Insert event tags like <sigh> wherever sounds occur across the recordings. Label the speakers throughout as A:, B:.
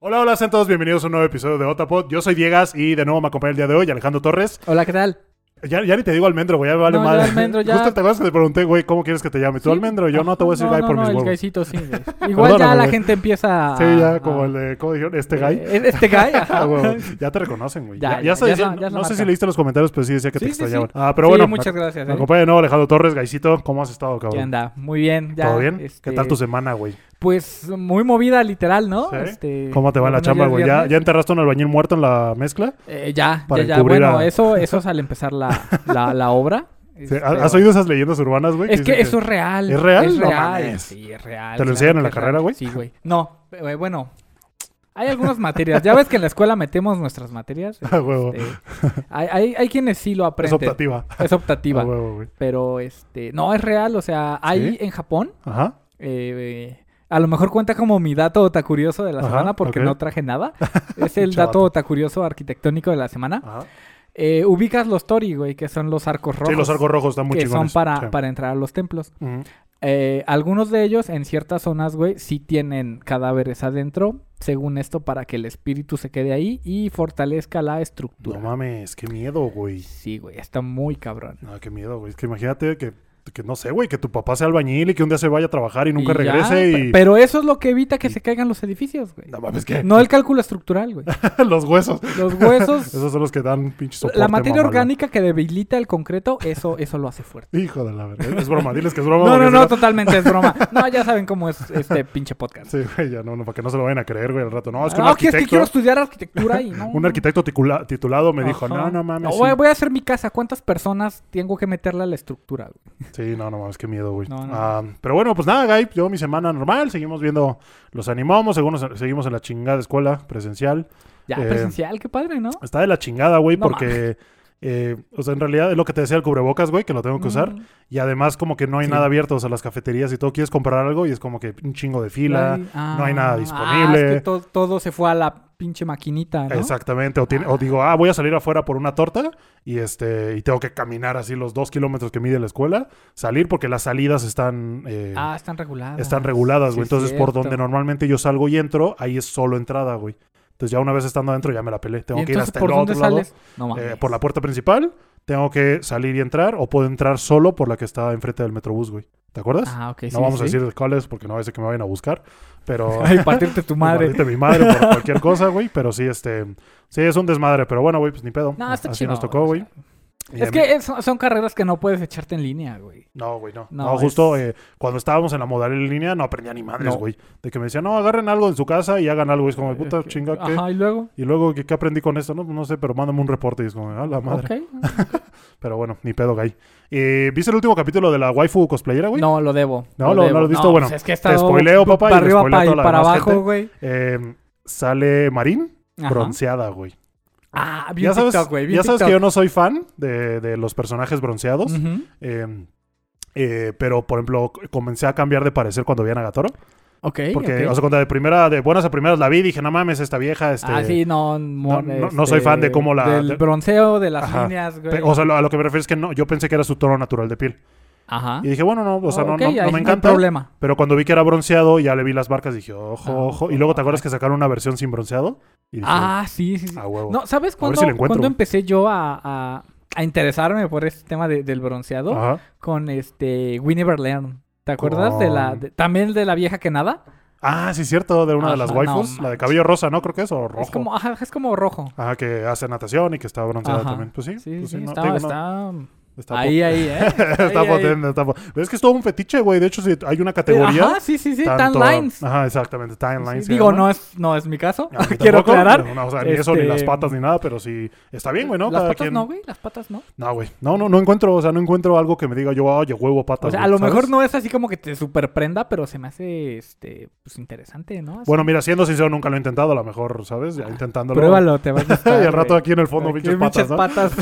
A: Hola, hola, sean todos bienvenidos a un nuevo episodio de Otapod. Yo soy Diegas y de nuevo me acompaña el día de hoy Alejandro Torres.
B: Hola, ¿qué tal?
A: Ya, ya ni te digo almendro, güey, ya me vale
B: No, ya
A: madre. <laughs>
B: almendro, ya.
A: Justo te acuerdas que te pregunté, güey, ¿cómo quieres que te llame? ¿Tú
B: Sí.
A: almendro? Yo no te voy a decir
B: no,
A: guy
B: no,
A: por
B: no,
A: mis
B: el
A: huevos.
B: guycito,
A: <laughs>
B: sí. güey. Igual ya
A: Perdóname,
B: la
A: güey.
B: gente empieza a...
A: Sí, ya, como
B: a-
A: el de, ¿cómo dijeron? Este
B: <laughs>
A: guy.
B: Eh, Este
A: <laughs>
B: guy, ajá.
A: Ah,
B: <laughs>
A: güey, ya te reconocen, güey. Ya,
B: Ya,
A: ya,
B: ya,
A: se
B: ya es
A: decía-
B: la- ya es la
A: no sé
B: marca.
A: si leíste los comentarios, pero sí decía que te
B: Sí, sí,
A: extrañaban.
B: sí.
A: Ah, pero
B: Sí,
A: bueno,
B: muchas gracias.
A: me
B: ¿eh?
A: acompaña de nuevo Alejandro Torres, Gaisito. ¿Cómo has estado,
B: ¿Qué
A: cabrón?
B: anda? Muy bien. Ya,
A: ¿Todo bien?
B: este,
A: ¿Qué tal tu semana, güey?
B: Pues muy movida, literal, ¿no?
A: ¿Sí?
B: Este,
A: ¿Cómo te va la
B: apenas
A: chamba,
B: es
A: güey? ¿Ya,
B: viernes.
A: ¿Ya enterraste un albañil muerto en la mezcla?
B: Eh, ya,
A: Para
B: ya, ya.
A: encubrir
B: Bueno,
A: a-
B: eso, eso es al
A: <laughs>
B: empezar la, la, la obra.
A: Sí, ¿ha-
B: Pero-
A: ¿Has oído esas leyendas urbanas, güey?
B: Es
A: dicen <laughs>
B: que eso es real.
A: ¿Es real?
B: Es
A: No
B: real.
A: mames.
B: sí, es
A: ¿Te lo
B: real. claro
A: enseñan en
B: que
A: la
B: es
A: carrera,
B: real.
A: güey?
B: Sí, güey. No, eh, bueno. Hay algunas materias. Ya ves que en la escuela metemos nuestras materias.
A: Ah, huevo. <laughs>
B: este, hay, hay, hay quienes sí lo
A: Es
B: aprenden.
A: optativa.
B: Es optativa.
A: Ah, huevo, güey.
B: pero este. No, es real. O sea, ahí
A: ¿Sí?
B: en Japón.
A: Ajá.
B: eh, eh, a lo mejor cuenta como mi dato otacurioso de la
A: Ajá,
B: semana porque
A: ok.
B: no traje
A: <laughs>
B: nada. Es el
A: Chavato.
B: dato otacurioso arquitectónico de la semana.
A: Ajá.
B: Eh, ubicas los tori, güey, que son los arcos rojos.
A: Sí, los arcos rojos están muy
B: que son
A: chingones.
B: para,
A: Sí.
B: para entrar a los templos.
A: Ujú.
B: Eh, algunos de ellos en ciertas zonas, güey, sí tienen cadáveres adentro, según esto, para que el espíritu se quede ahí y fortalezca la estructura.
A: No mames, qué miedo, güey.
B: sí, güey, está muy cabrón.
A: No, qué miedo, güey. Es que imagínate que, que no sé, güey, que tu papá sea albañil y que un día se vaya a trabajar y nunca
B: Y ya,
A: regrese
B: pe-
A: y.
B: Pero eso es lo que evita que
A: y-
B: se caigan los edificios, güey.
A: No mames, ¿qué?
B: No el cálculo estructural, güey.
A: <laughs> los huesos.
B: Los
A: <laughs>
B: huesos,
A: Esos son los que dan pinche soporte.
B: la materia
A: mamalón.
B: orgánica que debilita el concreto, eso, eso lo hace fuerte.
A: Hijo de la verdad. Es broma, diles que es broma.
B: <laughs> No,
A: porque
B: no,
A: si
B: no, totalmente
A: <laughs>
B: es broma. No, ya saben cómo es este pinche podcast.
A: Sí, güey, ya no, no, para que no se lo vayan a creer, güey, al rato. No, es que
B: Ah,
A: un
B: que es que
A: arquitecto,
B: quiero estudiar arquitectura y no.
A: <laughs> un arquitecto ticula- titulado me dijo,
B: Ajá.
A: no, no mames. sí.
B: voy, voy a hacer mi casa. ¿Cuántas personas tengo que meterle a la estructura? güey?
A: Sí, no, no mames, qué miedo, güey.
B: No, no.
A: Ah, pero bueno, pues nada, Guy, yo mi semana normal, seguimos viendo, los animamos, seguimos, seguimos en la chingada escuela presencial.
B: Ya,
A: Eh,
B: presencial, qué padre, ¿no?
A: Está de la chingada, güey,
B: No
A: porque, eh, o sea, en realidad es lo que te decía el cubrebocas, güey, que lo tengo que usar.
B: Mm,
A: Y además como que no hay
B: Sí.
A: nada abierto, o sea, las cafeterías y todo, quieres comprar algo y es como que un chingo de fila.
B: ay, ah,
A: no hay nada
B: ah,
A: disponible.
B: es que to- todo se fue a la pinche maquinita, ¿no?
A: Exactamente, o, tiene- o digo, ah, voy a salir afuera por una torta y este y tengo que caminar así los dos kilómetros que mide la escuela, salir porque las salidas están, eh,
B: Ah, están reguladas.
A: están reguladas,
B: Sí,
A: güey.
B: es
A: Entonces, por
B: cierto.
A: donde normalmente yo salgo y entro, ahí es solo entrada, güey. Entonces ya una vez estando adentro ya me la pelé. Tengo
B: ¿Y
A: que ir
B: entonces
A: hasta el
B: por
A: otro
B: dónde
A: lado.
B: sales? No
A: eh,
B: mames.
A: por la puerta principal, tengo que salir y entrar, o puedo entrar solo por la que está enfrente del Metrobús, güey. ¿Te acuerdas?
B: Ah, ok, sí,
A: no vamos
B: sí.
A: a decir cuál es porque no va a ser que me vayan a buscar, pero...
B: <laughs> Ay,
A: <laughs>
B: partirte tu madre.
A: Maldita mi madre por cualquier cosa, güey, pero sí, este... Sí, es un desmadre, pero bueno, güey, pues ni pedo.
B: No, está
A: Así
B: chido,
A: nos tocó,
B: güey,
A: güey.
B: o Es
A: Y,
B: que
A: eh,
B: es- son carreras que no puedes echarte en línea, güey.
A: No, güey, no. No,
B: No,
A: justo
B: es-
A: eh, cuando estábamos en la modal en línea no aprendía ni madres,
B: No.
A: güey. De que me decían, no, agarren algo en su casa y hagan algo. Y es como, puta
B: Es que-
A: chinga, ¿qué?
B: Ajá, y luego.
A: Y luego, ¿qué, qué aprendí con esto? No, pues, no sé, pero mándame un reporte. Y es como, a la madre.
B: Ok.
A: Pero bueno, ni pedo, gay. Eh, ¿Viste el último capítulo de la waifu cosplayera, güey?
B: No, lo debo.
A: No, lo- no
B: debo.
A: lo has visto, bueno,
B: pues es que
A: te
B: he estado
A: spoileo, papá, y le
B: Para arriba,
A: spoileo a
B: pa- y
A: toda la
B: para
A: demás
B: abajo,
A: gente.
B: güey.
A: Eh, sale Marín,
B: Ajá.
A: bronceada, güey.
B: Ah, vi
A: Ya
B: un
A: sabes,
B: TikTok, güey. vi un
A: ya sabes que yo
B: TikTok.
A: no soy fan de, de los personajes bronceados.
B: Ujú.
A: eh, eh, pero, por ejemplo, c- comencé a cambiar de parecer cuando vi a Nagatoro.
B: Ok,
A: Porque,
B: ok.
A: o sea, cuando de primera, de buenas a primeras la vi, dije, no mames, esta vieja, este.
B: ah, sí,
A: no-
B: no, mon-
A: no- no soy fan de cómo la-
B: Del
A: de-
B: bronceo, de las
A: Ajá.
B: líneas, güey.
A: pe- O sea, lo- a lo que me refiero es que no, yo pensé que era su tono natural de piel.
B: Ajá.
A: Y dije, bueno, no, o sea, no-
B: Ah. Ok,
A: no,
B: ahí
A: no me
B: No hay
A: encanta.
B: problema.
A: Pero cuando vi que era bronceado, ya le vi las marcas, dije, ojo,
B: Ah,
A: ojo. Y luego, ¿te acuerdas que sacaron una versión sin bronceado? Y dije,
B: Ah, sí, sí. sí.
A: oh. a huevo.
B: No, ¿sabes
A: ver
B: cuándo,
A: si lo encuentro,
B: cuándo
A: güey.
B: empecé yo a, a, a interesarme por este tema de- del bronceado?
A: Ajá.
B: Con este Winnie Verlaine. ¿Te acuerdas de la...
A: Con-
B: de- también de la vieja que nada?
A: Ah, sí, cierto, de una de las
B: Ajá, no
A: waifus, la de
B: manches.
A: cabello rosa, ¿no? Creo que es, o rojo.
B: Es como, ajá, es como rojo.
A: Ajá, que hace natación y que está bronceada
B: Ajá.
A: también. Pues sí,
B: Sí, sí,
A: pues sí, no,
B: está,
A: digo, no,
B: está,
A: <laughs> está
B: ahí, ahí, ¿eh?
A: po- está
B: Ahí, ahí.
A: potente, está po- Pero Es que es todo un fetiche, güey. De hecho, si hay una categoría.
B: Ajá, sí, sí, sí, tan
A: tanto- Ah,
B: lines.
A: Ajá, exactamente,
B: Sí,
A: timelines. se
B: digo,
A: llama.
B: no es, no es mi caso.
A: A mí
B: <laughs> Quiero
A: Ah, tampoco,
B: aclarar.
A: pero no, o sea, ni eso, ni
B: Este,
A: las patas, ni nada, pero sí. Está bien, güey, ¿no?
B: Las
A: Cada
B: patas
A: quien-
B: no, güey. Las patas no.
A: No, güey. No, no, no encuentro, o sea, no encuentro algo que me diga yo, oye, huevo, patas.
B: O sea, a
A: güey",
B: lo
A: ¿sabes?
B: mejor no es así como que te superprenda, pero se me hace este pues interesante, ¿no? Así.
A: Bueno, mira, siendo sincero, nunca lo he intentado, a lo mejor, ¿sabes? Ya intentándolo.
B: pruébalo, te va a
A: <laughs> y
B: gustar.
A: al rato
B: güey.
A: aquí en el fondo,
B: Aquí,
A: pinches patas, ¿no?
B: patas.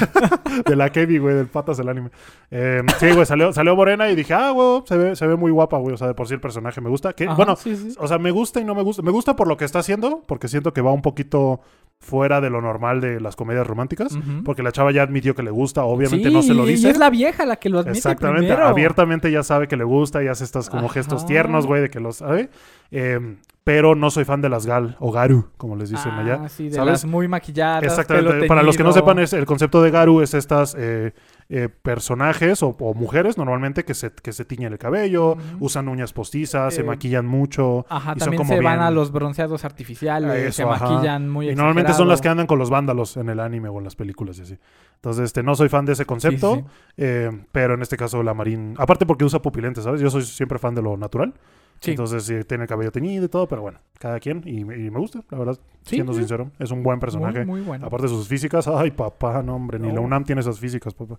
A: De la Kevi, güey, del patas del anime. Eh, sí, güey, salió, salió morena y dije, ah, güey, se ve, se ve muy guapa, güey. O sea, de por sí el personaje me gusta. <laughs> Que,
B: Ajá,
A: bueno,
B: sí, sí.
A: o sea, me gusta y no me gusta. Me gusta por lo que está haciendo, porque siento que va un poquito fuera de lo normal de las comedias románticas,
B: Ujú.
A: porque la chava ya admitió que le gusta, obviamente
B: Sí,
A: no se lo
B: y-
A: dice.
B: Y es la vieja la que lo admite
A: Exactamente,
B: primero.
A: abiertamente ya sabe que le gusta y hace estos como
B: Ajá.
A: gestos tiernos, güey, de que los sabe. Eh, pero no soy fan de las gal o garu, como les dicen
B: ah,
A: allá.
B: Sí, de
A: ¿sabes?
B: Ah, las muy maquilladas.
A: Exactamente.
B: pelo
A: Para los que no
B: teñido.
A: sepan, es, el concepto de garu es estas eh, eh, personajes o, o mujeres normalmente que se, que se tiñen el cabello,
B: Ujú.
A: usan uñas postizas, se
B: Eh,
A: maquillan mucho.
B: Ajá,
A: y son
B: también
A: como
B: se van
A: bien-
B: a los bronceados artificiales,
A: Eso,
B: se
A: ajá.
B: maquillan muy
A: Y normalmente son las que
B: exagerado.
A: andan con los vándalos en el anime o en las películas y así. Entonces, este, no soy fan de ese concepto,
B: sí.
A: eh, pero en este caso la Marín, aparte porque usa pupilentes, ¿sabes? Yo soy siempre fan de lo natural.
B: Sí.
A: Entonces, sí, tiene el cabello teñido y todo, pero bueno, cada quien. Y, me- y me gusta, la verdad,
B: Sí,
A: siendo
B: sí.
A: sincero. Es un buen personaje.
B: Muy, muy bueno. Oh.
A: Aparte de sus físicas, ay, papá, no, hombre, ni
B: No.
A: la UNAM tiene esas físicas,
B: <laughs>
A: papá.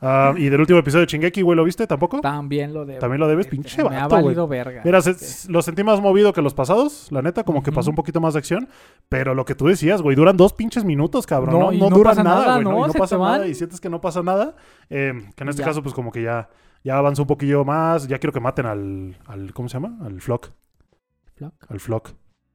A: Ah, y del último episodio de Chingeki, güey, ¿lo viste tampoco?
B: También lo debo.
A: También lo debes,
B: Este,
A: pinche
B: Me ha
A: vato, güey.
B: valido verga.
A: Mira, se- s- lo sentí más movido que los pasados, la neta, como que pasó
B: Ujú.
A: un poquito más de acción, pero lo que tú decías, güey, duran dos pinches minutos, cabrón.
B: No,
A: No,
B: y
A: no
B: no
A: duran
B: pasa
A: nada,
B: nada,
A: güey, ¿no?
B: ¿no?
A: Y no
B: Se
A: pasa
B: te
A: nada
B: van.
A: y sientes que no pasa nada, eh, que en este
B: Ya.
A: caso, pues como que ya, ya avanzó un poquillo más, ya quiero que maten al, al ¿cómo se llama? Al Flock,
B: Flock.
A: al Flock.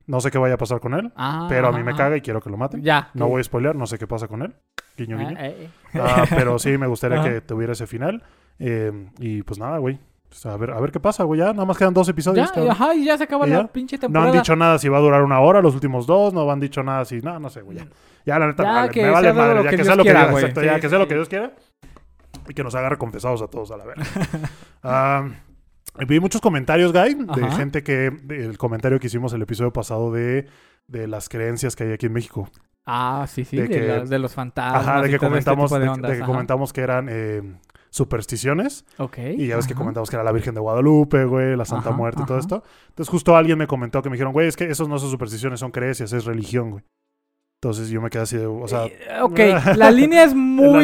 A: No sé qué vaya a pasar con él,
B: Ah,
A: pero a mí
B: ajá,
A: me
B: ajá.
A: caga y quiero que lo maten.
B: Ya.
A: No
B: sí.
A: voy a spoilear, no sé qué pasa con él. Guiño, guiño.
B: Ah, eh, eh.
A: Ah, pero sí, me gustaría
B: <laughs> Ajá.
A: que tuviera ese final. Eh, y pues nada, güey. Pues, a, ver, a ver qué pasa, güey. Ya nada más quedan dos episodios.
B: Ya,
A: cabrón.
B: ajá, y ya se acaba
A: ¿Y
B: la
A: ya?
B: pinche
A: No
B: temporada.
A: han dicho nada si va a durar una hora los últimos dos. No han dicho nada si. No, no sé, güey. Ya, Ya, la neta,
B: Ya,
A: me vale-
B: que
A: me vale
B: sea lo
A: madre. Ya
B: que
A: que
B: Dios
A: sea lo que
B: quiera,
A: Dios
B: güey.
A: Exacto, ya
B: Sí,
A: que sea lo
B: sí,
A: que
B: sí.
A: Dios quiera. Y que nos agarre confesados a todos a la
B: <laughs>
A: verga. Ah, vi muchos comentarios, Guy, de
B: Ajá.
A: gente que. El comentario que hicimos el episodio pasado de, de las creencias que hay aquí en México.
B: Ah, sí, sí,
A: de
B: de,
A: que-
B: la- de los fantasmas.
A: Ajá, de
B: y
A: que
B: todo este
A: comentamos,
B: tipo
A: de,
B: de
A: de
B: ondas,
A: que
B: ajá.
A: comentamos que eran eh, supersticiones.
B: Ok,
A: Y ya ves que
B: ¿Eh? ajá.
A: comentamos que era la Virgen de Guadalupe, güey, la Santa
B: Ajá,
A: Muerte y todo
B: ajá.
A: esto. Entonces justo alguien me comentó que me dijeron, güey, es que esos no son supersticiones, son creencias, es religión, güey. Entonces yo me quedé así de, o sea, <laughs>
B: Eh, ok, la línea es muy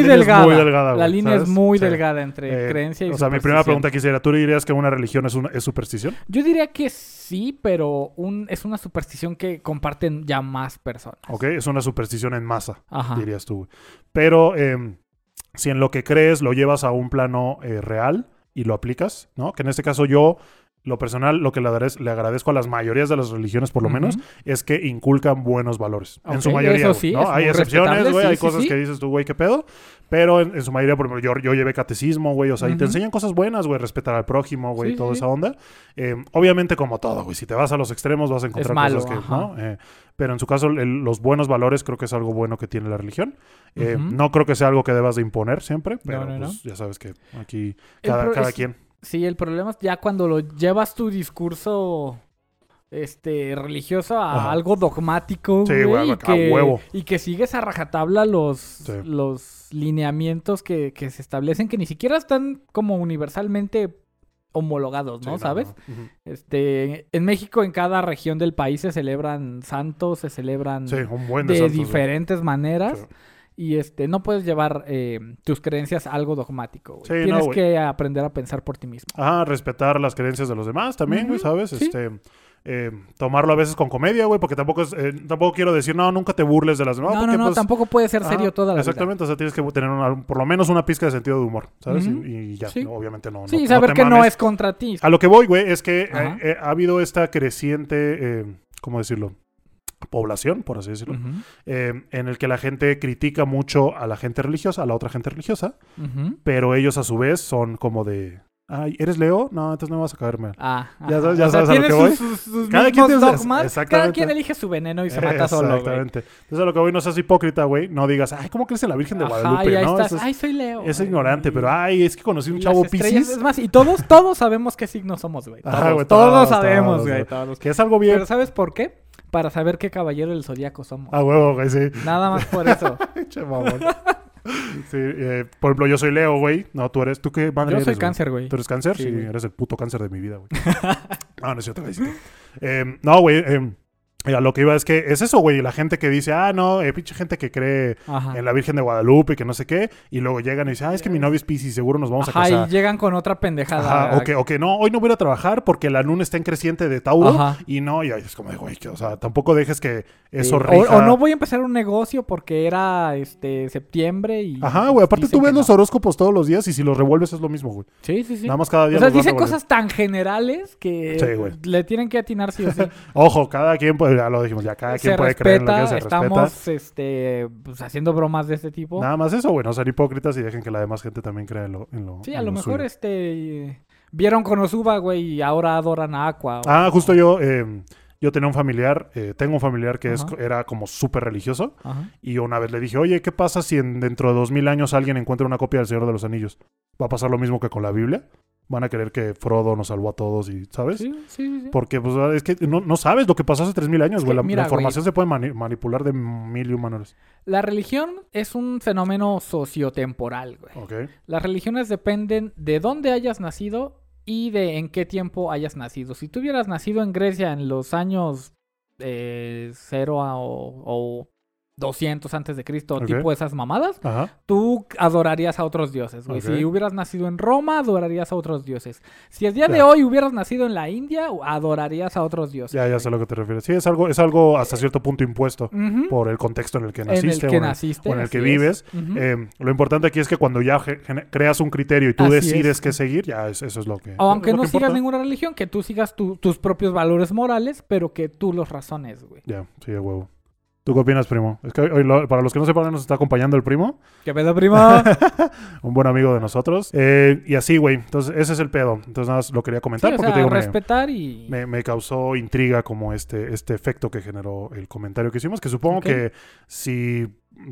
A: línea es muy
B: delgada.
A: delgada,
B: La
A: güey,
B: línea
A: ¿sabes?
B: es muy
A: Sí.
B: delgada entre
A: eh,
B: creencia y
A: o sea, mi primera
B: superstición.
A: pregunta aquí sería, ¿tú dirías que una religión es una es superstición?
B: Yo diría que sí, pero un, es una superstición que comparten ya más personas.
A: ¿Ok? Es una superstición en masa,
B: Ajá.
A: dirías tú, güey. Pero eh, si en lo que crees lo llevas a un plano eh, real y lo aplicas, ¿no? Que en este caso yo, lo personal, lo que le agradez- le agradezco a las mayorías de las religiones, por lo menos,
B: Ujú.
A: es que inculcan buenos valores. En
B: Ok,
A: su mayoría.
B: eso
A: güey,
B: sí,
A: ¿no?
B: es
A: Hay
B: muy
A: excepciones,
B: respetable,
A: güey.
B: sí,
A: hay
B: sí,
A: cosas
B: sí.
A: que dices tú, güey, qué pedo. Pero en, en su mayoría, por ejemplo, yo, yo llevé catecismo, güey. O sea, y te
B: Ujú.
A: enseñan cosas buenas, güey. Respetar al prójimo, güey.
B: Sí,
A: toda
B: sí, sí.
A: esa onda. Eh, obviamente, como todo, güey. Si te vas a los extremos, vas a encontrar
B: malo,
A: cosas que.
B: ajá.
A: ¿no? Eh, pero en su caso, el- los buenos valores creo que es algo bueno que tiene la religión. Eh,
B: Ujú.
A: No creo que sea algo que debas de imponer siempre. Pero
B: no, no.
A: pues, ya sabes que aquí
B: El
A: cada,
B: pro-
A: cada
B: es-
A: quien.
B: Sí, el problema es ya cuando lo llevas tu discurso este religioso a
A: Ajá.
B: algo dogmático,
A: Sí, güey,
B: güey, y
A: a
B: que,
A: huevo.
B: y que sigues a rajatabla los,
A: Sí.
B: los lineamientos que, que se establecen que ni siquiera están como universalmente homologados,
A: Sí,
B: ¿no? ¿Sabes?
A: no. Ujú.
B: Este, en México, en cada región del país se celebran santos, se celebran
A: Sí, un buen
B: de
A: santos, güey.
B: diferentes maneras.
A: Sí.
B: Y este, no puedes llevar eh, tus creencias a algo dogmático. güey.
A: Sí, no,
B: Tienes
A: güey.
B: que aprender a pensar por ti mismo.
A: Ajá, respetar las creencias de los demás también, güey,
B: Ujú,
A: ¿sabes?
B: sí.
A: Este, eh, tomarlo a veces con comedia, güey, porque tampoco es, eh, tampoco quiero decir, no, nunca te burles de las demás.
B: No, no,
A: porque,
B: no,
A: pues,
B: tampoco puede ser
A: ajá,
B: serio toda la vida.
A: Exactamente, o sea, tienes que tener una- por lo menos una pizca de sentido de humor, ¿sabes? Y-
B: Ujú,
A: y, ya,
B: sí.
A: no, obviamente no.
B: Sí,
A: no-
B: saber
A: te
B: que no
A: mames.
B: es contra ti.
A: A lo que voy, güey, es que eh,
B: Ajá.
A: eh, ha habido esta creciente, eh, ¿cómo decirlo? Población, por así decirlo,
B: Ujú,
A: eh, en el que la gente critica mucho a la gente religiosa, a la otra gente religiosa,
B: ujú.
A: pero ellos a su vez son como de, ay, ¿eres Leo? No, entonces no vas a caer mal.
B: Ah,
A: Ya
B: ajá.
A: sabes- ya
B: O sea,
A: sabes a lo
B: tiene
A: que voy.
B: sus- sus- sus
A: Cada quien
B: mismos
A: tiene sus-
B: dogmas,
A: exactamente.
B: Cada quien elige su veneno y se mata solo, güey.
A: Exactamente. Entonces, a lo que voy, no seas hipócrita, güey. No digas, ay, ¿cómo crees en la Virgen de
B: Ajá,
A: Guadalupe?
B: y ahí
A: ¿no?
B: estás.
A: Eso es,
B: Ay, soy Leo.
A: es
B: Ay,
A: ignorante,
B: y-
A: pero ay, es que conocí
B: y
A: un
B: las
A: chavo
B: estrellas-
A: piscis.
B: Es más, y todos, todos sabemos qué signos somos, güey. Todos,
A: Ajá, güey,
B: todos
A: todos,
B: sabemos,
A: todos,
B: güey.
A: güey.
B: todos.
A: Que es algo bien.
B: Pero ¿sabes por qué? Para saber qué caballero del zodiaco somos.
A: Ah, huevo, güey,
B: <laughs>
A: sí.
B: Nada más por eso.
A: <laughs> Che, mamón. sí, eh, por ejemplo, yo soy Leo, güey. No, tú eres. ¿Tú qué madre
B: Yo
A: eres,
B: soy
A: güey?
B: cáncer, güey.
A: ¿Tú eres cáncer? Sí,
B: Sí, güey.
A: eres el puto cáncer de mi vida,
B: <laughs>
A: güey. no, no es cierto, güey, sí. Eh, no, güey. eh, a lo que iba es que es eso, güey. La gente que dice, ah, no, eh, pinche gente que cree
B: Ajá.
A: en la Virgen de Guadalupe, que no sé qué, y luego llegan y dicen, ah, es que mi novio es Piscis, seguro nos vamos a
B: Ajá, y
A: casar.
B: llegan con otra pendejada.
A: Ajá, o que, o que no, hoy no voy a ir a trabajar porque la luna está en creciente de Tauro
B: Ajá.
A: y no, y ahí es como, de, güey, que, o sea, tampoco dejes que
B: Sí.
A: eso
B: O-
A: rija.
B: o, no voy a empezar un negocio porque era este septiembre y.
A: Ajá, güey, aparte
B: dicen
A: tú
B: que
A: ves los
B: no.
A: horóscopos todos los días y si los revuelves es lo mismo, güey.
B: Sí, sí, sí.
A: Nada más cada día
B: o sea,
A: los van
B: dicen
A: revolviendo.
B: cosas tan generales que
A: Sí, güey.
B: le tienen que atinar sí o sí.
A: Ojo, cada quien, pues, ya lo dijimos, ya <laughs> cada
B: se
A: quien puede creer en lo
B: respeta,
A: que se
B: estamos
A: respeta.
B: Este, pues, haciendo bromas de este tipo.
A: Nada más eso, bueno, ser hipócritas y dejen que la demás gente también crea en lo. en
B: sí, a
A: en
B: lo mejor
A: suyo.
B: este eh, vieron Konosuba, güey, y ahora adoran a Aqua. o-
A: Ah, justo yo, eh, yo tenía un familiar, eh, tengo un familiar que es,
B: Ajá.
A: era como súper religioso.
B: Ajá.
A: Y yo una vez le dije, oye, ¿qué pasa si en- dentro de dos mil años alguien encuentra una copia del Señor de los Anillos? ¿Va a pasar lo mismo que con la Biblia? ¿Van a creer que Frodo nos salvó a todos y, ¿sabes?
B: Sí, sí, sí, sí.
A: Porque pues, es que no, no sabes lo que pasó hace 3.000 años,
B: Es
A: güey.
B: que
A: La,
B: mira,
A: la
B: güey.
A: información se puede mani- manipular de mil y un maneras.
B: La religión es un fenómeno sociotemporal, güey.
A: Ok.
B: Las religiones dependen de dónde hayas nacido y de en qué tiempo hayas nacido. Si tú hubieras nacido en Grecia en los años eh, 0 a, o, o 200 antes de Cristo,
A: Ok.
B: tipo esas mamadas,
A: Ajá.
B: tú adorarías a otros dioses, güey.
A: Ok.
B: Si hubieras nacido en Roma, adorarías a otros dioses. Si el día de
A: Ya.
B: hoy hubieras nacido en la India, adorarías a otros dioses.
A: Ya, ya sé a lo que te refieres. Sí, es algo, es algo hasta cierto punto impuesto
B: Ujú.
A: por el contexto en el que
B: en el
A: naciste. o
B: que
A: en el-
B: naciste.
A: o en el que
B: así es.
A: vives,
B: Ujú.
A: eh, lo importante aquí es que cuando ya ge- gene- creas un criterio y tú
B: Así
A: decides
B: es.
A: qué seguir, ya es- eso es lo que.
B: O aunque
A: es lo
B: no
A: que
B: sigas
A: importa.
B: ninguna religión, que tú sigas tu- tus propios valores morales, pero que tú los razones, güey.
A: Ya, sí, de huevo. ¿Tú qué opinas, primo? Es que hoy- hoy lo- para los que no sepan, nos está acompañando el primo,
B: ¿Qué pedo, <laughs> prima?
A: un buen amigo de nosotros. Eh, y así, güey. Entonces, ese es el pedo. Entonces, nada más lo quería comentar porque te digo, me-
B: respetar y...
A: me, me causó intriga como este, este efecto que generó el comentario que hicimos, que supongo
B: Ok.
A: que si,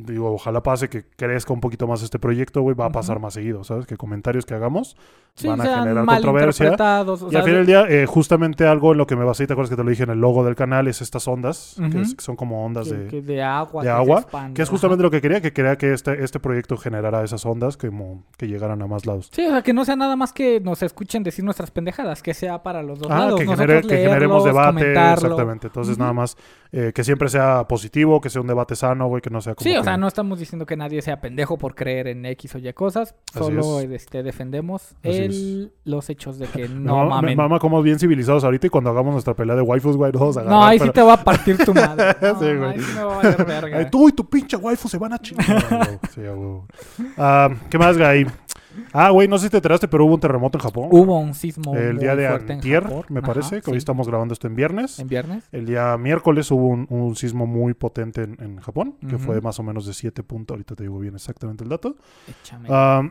A: digo, ojalá pase que crezca un poquito más este proyecto, güey, va a pasar
B: Ujú.
A: más seguido, ¿sabes? Que comentarios que hagamos
B: Sí,
A: van a
B: sean
A: generar controversia.
B: malinterpretados. o
A: y
B: sea,
A: al final del día, eh, justamente algo en lo que me basé, ¿te acuerdas que te lo dije en el logo del canal? Es estas ondas,
B: Ujú.
A: que, es- que son como ondas
B: que-
A: de...
B: que de agua.
A: de
B: que se
A: agua,
B: expande,
A: Que es
B: ajá.
A: justamente lo que quería, que quería que este, este proyecto generara esas ondas que, mo- que llegaran a más lados.
B: Sí, o sea, que no sea nada más que nos escuchen decir nuestras pendejadas, que sea para los dos
A: Ah,
B: lados.
A: que,
B: Nosotros
A: genere- que generemos
B: leerlos,
A: debate,
B: comentarlo.
A: exactamente. Entonces,
B: Ujú.
A: nada más eh, que siempre sea positivo, que sea un debate sano, güey, que no sea como.
B: Sí, o
A: que-
B: sea, no estamos diciendo que nadie sea pendejo por creer en X o Y cosas.
A: Así
B: Solo
A: es.
B: este, defendemos
A: Así
B: el- los hechos de
A: <laughs>
B: que
A: Me
B: no
A: mama- me
B: mamen.
A: mama como bien civilizados ahorita y cuando hagamos nuestra pelea de waifus, güey, nos vamos a agarrar.
B: No, ahí sí
A: pero-
B: te va a partir tu madre.
A: <laughs>
B: No,
A: Sí, güey.
B: Ahí sí me va a valer verga.
A: Ay, tú y Eh, tu pinche waifu se van a chingar. <laughs> Ah, güey, sí, ah, güey. Ah, ¿Qué más, güey? Ah, güey, no sé si te enteraste, pero hubo un terremoto en Japón.
B: Hubo un sismo
A: el día
B: muy
A: de
B: fuerte en
A: antier,
B: Japón.
A: me
B: Ajá,
A: parece, que
B: sí.
A: hoy estamos grabando esto en viernes.
B: ¿En viernes?
A: El día miércoles hubo un, un sismo muy potente en, en Japón, que
B: Ujú.
A: fue más o menos de 7 puntos, ahorita te digo bien exactamente el dato.
B: Échame.
A: Ah,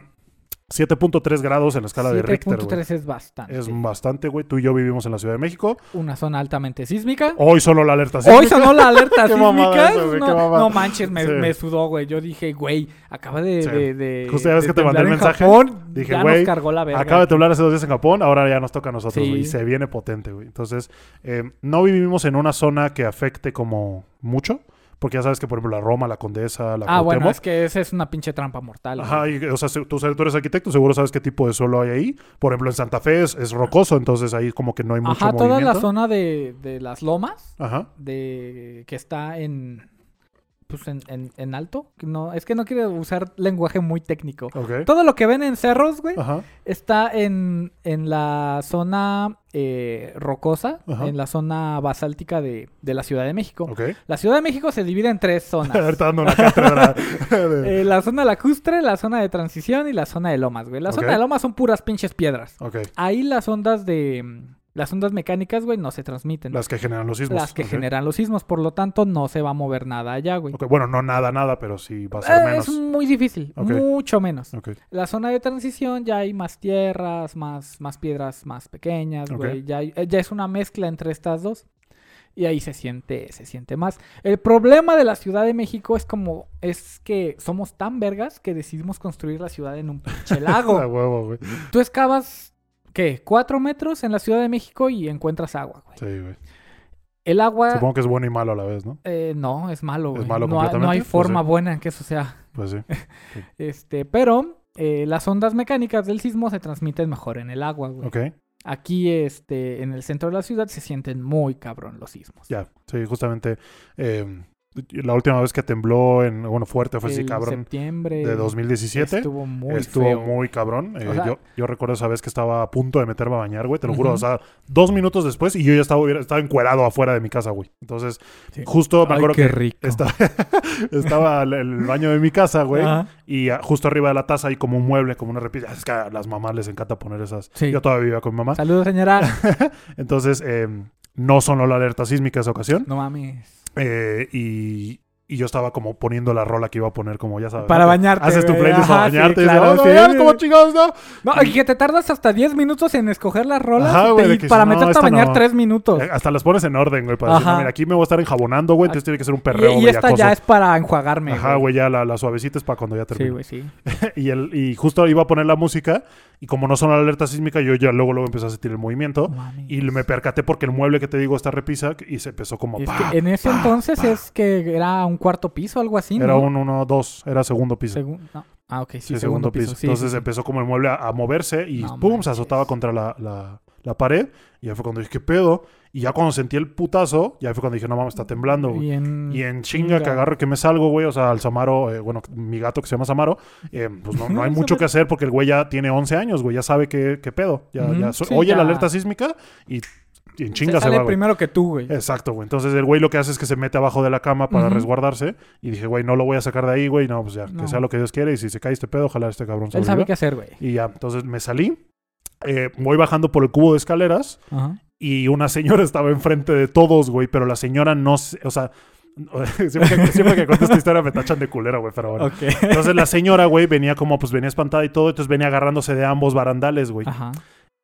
A: 7.3 grados en la escala de Richter. güey.
B: 7.3 es bastante.
A: Es bastante, güey. Tú y yo vivimos en la Ciudad de México.
B: una zona altamente sísmica.
A: Hoy solo la alerta
B: Hoy
A: sísmica. <laughs>
B: sonó la alerta
A: Qué
B: sísmica.
A: mamada eso, güey, qué
B: no,
A: mamada.
B: no manches, me,
A: Sí.
B: me sudó, güey. Yo dije, güey, acaba de.
A: Sí.
B: de, de-
A: Justo ya ves
B: de
A: que te mandé el
B: temblar en
A: mensaje.
B: Japón,
A: Dije,
B: ya
A: güey,
B: nos cargó la verga.
A: Acaba de temblar hace dos días en Japón, ahora ya nos toca a nosotros,
B: Sí.
A: güey. Y se viene potente, güey. Entonces, eh, no vivimos en una zona que afecte como mucho, porque ya sabes que, por ejemplo, la Roma, la Condesa, la
B: Ah, bueno,
A: Cuauhtémoc,
B: es que esa es una pinche trampa mortal. güey.
A: Ajá, y, o sea, se- tú, tú eres arquitecto, seguro sabes qué tipo de suelo hay ahí. Por ejemplo, en Santa Fe es, es rocoso, entonces ahí como que no hay mucho
B: Ajá, toda la
A: movimiento.
B: zona de, de las lomas,
A: Ajá.
B: de que está en. Pues en, en, en alto. que No, es que no quiero usar lenguaje muy técnico.
A: Ok.
B: Todo lo que ven en
A: <laughs>
B: cerros, güey,
A: Ajá.
B: Está en, en la zona eh, rocosa,
A: Ajá.
B: en la zona basáltica de, de la Ciudad de México.
A: Ok.
B: La Ciudad de México se divide
A: <laughs>
B: en tres zonas.
A: Ahorita dando una cátedra. de-
B: <laughs> Eh, la zona lacustre, la zona de transición y la zona de lomas, güey. La
A: Ok.
B: zona de lomas son puras pinches piedras.
A: ok.
B: Ahí las ondas de... mm, Las ondas mecánicas, güey, no se transmiten. Las,
A: Las que generan los sismos.
B: que
A: ok.
B: generan los sismos. Por lo tanto, no se va a mover nada allá, güey.
A: Ok, Bueno, no nada, nada, pero sí va a ser
B: Eh,
A: menos.
B: es muy difícil.
A: Ok. Mm.
B: Mucho menos.
A: Ok.
B: La zona de transición ya hay más tierras, más, más piedras más pequeñas,
A: Ok.
B: güey. Ya, hay- eh, ya es una mezcla entre estas dos. Y ahí se siente, se siente más. El problema de la Ciudad de México es como, es que somos tan vergas que decidimos construir la ciudad en
A: <laughs>
B: un pinche
A: A
B: lago.
A: Ah, huevo, güey.
B: Tú excavas, ¿qué? Cuatro metros en la Ciudad de México y encuentras agua, güey.
A: Sí, güey.
B: El agua,
A: Supongo que es bueno y malo a la vez, ¿no?
B: eh, no, es malo,
A: Es
B: güey.
A: malo
B: no, hay- no
A: completamente,
B: hay
A: pues,
B: forma
A: sí.
B: buena en que eso sea.
A: Pues sí.
B: Este, pero eh, las ondas mecánicas del sismo se transmiten mejor en el agua, güey.
A: Ok.
B: Aquí, este, en el centro de la ciudad se sienten muy cabrón los sismos.
A: Ya. Sí, justamente. eh, la última vez que tembló en. Bueno, fuerte fue así,
B: El
A: cabrón.
B: septiembre
A: De 2017.
B: estuvo muy
A: Estuvo
B: feo.
A: muy cabrón. Eh,
B: sea-
A: yo, yo recuerdo esa vez que estaba a punto de meterme a bañar, güey. Te lo juro.
B: Ujú.
A: O sea, dos minutos después y yo ya estaba, hubiera- estaba encuerado afuera de mi casa, güey. Entonces,
B: Sí.
A: justo me
B: Ay,
A: acuerdo
B: qué
A: que
B: rico.
A: esta- <laughs> estaba el, el baño de mi casa, güey.
B: Ajá.
A: Y ah, justo arriba de la taza hay como un mueble, como una repisa. Es que a las mamás les encanta poner esas.
B: Sí.
A: Yo todavía vivía con mi mamá.
B: Saludos, señora.
A: Entonces, eh, No sonó la alerta sísmica esa ocasión.
B: No mames.
A: Eh, y, y yo estaba como poniendo la rola que iba a poner, como ya sabes.
B: Para
A: ¿no?
B: bañarte,
A: Haces tu
B: güey.
A: playlist para
B: Ajá, sí,
A: bañarte.
B: claro,
A: y dices, "Oh,
B: sí.
A: no, ya, ¿cómo chingados, no?".
B: No, y que te tardas hasta 10 minutos en escoger las rolas
A: Ajá,
B: y te-
A: güey, de
B: y
A: que
B: para
A: no,
B: meterte
A: esta
B: a bañar
A: no.
B: 3 minutos.
A: Eh, Hasta las pones en orden, güey, para decir,
B: Pues Ajá.
A: "No, mira, aquí me voy a estar enjabonando, güey, entonces tiene que ser un perreo,
B: y, y
A: güey,
B: esta
A: acoso".
B: ya es para enjuagarme.
A: Ajá, güey, ya la, la suavecita es para cuando ya
B: Sí,
A: termine.
B: güey, sí.
A: <laughs> y, el, y justo iba a poner la música, y como no sonó la alerta sísmica, yo ya luego, luego empecé a sentir el movimiento.
B: Mames.
A: Y me percaté porque el mueble que te digo está repisa y se empezó como.
B: Es
A: pa,
B: que en ese
A: pa,
B: entonces
A: pa.
B: es que era un cuarto piso, algo así, ¿no?
A: Era un 1-2, era segundo piso.
B: Segun- no. Ah, ok, sí,
A: Sí,
B: segundo, piso. sí,
A: Entonces
B: sí, sí.
A: empezó como el mueble a, a moverse y
B: No
A: ¡pum! se
B: manches.
A: azotaba contra la, la- la pared. Y ahí fue cuando dije, ¿qué pedo? Y ya cuando sentí el putazo, ya fue cuando dije, no mames, está temblando, güey.
B: Y en...
A: Y en chinga que
B: Chinga.
A: agarro que me salgo, güey. O sea, al Samaro, eh, bueno, mi gato que se llama Samaro, eh, pues no, no
B: <laughs>
A: hay mucho que hacer porque el güey ya tiene 11 años, güey. Ya sabe qué, qué pedo. Ya,
B: Ujú,
A: ya so-
B: sí,
A: oye la
B: ya.
A: alerta sísmica y, y en chinga
B: se
A: se,
B: sale
A: va, güey.
B: primero que tú, güey.
A: Exacto, güey. Entonces el güey lo que hace es que se mete abajo de la cama para
B: Ujú.
A: resguardarse. Y dije, güey, no lo voy a sacar de ahí, güey. No, pues ya, que
B: No.
A: sea lo que Dios quiere. Y si se cae este pedo, ojalá este cabrón
B: Él sabe
A: sobreviva.
B: qué hacer, güey.
A: Y ya, entonces me salí. eh, voy bajando por el cubo de escaleras.
B: Ajá.
A: Y una señora <laughs> estaba enfrente de todos, güey. Pero la señora no. se- O sea, <laughs> siempre que, siempre que cuento esta historia me tachan de culero, güey. Pero bueno.
B: Ok.
A: Entonces la señora, güey, venía como, pues venía espantada y todo. Entonces venía agarrándose de ambos barandales, güey.
B: Ajá.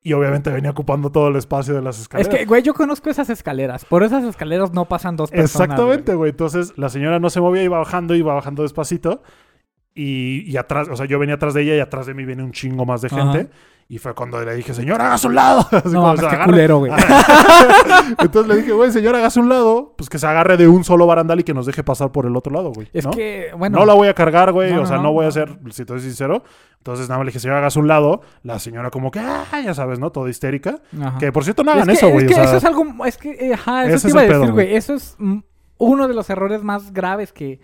A: Y obviamente venía ocupando todo el espacio de las
B: Es
A: escaleras.
B: que, güey, yo conozco esas escaleras. Por esas escaleras no pasan dos personas.
A: Exactamente, güey. Entonces la señora no se movía, iba bajando, iba bajando despacito. Y, y atrás, o sea, yo venía atrás de ella y atrás de mí viene un chingo más de gente.
B: Ajá.
A: Y fue cuando le dije, señora, hagas un lado. <laughs> Así
B: güey.
A: como, Ah,
B: No,
A: o
B: mames,
A: sea,
B: qué
A: agarra-
B: culero, güey.
A: <laughs> Entonces le dije, güey, señora, hagas un lado. Pues que se agarre de un solo barandal y que nos deje pasar por el otro lado, güey.
B: Es
A: ¿no?
B: que, bueno.
A: no la voy a cargar, güey.
B: No,
A: o
B: no,
A: sea, no,
B: no,
A: voy a
B: no.
A: ser, si te soy sincero. Entonces nada más le dije, señora, hagas un lado. La señora como que, ah, ya sabes, ¿no? Toda histérica.
B: Ajá.
A: Que por cierto, no
B: Es
A: hagan
B: que-
A: eso, güey.
B: Es
A: o
B: que
A: sea,
B: eso es algo. Es que, eh, ajá, eso
A: Ese
B: te
A: es
B: iba a
A: el pedo,
B: decir, güey.
A: güey.
B: Eso es mm, uno de los errores más graves que.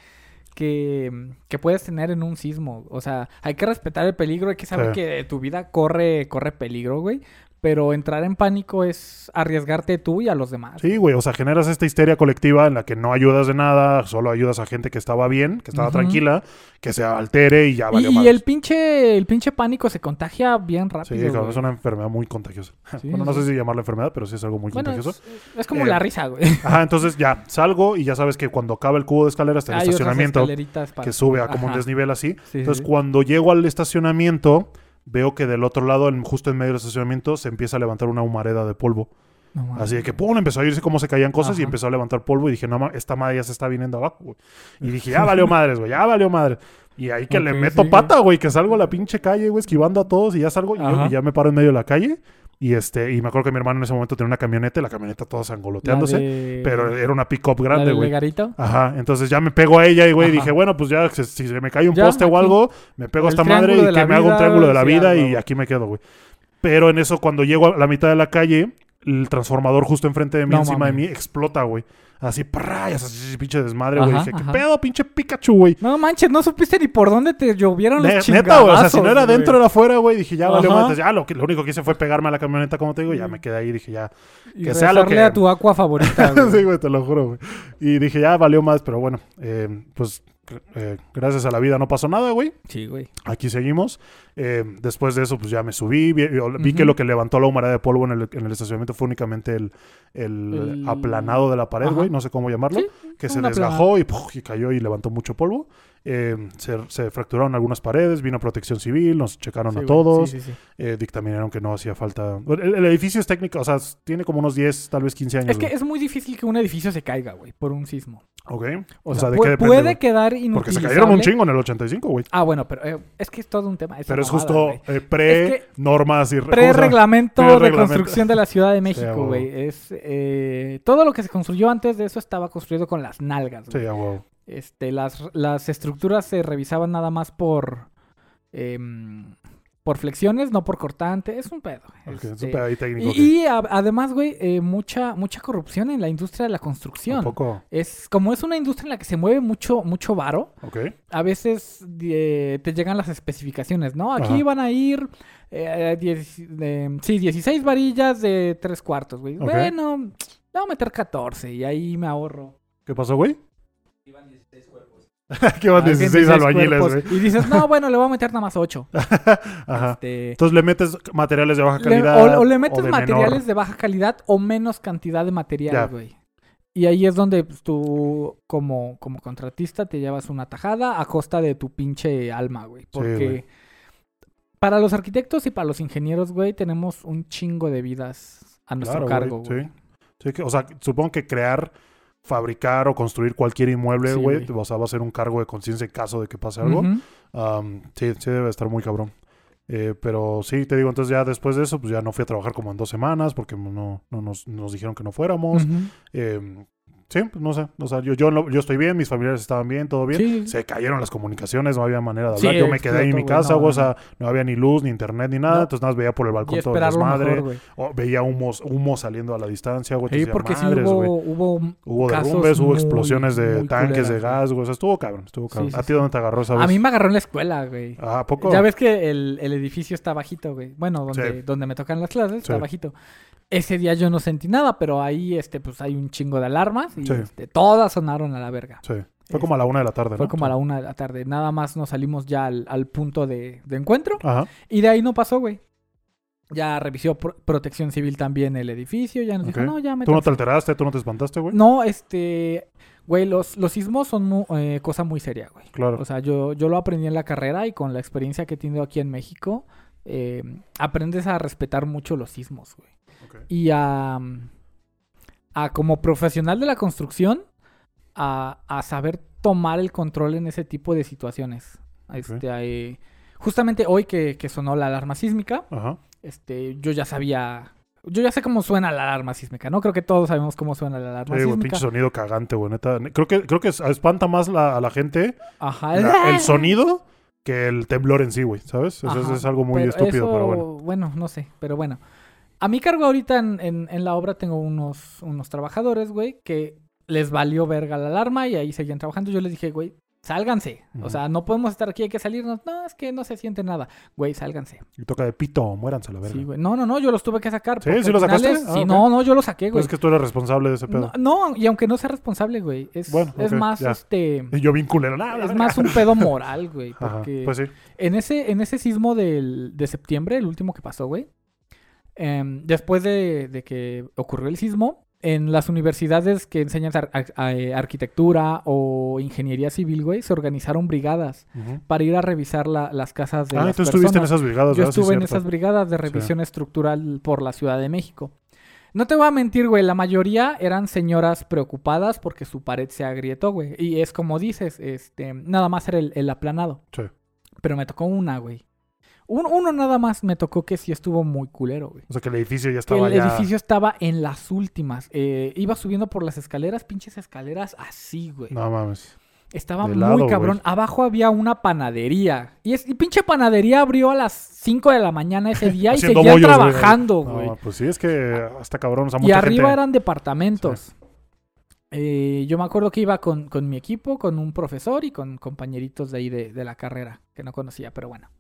B: Que, que puedes tener en un sismo. O sea, hay que respetar el peligro, hay que saber
A: Sí.
B: que eh, tu vida corre, corre peligro, güey. Pero entrar en pánico es arriesgarte tú y a los demás.
A: Sí, güey, o sea, generas esta histeria colectiva en la que no ayudas de nada, solo ayudas a gente que estaba bien, que estaba
B: Ujú.
A: tranquila, que se altere y ya
B: Y,
A: valió
B: y
A: madres.
B: el pinche, el pinche pánico se contagia bien
A: Sí,
B: rápido.
A: cabrón,
B: güey.
A: es una enfermedad muy contagiosa. <laughs>
B: Sí,
A: bueno, no
B: sí.
A: sé si llamarla enfermedad, pero sí es algo muy
B: Bueno, pues, es,
A: contagioso.
B: es como
A: Eh,
B: la risa, <laughs> güey.
A: Ajá, entonces ya, salgo y ya sabes que cuando acaba el cubo de escaleras está el
B: Hay otras
A: estacionamiento
B: escaleritas para-
A: que sube a como un
B: Ajá.
A: desnivel así.
B: Sí, sí,
A: Entonces,
B: sí.
A: cuando llego al estacionamiento, veo que del otro lado, en- justo en medio del estacionamiento, se empieza a levantar una humareda de polvo.
B: No mames.
A: Así de que pum, empezó a irse cómo se caían cosas y
B: Ajá.
A: empezó a levantar polvo y dije, no, ma- esta madre ya se está viniendo abajo, güey.
B: <laughs>
A: Y dije, ya valió madres, güey, ya valió madres. Y ahí que le
B: Ok,
A: meto
B: sí,
A: pata, güey, que salgo a la pinche calle, güey, esquivando a todos y ya salgo y, yo-
B: Ajá.
A: y ya me paro en medio de la calle. Y este, y me acuerdo que mi hermano en ese momento tenía una camioneta y la camioneta toda sangoloteándose,
B: La de-
A: pero era una pick-up
B: la
A: grande,
B: del
A: güey.
B: legarito.
A: Ajá, entonces ya me pego a ella y güey,
B: Ajá.
A: dije, bueno, pues ya se- si se me cae un
B: Ya,
A: poste o
B: aquí.
A: algo, me pego a
B: El
A: esta madre y
B: triángulo
A: que
B: de la
A: me haga un
B: vida,
A: triángulo de la
B: sí,
A: vida
B: algo,
A: y
B: güey.
A: aquí me quedo, güey. Pero en eso, cuando llego a la mitad de la calle, el transformador justo enfrente de mí,
B: No
A: encima de
B: mames.
A: mí, explota, güey. Así, prrra, y hace así, pinche desmadre, güey.
B: Ajá,
A: Dije, ¿qué
B: ajá.
A: pedo, pinche Pikachu, güey?
B: No manches, no supiste ni por dónde te llovieron
A: Ne-
B: los chingadazos.
A: Neta, güey. O sea, si no era dentro, era afuera, güey. Dije, ya valió
B: Ajá.
A: madres. Ya, lo, que- lo único que hice fue pegarme a la camioneta, como te digo, ya me quedé ahí. Dije, ya, que
B: que
A: sea
B: sea
A: lo que-
B: a tu agua favorita,
A: <laughs>
B: güey.
A: sí, güey, te lo juro, güey. Y dije, ya valió más, pero bueno, eh, pues gr- eh, gracias a la vida no pasó nada, güey.
B: Sí, güey.
A: Aquí seguimos. Eh, después de eso, pues ya me subí. Vi, vi que
B: Ujú.
A: lo que levantó la humareda de polvo en el, en el estacionamiento fue únicamente el, el
B: El-
A: aplanado de la pared,
B: Ajá.
A: güey, no sé cómo llamarlo,
B: Sí,
A: que se
B: un
A: desgajó y, puf, y cayó y levantó mucho polvo. Eh, se, se fracturaron algunas paredes, vino protección civil, nos checaron
B: Sí,
A: a
B: güey.
A: todos,
B: Sí, sí, sí.
A: eh, dictaminaron que no hacía falta. Bueno, El, el edificio es técnico, o sea, s- tiene como unos 10, tal vez 15 años.
B: Es que
A: güey.
B: es muy difícil que un edificio se caiga, güey, por un sismo.
A: Ok.
B: O, sea,
A: ¿de
B: pu-
A: qué depende,
B: puede
A: güey?
B: quedar inutilizable.
A: Porque se cayeron un chingo en el 85, güey.
B: Ah, bueno, pero eh, es que es todo un tema. esa
A: Pero es
B: mamada,
A: justo
B: güey. Es que-
A: pre-normas y... ¿cómo se llama?
B: Pre-reglamento de
A: Pre-reglamento.
B: construcción de la
A: <laughs>
B: Ciudad de
A: a
B: México,
A: huevo.
B: güey. es eh, todo lo que se construyó antes de eso estaba construido con las nalgas, güey.
A: Sí, a huevo.
B: Este, las, las estructuras se revisaban nada más por em, por flexiones, no por cortante. Es un pedo.
A: Ok, es
B: este.
A: un pedo ahí técnico. que-
B: Y, y a- además, güey, eh, mucha, mucha corrupción en la industria de la construcción.
A: Tampoco.
B: Es como es una industria en la que se mueve mucho, mucho varo.
A: Ok.
B: A veces eh, te llegan las especificaciones, ¿no? Aquí
A: Ajá.
B: van a ir, eh, diez- em, sí, 16 varillas de tres cuartos, güey.
A: Ok.
B: Bueno, le voy a meter 14 y ahí me ahorro.
A: ¿Qué pasó, güey? <laughs> que van 16 albañiles, güey.
B: Ah,
A: <laughs>
B: cuerpos. Y dices, no, bueno, le voy a meter nada más 8.
A: Ajá. Entonces le metes materiales de baja calidad.
B: o, le metes
A: de
B: materiales
A: menor.
B: de baja calidad o menos cantidad de
A: Ya.
B: material, güey. Y ahí es donde pues, tú, como, como contratista, te llevas una tajada a costa de tu pinche alma, güey. Porque
A: güey.
B: para los arquitectos y para los ingenieros, güey, tenemos un chingo de vidas a nuestro
A: Claro,
B: cargo, güey.
A: Sí. Sí, que- o sea, supongo que crear, fabricar o construir cualquier inmueble,
B: Sí,
A: güey,
B: güey.
A: o sea, va a ser un cargo de conciencia en caso de que pase algo.
B: Ujú.
A: Am, sí, sí debe estar muy cabrón. Eh, pero sí, te digo, entonces ya después de eso, pues ya no fui a trabajar como en dos semanas porque no, no nos, nos dijeron que no fuéramos.
B: Ujú.
A: Eh, sí, pues no sé. O sea, yo, yo, no- yo estoy bien, mis familiares estaban bien, todo bien.
B: Sí.
A: Se cayeron las comunicaciones, no había manera de
B: Sí,
A: hablar. yo me quedé ahí en mi
B: explotó, güey,
A: casa,
B: no,
A: güey, o sea, no había ni luz, ni internet, ni nada.
B: No.
A: Entonces nada más veía por el
B: Y
A: balcón todo el
B: esperar lo mejor,
A: desmadre.
B: güey.
A: o veía humos, humo saliendo a la distancia, güey.
B: Sí,
A: entonces decía,
B: porque sí
A: "Madres,
B: hubo,
A: güey".
B: hubo
A: Hubo
B: casos
A: derrumbes, hubo
B: muy-
A: explosiones de
B: muy
A: tanques de
B: culeras, güey.
A: gas, güey. O sea, estuvo cabrón, estuvo cabrón.
B: sí,
A: ¿A ti
B: sí.
A: dónde te agarró esa vez?
B: A mí me agarró en la escuela, güey.
A: Ah, ¿a poco?
B: Ya ves que el, el edificio está bajito, güey. Bueno, donde,
A: Sí.
B: donde me tocan las clases está
A: Sí.
B: bajito. Ese día yo no sentí nada, pero ahí este, pues hay un chingo de alarmas y
A: Sí.
B: este, todas sonaron a la verga. Este,
A: Sí. Fue como a la una de la tarde, ¿no?
B: Fue como a la una de la tarde. Nada más nos salimos ya al, al punto de, de encuentro.
A: Ajá.
B: Y de ahí no pasó, güey. Ya revisó pro- protección civil también el edificio. Ya nos
A: Ok.
B: dijo, no, ya me
A: ¿Tú no te alteraste? ¿Tú no te espantaste, güey?
B: No, este. Güey, los, los sismos son mu- eh, cosa muy seria, güey.
A: Claro.
B: O sea, yo, yo lo aprendí en la carrera y con la experiencia que he tenido aquí en México, eh, aprendes a respetar mucho los sismos, güey.
A: Ok.
B: Y a, a como profesional de la construcción, a, a saber tomar el control en ese tipo de situaciones. Este, eh, justamente hoy que, que sonó la alarma sísmica,
A: Ajá.
B: este, yo ya sabía... Yo ya sé cómo suena la alarma sísmica, ¿no? Creo que todos sabemos cómo suena la alarma
A: Sí, Eh, güey,
B: sísmica.
A: pinche sonido cagante, güey, neta. Creo que, creo que espanta más la- a la gente
B: Ajá. <laughs>
A: la- el sonido que el temblor en sí, güey, ¿sabes? Eso es-
B: Ajá,
A: es algo muy
B: pero
A: estúpido,
B: eso,
A: pero bueno.
B: no sé, pero bueno. A mi cargo ahorita en, en- en la obra tengo unos, unos trabajadores, güey, que les valió verga la alarma y ahí seguían trabajando. Yo les dije, güey, sálganse. O
A: Ujú.
B: sea, no podemos estar aquí, hay que salirnos. No, es que no se siente nada. Güey, sálganse.
A: Y toca de pito, muéranse a la verga.
B: Sí, güey. No, no, no, yo los tuve que sacar.
A: ¿Sí?
B: porque
A: ¿Sí
B: al
A: lo
B: final
A: sacaste?
B: es-
A: Ah,
B: sí,
A: ok.
B: no, no, yo lo saqué,
A: Pues
B: güey.
A: es que tú eres responsable de ese pedo.
B: no, no, y aunque no sea responsable, güey, es,
A: Bueno,
B: es
A: ok,
B: más,
A: ya. <laughs>
B: este...
A: Y yo bien culero. "Ah, la
B: Es
A: verga".
B: más un pedo moral, güey.
A: Ajá,
B: Porque
A: Pues sí.
B: En ese, en ese sismo del, de septiembre, el último que pasó, güey, em, después de, de que ocurrió el sismo, en las universidades que enseñan ar- ar- a- eh, arquitectura o ingeniería civil, güey, se organizaron brigadas
A: Ujú.
B: para ir a revisar la- las casas de
A: Ah,
B: las
A: tú estuviste en
B: personas.
A: esas brigadas,
B: Yo
A: ¿verdad? Sí,
B: estuve en
A: cierto.
B: esas brigadas de revisión estructural por la Ciudad de México. No te voy a mentir, güey, la mayoría eran señoras preocupadas porque su pared se agrietó, güey. Y es como dices, este, nada más era el, el aplanado.
A: Sí.
B: Pero me tocó una, güey. Un- uno nada más me tocó que sí estuvo muy culero, güey.
A: O sea, que el edificio ya
B: Que
A: estaba
B: el
A: ya...
B: edificio estaba en las últimas. Eh, iba subiendo por las escaleras, pinches escaleras así, güey.
A: No mames.
B: Estaba
A: De
B: muy
A: lado, güey.
B: cabrón. Abajo había una panadería. Y, es, y pinche panadería abrió a las 5 de la mañana ese día y
A: <laughs> Haciendo
B: seguía
A: bollos, güey.
B: trabajando,
A: No,
B: Oh, güey.
A: pues sí, es que hasta cabrón, o sea,
B: y
A: mucha
B: arriba
A: gente-
B: eran departamentos. Eh, yo me acuerdo que iba con, con mi equipo, con un profesor y con compañeritos de ahí de, de la carrera, que no conocía, pero bueno.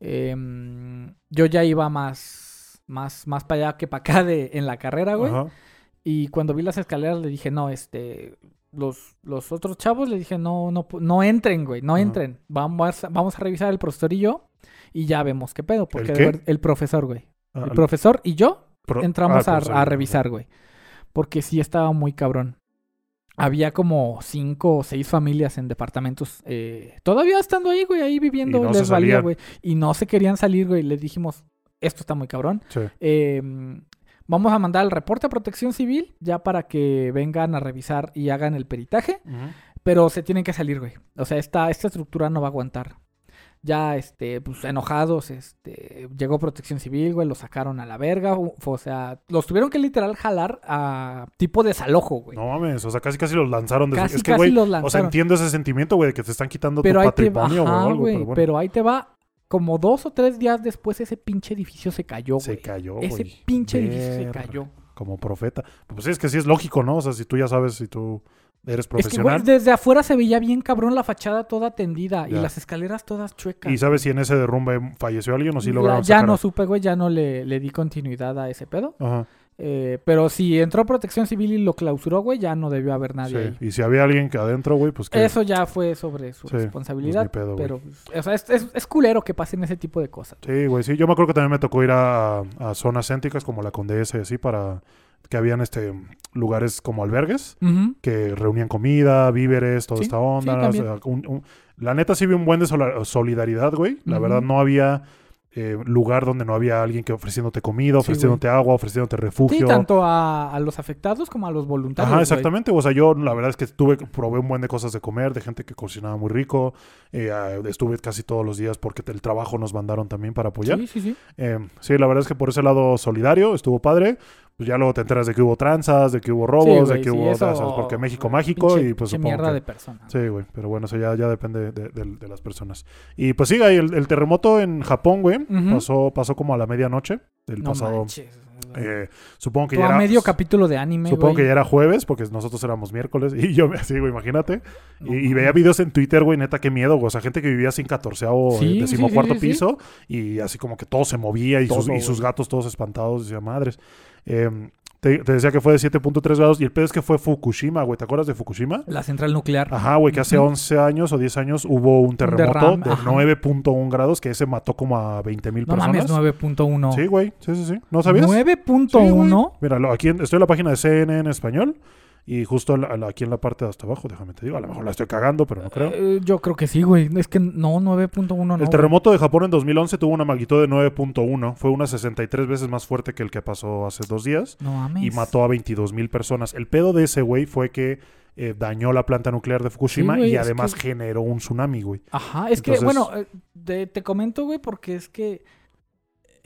B: Em, yo ya iba más, más, más para allá que para acá de, en la carrera, güey.
A: Ajá.
B: Y cuando vi las escaleras le dije, no, este, los, los otros chavos le dije, no, no, pu- no entren, güey, no
A: Ajá.
B: entren. Vamos, a- vamos a revisar el profesor y yo y ya vemos qué pedo. Porque de
A: qué?
B: ver- el profesor, güey.
A: Ah,
B: El
A: al-
B: profesor y yo
A: pro-
B: entramos
A: ah,
B: a-
A: pues,
B: a,
A: el-
B: revisar, güey. Porque sí estaba muy cabrón. Había como cinco o seis familias en departamentos. eh, todavía estando ahí, güey, ahí viviendo,
A: Y no se
B: les valía,
A: salían.
B: güey. Y no se querían salir, güey. Les dijimos, esto está muy cabrón.
A: Sí.
B: Eh, vamos a mandar el reporte a Protección Civil ya para que vengan a revisar y hagan el peritaje.
A: Ujú.
B: Pero se tienen que salir, güey. O sea, esta, esta estructura no va a aguantar. Ya, este, pues enojados, este, llegó Protección Civil, güey, los sacaron a la verga. u- O sea, los tuvieron que literal jalar a tipo desalojo, güey.
A: No mames, o sea, casi casi los lanzaron de su-
B: casi,
A: Es que,
B: casi
A: güey,
B: los
A: o sea,
B: lanzaron.
A: entiendo ese sentimiento, güey, de que te están quitando tu
B: pero ahí te va,
A: patrimonio, güey, o
B: ajá,
A: algo,
B: güey,
A: pero bueno.
B: pero ahí te va. Como dos o tres días después, ese pinche edificio se cayó,
A: se
B: güey.
A: cayó, güey.
B: Ese pinche edificio se
A: Ver,
B: cayó.
A: Como profeta. Pues sí, es que sí es lógico, ¿no? O sea, si tú ya sabes, si tú eres
B: Es que, güey,
A: profesional
B: desde afuera se veía bien cabrón la fachada toda tendida y
A: Ya.
B: las escaleras todas chuecas.
A: y sabes si en ese derrumbe falleció alguien o si
B: La-
A: lograron
B: ya
A: sacar a-
B: no supe, güey, ya no le, le di continuidad a ese pedo.
A: Ajá.
B: Eh, pero si entró Protección Civil y lo clausuró, güey, ya no debió haber nadie ahí.
A: Sí. Y si había alguien que adentro, güey, pues que...
B: Eso ya fue sobre su
A: Sí,
B: responsabilidad.
A: pues ni pedo, güey.
B: pero o sea, es, es- es culero que pasen ese tipo de cosas.
A: Sí, güey, sí. Yo me acuerdo que también me tocó ir a, a zonas céntricas como la Condesa y así para... Que habían este lugares como albergues
B: Ujú.
A: que reunían comida, víveres, toda
B: Sí,
A: esta onda.
B: sí, también.
A: o sea, un- un- la neta sí vi un buen de sola- solidaridad, güey. La
B: Ujú.
A: verdad no había eh, lugar donde no había alguien que ofreciéndote comida,
B: Sí, güey.
A: ofreciéndote agua, ofreciéndote refugio.
B: Sí, tanto a, a los afectados como a los voluntarios.
A: Ajá,
B: güey.
A: exactamente. O sea, yo la verdad es que tuve, probé un buen de cosas de comer, de gente que cocinaba muy rico. Eh, ah, estuve casi todos los días porque el trabajo nos mandaron también para apoyar.
B: Sí, sí, sí.
A: Eh, sí, la verdad es que por ese lado solidario estuvo padre. Pues ya luego te enteras de que hubo tranzas, de que hubo robos,
B: Sí,
A: de
B: güey,
A: que
B: sí,
A: hubo
B: eso,
A: tranzas, porque México
B: eh,
A: mágico
B: pinche-
A: y pues
B: pinche
A: supongo
B: mierda
A: que-
B: de persona.
A: Sí, güey, pero bueno, eso ya, ya depende de, de- de las personas. Y pues sí, ahí el, el terremoto en Japón, güey,
B: Ujú.
A: pasó, pasó como a la medianoche del
B: no
A: pasado.
B: manches.
A: eh, supongo que
B: Todo
A: ya era. pues,
B: medio capítulo de anime,
A: Supongo
B: güey.
A: que ya era jueves, porque nosotros éramos miércoles. <laughs> Y yo me así, güey, imagínate.
B: No
A: y, y
B: mames.
A: veía videos en Twitter, güey, neta, qué miedo, güey. O sea, gente que vivía sin catorceavo, eh,
B: Sí, sí, sí,
A: decimocuarto
B: sí, sí.
A: piso. Y así como que todo se movía y, sus,
B: Todo,
A: y sus
B: güey.
A: gatos todos espantados. Decía, madres. Em, te, te decía que fue de 7.3 grados. Y el pedo es que fue Fukushima, güey. ¿Te acuerdas de Fukushima?
B: La central nuclear.
A: Ajá, güey, que hace
B: Ujú.
A: 11 años o 10 años hubo un terremoto
B: derrame,
A: de
B: ajá.
A: 9.1 grados que ese mató como a 20 mil
B: no
A: personas.
B: mames, 9.1.
A: Sí, güey, sí, sí, sí. ¿No sabías? Sí, güey.
B: 9.1.
A: Mira, lo- aquí en- estoy en la página de CNN en español y justo en la- aquí en la parte de hasta abajo, déjame te digo, a lo mejor la estoy cagando, pero no creo.
B: Eh, yo creo que sí, güey. Es que no, 9.1 no.
A: el terremoto de Japón en 2011 tuvo una magnitud de 9.1, fue unas 63 veces más fuerte que el que pasó hace dos días
B: güey. No mames.
A: y mató a 22 mil personas. El pedo de ese güey fue que eh, dañó la planta nuclear de Fukushima
B: güey,
A: y
B: es
A: además
B: que-
A: generó un tsunami, güey.
B: Ajá, es
A: Entonces-
B: que, bueno, eh, te, te comento, güey, porque es que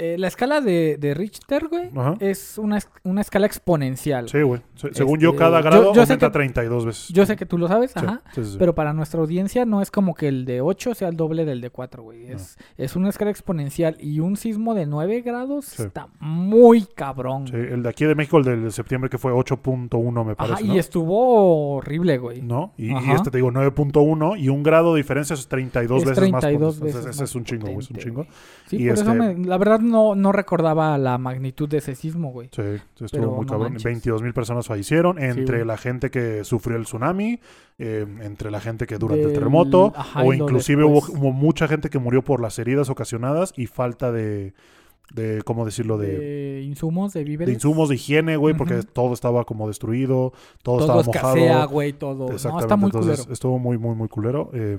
B: eh, la escala de, de Richter, güey,
A: Ajá.
B: es una, es- una escala exponencial.
A: Sí, güey. Se- según
B: Este,
A: yo, cada
B: yo-
A: grado
B: yo sé
A: aumenta
B: que-
A: 32 veces.
B: Yo sé que tú lo sabes,
A: Sí,
B: ajá.
A: sí, sí, sí.
B: Pero para nuestra audiencia no es como que el de 8 sea el doble del de 4, güey. Es, es una escala exponencial y un sismo de 9 grados
A: Sí.
B: está muy cabrón.
A: Sí, el de aquí de México, el de septiembre, que fue 8.1, me
B: Ajá,
A: parece.
B: y
A: ¿no?
B: estuvo horrible, güey.
A: ¿No? Y, y
B: Ajá.
A: este te digo 9.1 y un grado de diferencia es 32
B: Es
A: veces más.
B: 32
A: potente. Entonces,
B: veces
A: ese
B: más
A: es un chingo, güey. Es un
B: potente,
A: chingo.
B: Sí,
A: Y
B: por eso
A: este-
B: me- la verdad no, no recordaba la magnitud de ese sismo, güey.
A: Sí, sí, estuvo
B: Pero
A: muy
B: no
A: cabrón.
B: manches.
A: 22 mil personas fallecieron entre
B: güey.
A: la gente que sufrió el tsunami, eh, entre la gente que durante el
B: Del-
A: terremoto,
B: ajá,
A: o
B: y lo
A: inclusive hubo,
B: después.
A: hubo mucha gente que murió por las heridas ocasionadas y falta de, de ¿cómo decirlo? de
B: De insumos, de víveres.
A: de insumos de higiene, güey, porque
B: Ujú.
A: todo estaba como destruido, todo,
B: todo
A: estaba
B: escasea,
A: mojado.
B: güey, todo. No,
A: Exactamente,
B: está muy
A: entonces
B: culero.
A: estuvo muy, muy, muy culero. eh,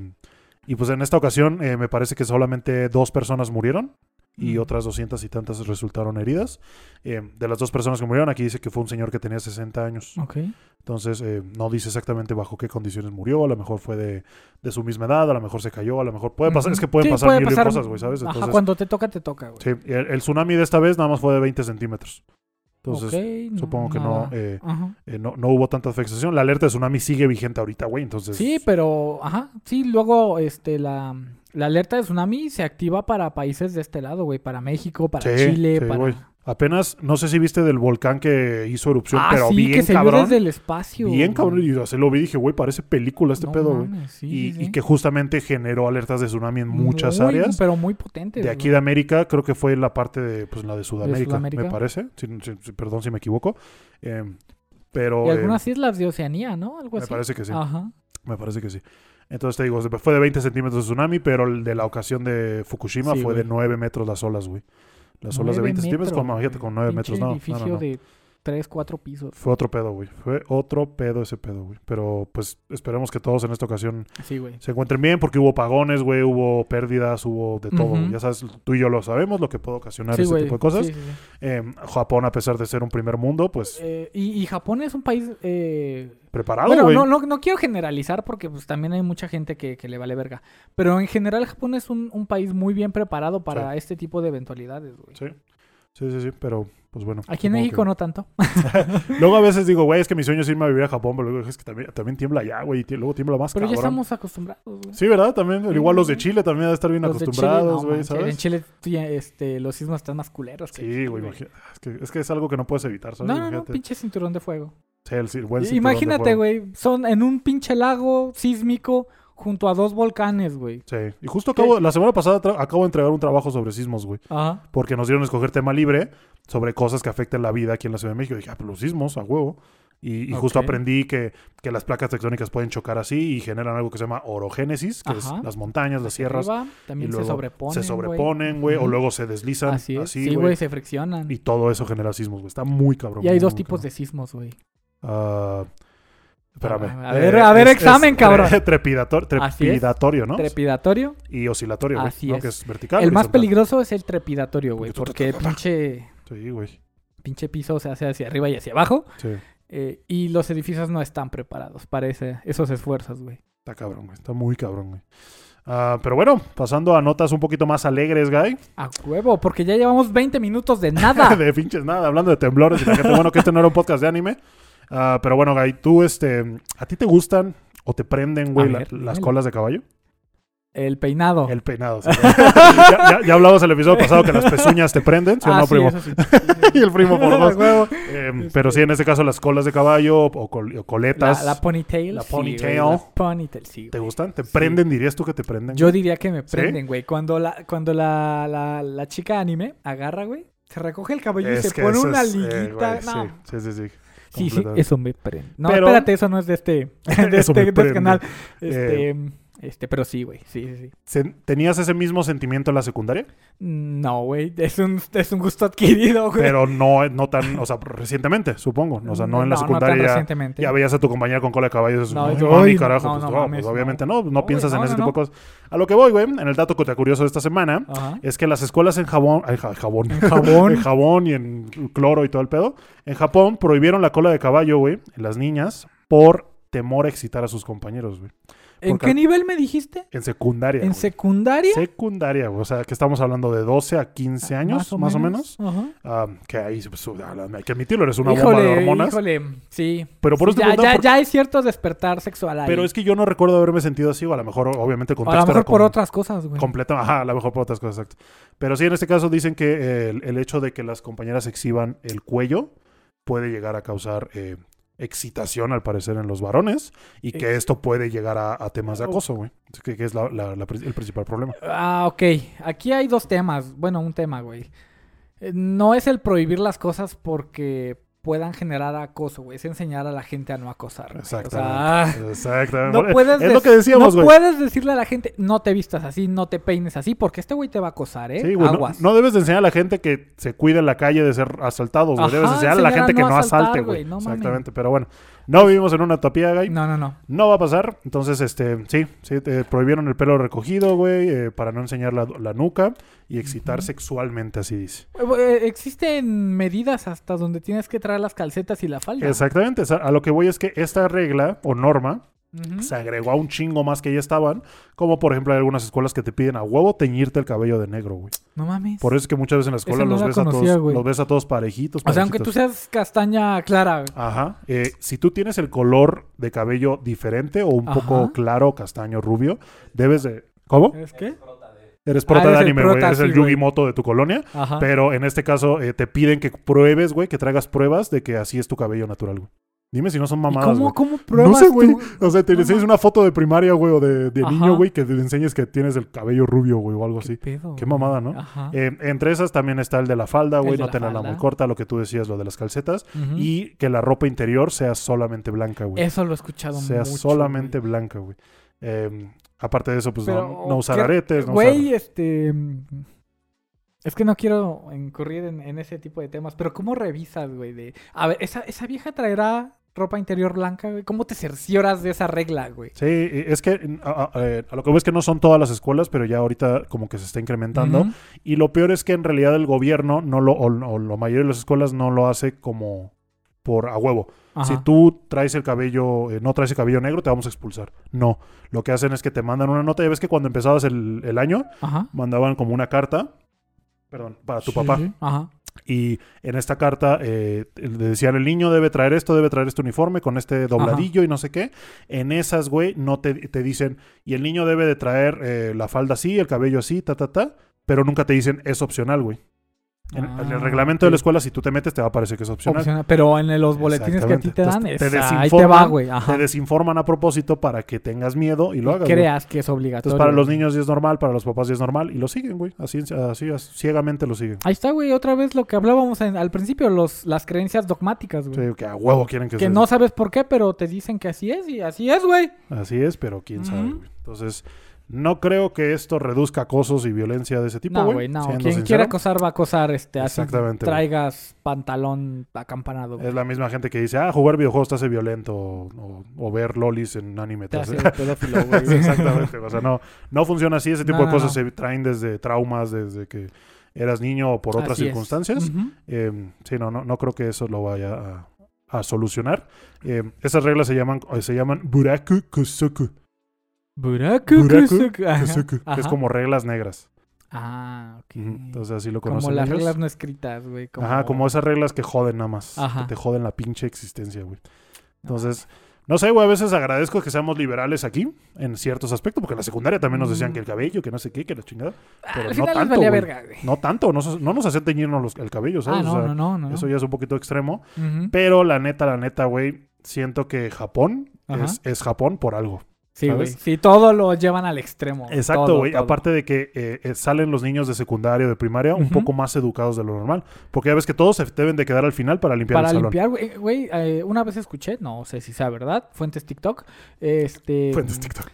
A: y pues en esta ocasión eh, me parece que solamente dos personas murieron y
B: Ujú.
A: otras doscientas y tantas resultaron heridas. Eh, de las dos personas que murieron, aquí dice que fue un señor que tenía 60 años.
B: Ok.
A: Entonces eh, no dice exactamente bajo qué condiciones murió, a lo mejor fue de, de su misma edad, a lo mejor se cayó, a lo mejor puede pasar,
B: Ujú.
A: es que pueden
B: Sí,
A: pasar
B: puede
A: mil y un
B: pasar-
A: cosas, güey, ¿sabes?
B: Ajá,
A: Entonces,
B: cuando te toca, te toca, güey.
A: sí, el, el tsunami de esta vez nada más fue de 20 centímetros. Entonces,
B: Ok, no,
A: supongo que
B: nada.
A: no, eh,
B: Ajá.
A: eh, no, no hubo tanta afectación. La alerta de tsunami sigue vigente ahorita, güey. Entonces,
B: Sí, pero, ajá, sí, luego, este, la, la alerta de tsunami se activa para países de este lado, güey, para México, para
A: Sí,
B: Chile,
A: sí,
B: para...
A: güey. Apenas, no sé si viste del volcán que hizo erupción, pero
B: Ah, sí,
A: bien
B: que se vio
A: cabrón.
B: desde el espacio.
A: Bien
B: güey.
A: cabrón. Y así lo vi y dije, güey, parece película este
B: No
A: pedo, güey.
B: mames, sí,
A: Y,
B: sí,
A: y
B: sí.
A: que justamente generó alertas de tsunami en muchas
B: Muy,
A: áreas.
B: Pero muy potente.
A: De aquí de América, creo que fue la parte de, pues, la de Sudamérica,
B: Sudamérica.
A: me parece. Si- si- si- perdón si me equivoco. Eh, pero
B: Y
A: eh,
B: algunas islas de Oceanía, ¿no?
A: me
B: Algo así. Ah.
A: parece que sí.
B: Ajá.
A: Me parece que sí. Entonces te digo, fue de 20 centímetros de tsunami, pero el de la ocasión de Fukushima
B: Sí,
A: fue de
B: güey.
A: 9 metros las olas, güey. Las olas de 20
B: Nueve
A: centímetros,
B: metros,
A: con, imagínate,
B: güey.
A: con 9 metros,
B: Pinche
A: no. no,
B: edificio
A: no, no.
B: de 3, 4 pisos.
A: Fue otro pedo, güey. Fue otro pedo ese pedo, güey. Pero pues esperemos que todos en esta ocasión
B: Sí, güey.
A: se encuentren bien, porque hubo pagones, güey, hubo pérdidas, hubo de todo.
B: Ujú.
A: güey. Ya sabes, tú y yo lo sabemos, lo que puede ocasionar
B: Sí,
A: ese
B: güey.
A: tipo de cosas.
B: Sí, sí, sí.
A: Eh, Japón, a pesar de ser un primer mundo, pues
B: Eh, y, y Japón es un país... eh,
A: preparado,
B: bueno,
A: Ah, güey.
B: no, no, no quiero generalizar porque pues también hay mucha gente que, que le vale verga. Pero en general Japón es un, un país muy bien preparado para este tipo de eventualidades, güey.
A: Sí. sí, sí, sí, pero pues bueno.
B: Aquí en
A: supongo
B: México
A: que-
B: no tanto.
A: Luego a veces digo, güey, es que mi sueño es irme a vivir a Japón, pero luego es que también, también tiembla allá, güey, y tie- luego tiembla más
B: Pero ya
A: cabrón.
B: estamos acostumbrados, güey.
A: Sí, ¿verdad? También, pero igual los de Chile también deben estar bien
B: Los de Chile,
A: acostumbrados,
B: no
A: güey,
B: manches, En
A: ¿sabes?
B: Chile sí, este, los sismos están más culeros. que
A: Sí,
B: aquí,
A: güey, imagina- es que, es que es algo que no puedes evitar, ¿sabes?
B: No, no, no,
A: Imagínate.
B: pinche cinturón de fuego.
A: Sí, el ci- buen cinturón de
B: Imagínate,
A: fuego.
B: güey, son en un pinche lago sísmico, junto a dos volcanes, güey.
A: Sí. Y justo acabo, la semana pasada tra- acabo de entregar un trabajo sobre sismos, güey.
B: Ajá.
A: Porque nos dieron a escoger tema libre sobre cosas que afecten la vida aquí en la Ciudad de México. Y dije, ah, pues los sismos, a huevo. Y, y justo
B: Ok.
A: aprendí que, que las placas tectónicas pueden chocar así y generan algo que se llama orogénesis, que
B: Ajá.
A: es las montañas, las sierras.
B: Arriba, también
A: y
B: se
A: luego
B: sobreponen.
A: se
B: güey.
A: sobreponen, güey, o
B: Ujú.
A: luego se deslizan
B: Así
A: así,
B: es. sí,
A: güey.
B: güey, se friccionan.
A: Y
B: Y,
A: todo eso genera sismos, güey. Está muy cabrón.
B: hay dos tipos de sismos, güey.
A: espérame. Eh,
B: A ver, a ver, examen, cabrón.
A: tre- <laughs> trepidator-
B: Así es.
A: trepidatorio, ¿no?
B: Trepidatorio.
A: y oscilatorio, güey,
B: Así
A: ¿no?
B: es.
A: Que es vertical.
B: el más
A: horizontal.
B: peligroso es el trepidatorio, güey.
A: Porque
B: Porque pinche,
A: Sí, güey.
B: pinche piso se hace hacia arriba y hacia abajo.
A: Sí.
B: eh, y los edificios no están preparados para ese- esos esfuerzos, güey.
A: Está cabrón, güey. Está muy cabrón, güey. Ah, pero bueno, pasando a notas un poquito más alegres, Guy.
B: A huevo, porque ya llevamos 20 minutos de
A: <laughs>
B: nada.
A: De pinches nada, hablando de temblores y la gente. Bueno, que este no era un podcast de anime. Ah, pero bueno, Guy, tú, este. ¿A ti te gustan o te prenden, güey,
B: A
A: la-
B: ver, Oh.
A: las
B: dímelo.
A: colas de caballo?
B: El peinado.
A: El peinado. sí. <laughs> ya, ya- ya hablamos el episodio pasado que las pezuñas te prenden, ¿sí o
B: Ah,
A: no,
B: sí,
A: primo?
B: eso sí.
A: <laughs> y el primo por
B: A
A: dos.
B: huevo.
A: Em, pero sí, en este caso, las colas de caballo o, col- o coletas.
B: La, la ponytail.
A: La
B: sí, güey,
A: ponytail.
B: la ponytail, sí. güey.
A: ¿Te gustan? ¿Te
B: Sí.
A: prenden? ¿Dirías tú que te prenden?
B: Yo diría que me
A: ¿Sí?
B: prenden, güey. Cuando la, cuando la, la, la chica anime agarra, güey, se recoge el cabello
A: Es
B: y se
A: que
B: pone
A: eso
B: una
A: es, eh,
B: liguita.
A: güey,
B: no.
A: sí, sí, sí, sí.
B: Sí, sí,
A: Completamente.
B: eso me prende. No,
A: Pero-
B: espérate, eso no es de este, <laughs> de
A: <laughs> Eso
B: este,
A: me
B: de este
A: prende. Eh.
B: canal. Este, este, pero sí, güey. Sí, sí, sí.
A: Sen- ¿Tenías ese mismo sentimiento en la secundaria?
B: No, güey. Es un, es un gusto adquirido, <laughs> güey.
A: Pero no, no tan, o sea, recientemente, supongo. O sea, no en la
B: No, tan
A: secundaria. ya-
B: recientemente.
A: ya, veías a tu compañera con cola de caballo y dices,
B: No,
A: "Ay,
B: yo-
A: mami,
B: ay, no,
A: carajo,
B: no,
A: pues,
B: no
A: no,
B: mames,
A: pues obviamente no, no,
B: No, güey,
A: piensas en
B: no,
A: ese tipo
B: no, no.
A: de cosas. A lo que voy, güey, en el dato que te curioso de esta semana,
B: Ajá.
A: es que las escuelas en jabón, <laughs> en ja- jabón,
B: En
A: <laughs>
B: jabón.
A: en jabón y en cloro y todo el pedo, en Japón prohibieron la cola de caballo, güey, en las niñas, por temor a excitar a sus compañeros, güey.
B: ¿En
A: porque-
B: qué nivel me dijiste?
A: En secundaria.
B: ¿En
A: güey.
B: secundaria?
A: secundaria, güey. o sea, que estamos hablando de 12 a 15
B: Ah,
A: años, más o menos.
B: Ajá.
A: Ah, que ahí, pues, hay que admitirlo, eres una bomba de
B: Híjole,
A: hormonas.
B: híjole, sí.
A: Pero por
B: Sí,
A: eso te
B: ya,
A: preguntaba
B: ya,
A: por-
B: ya hay cierto despertar sexual ahí.
A: Pero es que yo no recuerdo haberme sentido así, o a lo mejor, obviamente,
B: O a lo
A: contexto
B: mejor
A: era
B: por
A: como-
B: otras cosas, güey.
A: Completa, ajá, a lo mejor por otras cosas, exacto. Pero sí, en este caso dicen que eh, el, el hecho de que las compañeras exhiban el cuello puede llegar a causar eh, excitación, al parecer, en los varones y que
B: Ex- Oh.
A: esto puede llegar a, a temas de acoso, güey. Así Que, que es la- la- la pri- el principal problema.
B: Ah, ok. Aquí hay dos temas. Bueno, un tema, güey. Eh, No es el prohibir las cosas porque puedan generar acoso, güey. Es enseñar a la gente a no acosar. güey. O sea, ah,
A: Exactamente. Exactamente.
B: no
A: Bueno,
B: puedes
A: es lo
B: dec-
A: que decíamos,
B: no
A: güey.
B: puedes decirle a la gente, no te vistas así, no te peines así, porque este güey te va a acosar, ¿eh?
A: Sí, güey, no-
B: Aguas.
A: No, debes de enseñar a la gente que se cuide en la calle de ser asaltados, güey.
B: Ajá,
A: Debes de enseñar a la
B: enseñar a
A: gente que
B: no
A: no
B: asaltar,
A: asalte,
B: güey,
A: güey.
B: no mames.
A: Exactamente, pero bueno. No vivimos en una utopía, güey.
B: no, no, no.
A: No va a pasar. Entonces, este, sí, sí, te prohibieron el pelo recogido, güey, eh, para no enseñar la, la nuca y excitar
B: Ujú.
A: sexualmente, así dice.
B: Eh, eh, Existen medidas hasta donde tienes que traer las calcetas y la falda.
A: Exactamente. o sea, A lo que voy es que esta regla o norma
B: Ujú.
A: se agregó a un chingo más que ya estaban, como por ejemplo hay algunas escuelas que te piden a huevo teñirte el cabello de negro, güey.
B: No mames.
A: Por eso es que muchas veces en la escuela
B: no
A: los,
B: la
A: ves
B: conocía,
A: a todos,
B: güey.
A: los ves a todos parejitos.
B: o sea, aunque tú
A: parejitos.
B: seas castaña clara, güey.
A: Ajá. Eh, si tú tienes el color de cabello diferente o un
B: Ajá.
A: poco claro, castaño, rubio, debes de... ¿Cómo?
B: ¿sabes qué?
A: Eres prota
B: eres
A: de
B: el
A: anime, güey.
B: Ah, prota,
A: Eres el
B: sí, güey.
A: Yugi Moto de tu colonia.
B: Ajá.
A: Pero en este caso eh, te piden que pruebes, güey, que traigas pruebas de que así es tu cabello natural, güey. Dime si no son
B: ¿Y
A: mamadas,
B: cómo,
A: güey.
B: cómo pruebas
A: No sé, güey.
B: tú?
A: O sea, te
B: No
A: enseñas
B: ma-
A: una foto de primaria, güey, o de, de
B: Ajá.
A: niño, güey, que te enseñes que tienes el cabello rubio, güey, o algo
B: ¿Qué
A: así.
B: pedo,
A: Qué
B: güey?
A: mamada, ¿no?
B: Ajá.
A: Eh, entre esas también está el de la falda,
B: El
A: güey,
B: de
A: no
B: la
A: tenerla
B: falda.
A: muy corta, lo que tú decías, lo de las calcetas.
B: Ujú.
A: Y que la ropa interior sea solamente blanca, güey.
B: Eso lo he escuchado
A: Sea
B: mucho,
A: solamente
B: güey.
A: blanca, güey. Eh, aparte de eso, pues no,
B: Pero,
A: no usar
B: ¿qué-
A: aretes, no usar...
B: Güey, este... mm, Es que no quiero incurrir en, en ese tipo de temas, pero ¿cómo revisas, güey? De... A ver, ¿esa, ¿esa vieja traerá ropa interior blanca, güey? ¿Cómo te cercioras de esa regla, güey?
A: Sí, eh, es que mm, a, a- eh, a lo que veo es que no son todas las escuelas, pero ya ahorita como que se está incrementando.
B: Ujú.
A: Y lo peor es que en realidad el gobierno no lo, o, o la mayoría de las escuelas no lo hace como por a huevo. Si
B: Ajá.
A: tú traes el cabello, eh, no traes el cabello negro, te vamos a expulsar. No, lo que hacen es que te mandan una nota. Ya ves que cuando empezabas el, el año,
B: Ajá.
A: mandaban como una carta, perdón, para tu
B: Sí,
A: papá.
B: sí. Ajá.
A: Y en esta carta eh, le decían, el niño debe traer esto, debe traer este uniforme con este dobladillo y no sé qué. En esas, güey, no te, te dicen, y el niño debe de traer eh, la falda así, el cabello así, ta, ta, ta. Pero nunca te dicen, es opcional, güey. En,
B: Ah,
A: en el reglamento de la
B: ok.
A: escuela, si tú te metes, te va a parecer que es opcional.
B: Opcional, Pero en los boletines que a ti
A: Exactamente.
B: te dan,
A: Entonces, te
B: es, ahí te va,
A: desinforman,
B: güey. Ajá.
A: Te desinforman a propósito para que tengas miedo y lo hagas. güey.
B: Creas que es obligatorio.
A: Entonces, para los
B: güey.
A: niños sí es normal, para los papás sí es normal. Y lo siguen, güey. Así, así, así, ciegamente lo siguen.
B: Ahí está, güey. Otra vez lo que hablábamos en- al principio, los, las creencias dogmáticas, güey.
A: Sí, que a huevo quieren que,
B: Que
A: se-
B: no sabes por qué, pero te dicen que así es y así es, güey.
A: Así es, pero quién sabe.
B: Ujú.
A: güey. Entonces, no creo que esto reduzca acosos y violencia de ese tipo,
B: No,
A: güey.
B: güey, no.
A: siendo
B: Quien
A: sincero.
B: quiera acosar va a acosar, este, así
A: Exactamente, güey.
B: traigas pantalón acampanado. güey.
A: Es la misma gente que dice, ah, jugar videojuegos te hace violento o, o ver lolis en anime te
B: Te
A: hace... <laughs>
B: hace <laughs> pedófilo, güey.
A: Exactamente, o sea, no, no funciona así. Ese tipo
B: No,
A: de
B: no,
A: cosas
B: no.
A: se traen desde traumas, desde que eras niño o por otras
B: Así es.
A: circunstancias.
B: Ujú.
A: Eh, sí, no, no, no creo que eso lo vaya a, a solucionar. Eh, esas reglas se llaman, eh, se llaman buraku kusoku,
B: Buraku,
A: Buraku,
B: kusuku.
A: <laughs>
B: Ajá,
A: kusoku, que es
B: ajá.
A: como reglas negras.
B: Ah, ok.
A: Ujú, Entonces así lo conocen
B: como las
A: ellos.
B: reglas no escritas, güey. Como...
A: Ajá, como esas reglas que joden nada más.
B: Ajá.
A: Que te joden la pinche existencia, güey. Entonces, no sé, güey, a veces agradezco que seamos liberales aquí en ciertos aspectos, porque en la secundaria también nos decían
B: Mm.
A: que el cabello, que no sé qué, que la chingada.
B: Ah,
A: pero
B: al
A: no
B: final les
A: tanto,
B: valía
A: güey.
B: verga, güey.
A: No tanto, no, se- no nos hacían teñirnos los- el cabello, ¿sabes?
B: Ah,
A: O
B: no,
A: sea,
B: no, no, no. no.
A: Eso ya es un poquito extremo.
B: Ujú.
A: Pero la neta, la neta, güey, siento que Japón
B: Ajá.
A: es, es Japón por algo.
B: Sí, güey.
A: ¿sabes?
B: Sí, todo lo llevan al extremo. güey.
A: Exacto,
B: Todo,
A: güey.
B: todo.
A: Aparte de que eh, eh, salen los niños de secundaria, de primaria, un
B: Ujú.
A: poco más educados de lo normal. Porque ya ves que todos se deben de quedar al final para limpiar
B: Para
A: el salón.
B: limpiar, güey, güey, eh, una vez escuché, no sé si sea verdad, fuentes TikTok, este,
A: Fuentes TikTok.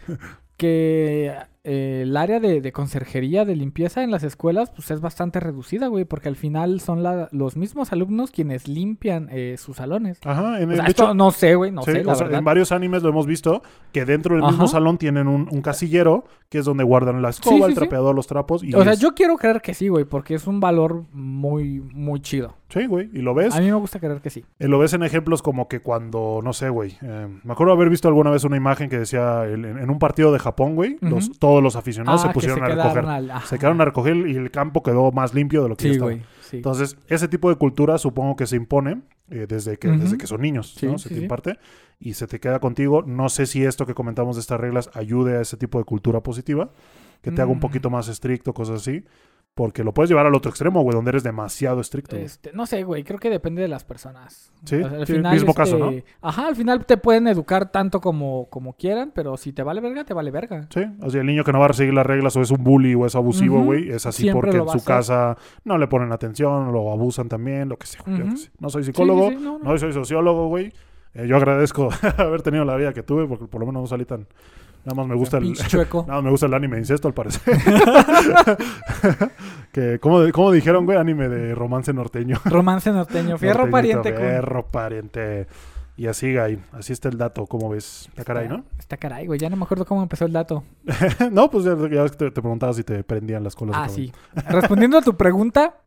B: que eh, el área de, de conserjería, de limpieza en las escuelas, pues es bastante reducida, güey, porque al final son la- los mismos alumnos quienes limpian eh, sus salones.
A: Ajá, en,
B: O sea,
A: de
B: Pues esto
A: hecho,
B: no sé, güey, no
A: sí,
B: sé, la
A: o sea,
B: verdad.
A: en varios animes lo hemos visto que dentro del mismo
B: Ajá.
A: salón tienen un, un casillero que es donde guardan la escoba,
B: Sí, sí,
A: el
B: sí.
A: trapeador, los trapos. Y
B: O sea,
A: es-
B: yo quiero creer que sí, güey, porque es un valor muy, muy chido.
A: Sí, güey. Y lo ves.
B: A mí me gusta creer que sí.
A: Eh, lo ves en ejemplos como que cuando, no sé, güey. eh, me acuerdo haber visto alguna vez una imagen que decía el- en, en un partido de Japón, güey. los- Todos
B: Ujú.
A: los aficionados
B: Ah,
A: se
B: que
A: pusieron a
B: quedaron
A: recoger.
B: al- ajá.
A: Se quedaron a recoger y el campo quedó más limpio de lo que ya
B: Sí,
A: estaba.
B: güey, sí.
A: Entonces, ese tipo de cultura supongo que se impone eh, desde, que,
B: Ujú.
A: desde que son niños,
B: Sí,
A: ¿no? Se
B: sí,
A: te
B: sí.
A: imparte y se te queda contigo. No sé si esto que comentamos de estas reglas ayude a ese tipo de cultura positiva, que te haga un
B: Mm.
A: poquito más estricto, cosas así. Porque lo puedes llevar al otro extremo, güey, donde eres demasiado estricto. güey.
B: Este, no sé, güey, creo que depende de las personas.
A: Sí,
B: O sea,
A: sí, mismo caso, ¿no?
B: este, Ajá, al final te pueden educar tanto como, como quieran, pero si te vale verga, te vale verga.
A: Sí, o sea, el niño que no va a seguir las reglas o es un bully o es abusivo,
B: Ujú.
A: güey, es así
B: Siempre
A: porque
B: lo
A: en
B: va
A: su
B: a hacer.
A: casa no le ponen atención, lo abusan también, lo que sea. yo qué
B: Ujú.
A: sé. No soy
B: Sí,
A: psicólogo,
B: sí, sí, no, no.
A: no soy sociólogo, güey. Eh, yo agradezco <laughs> haber tenido la vida que tuve porque por lo menos no salí tan... Nada más me gusta el...
B: Pinche chueco.
A: <laughs> Nada más me gusta el anime de incesto, al parecer. <laughs> que, ¿cómo, de- cómo dijeron, güey? Anime de romance norteño.
B: Romance norteño, fierro
A: Norteñito,
B: pariente. con-
A: Fierro pariente. Y así, güey. Así está el dato, ¿cómo ves? Está caray, ¿no?
B: Está caray, güey, ya no me acuerdo cómo empezó el dato.
A: <laughs> no, pues ya, ya ves que te, te preguntaba si te prendían las colas. de
B: Ah,
A: caballo.
B: sí. Respondiendo a tu pregunta,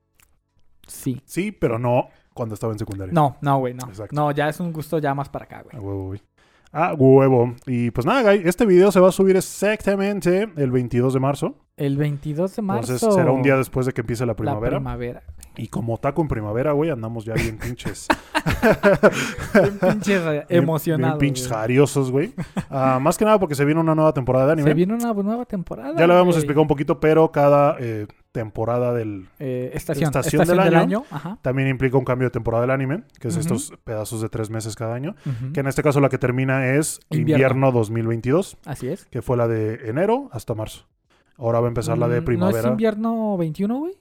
B: sí.
A: Sí, pero no cuando estaba en secundaria.
B: No, no, güey, no.
A: Exacto.
B: No, ya es un gusto ya más para acá, güey.
A: A huevo, güey. Ah, huevo. Y pues nada, Guy, este video se va a subir exactamente el 22 de marzo.
B: El 22 de marzo.
A: Entonces será un día después de que empiece la
B: la
A: primavera.
B: primavera.
A: y como taco en primavera, güey, andamos ya bien pinches.
B: <laughs> Bien pinches eh,
A: <laughs> bien-
B: emocionados.
A: Bien pinches
B: güey.
A: jariosos, güey. Ah, más que nada porque se viene una nueva temporada de anime.
B: Se viene una nueva temporada.
A: ya lo habíamos
B: güey.
A: explicado un poquito, pero cada eh, temporada del,
B: Eh, estación,
A: Estación
B: estación,
A: del
B: del,
A: año.
B: año. Ajá.
A: también implica un cambio de temporada del anime, que es
B: Ujú.
A: estos pedazos de tres meses cada año.
B: Ujú.
A: Que en este caso la que termina es invierno,
B: Invierno.
A: 2022,
B: Así es.
A: que fue la de enero hasta marzo. Ahora va a empezar la de
B: Mm,
A: primavera.
B: ¿No es invierno 21, güey?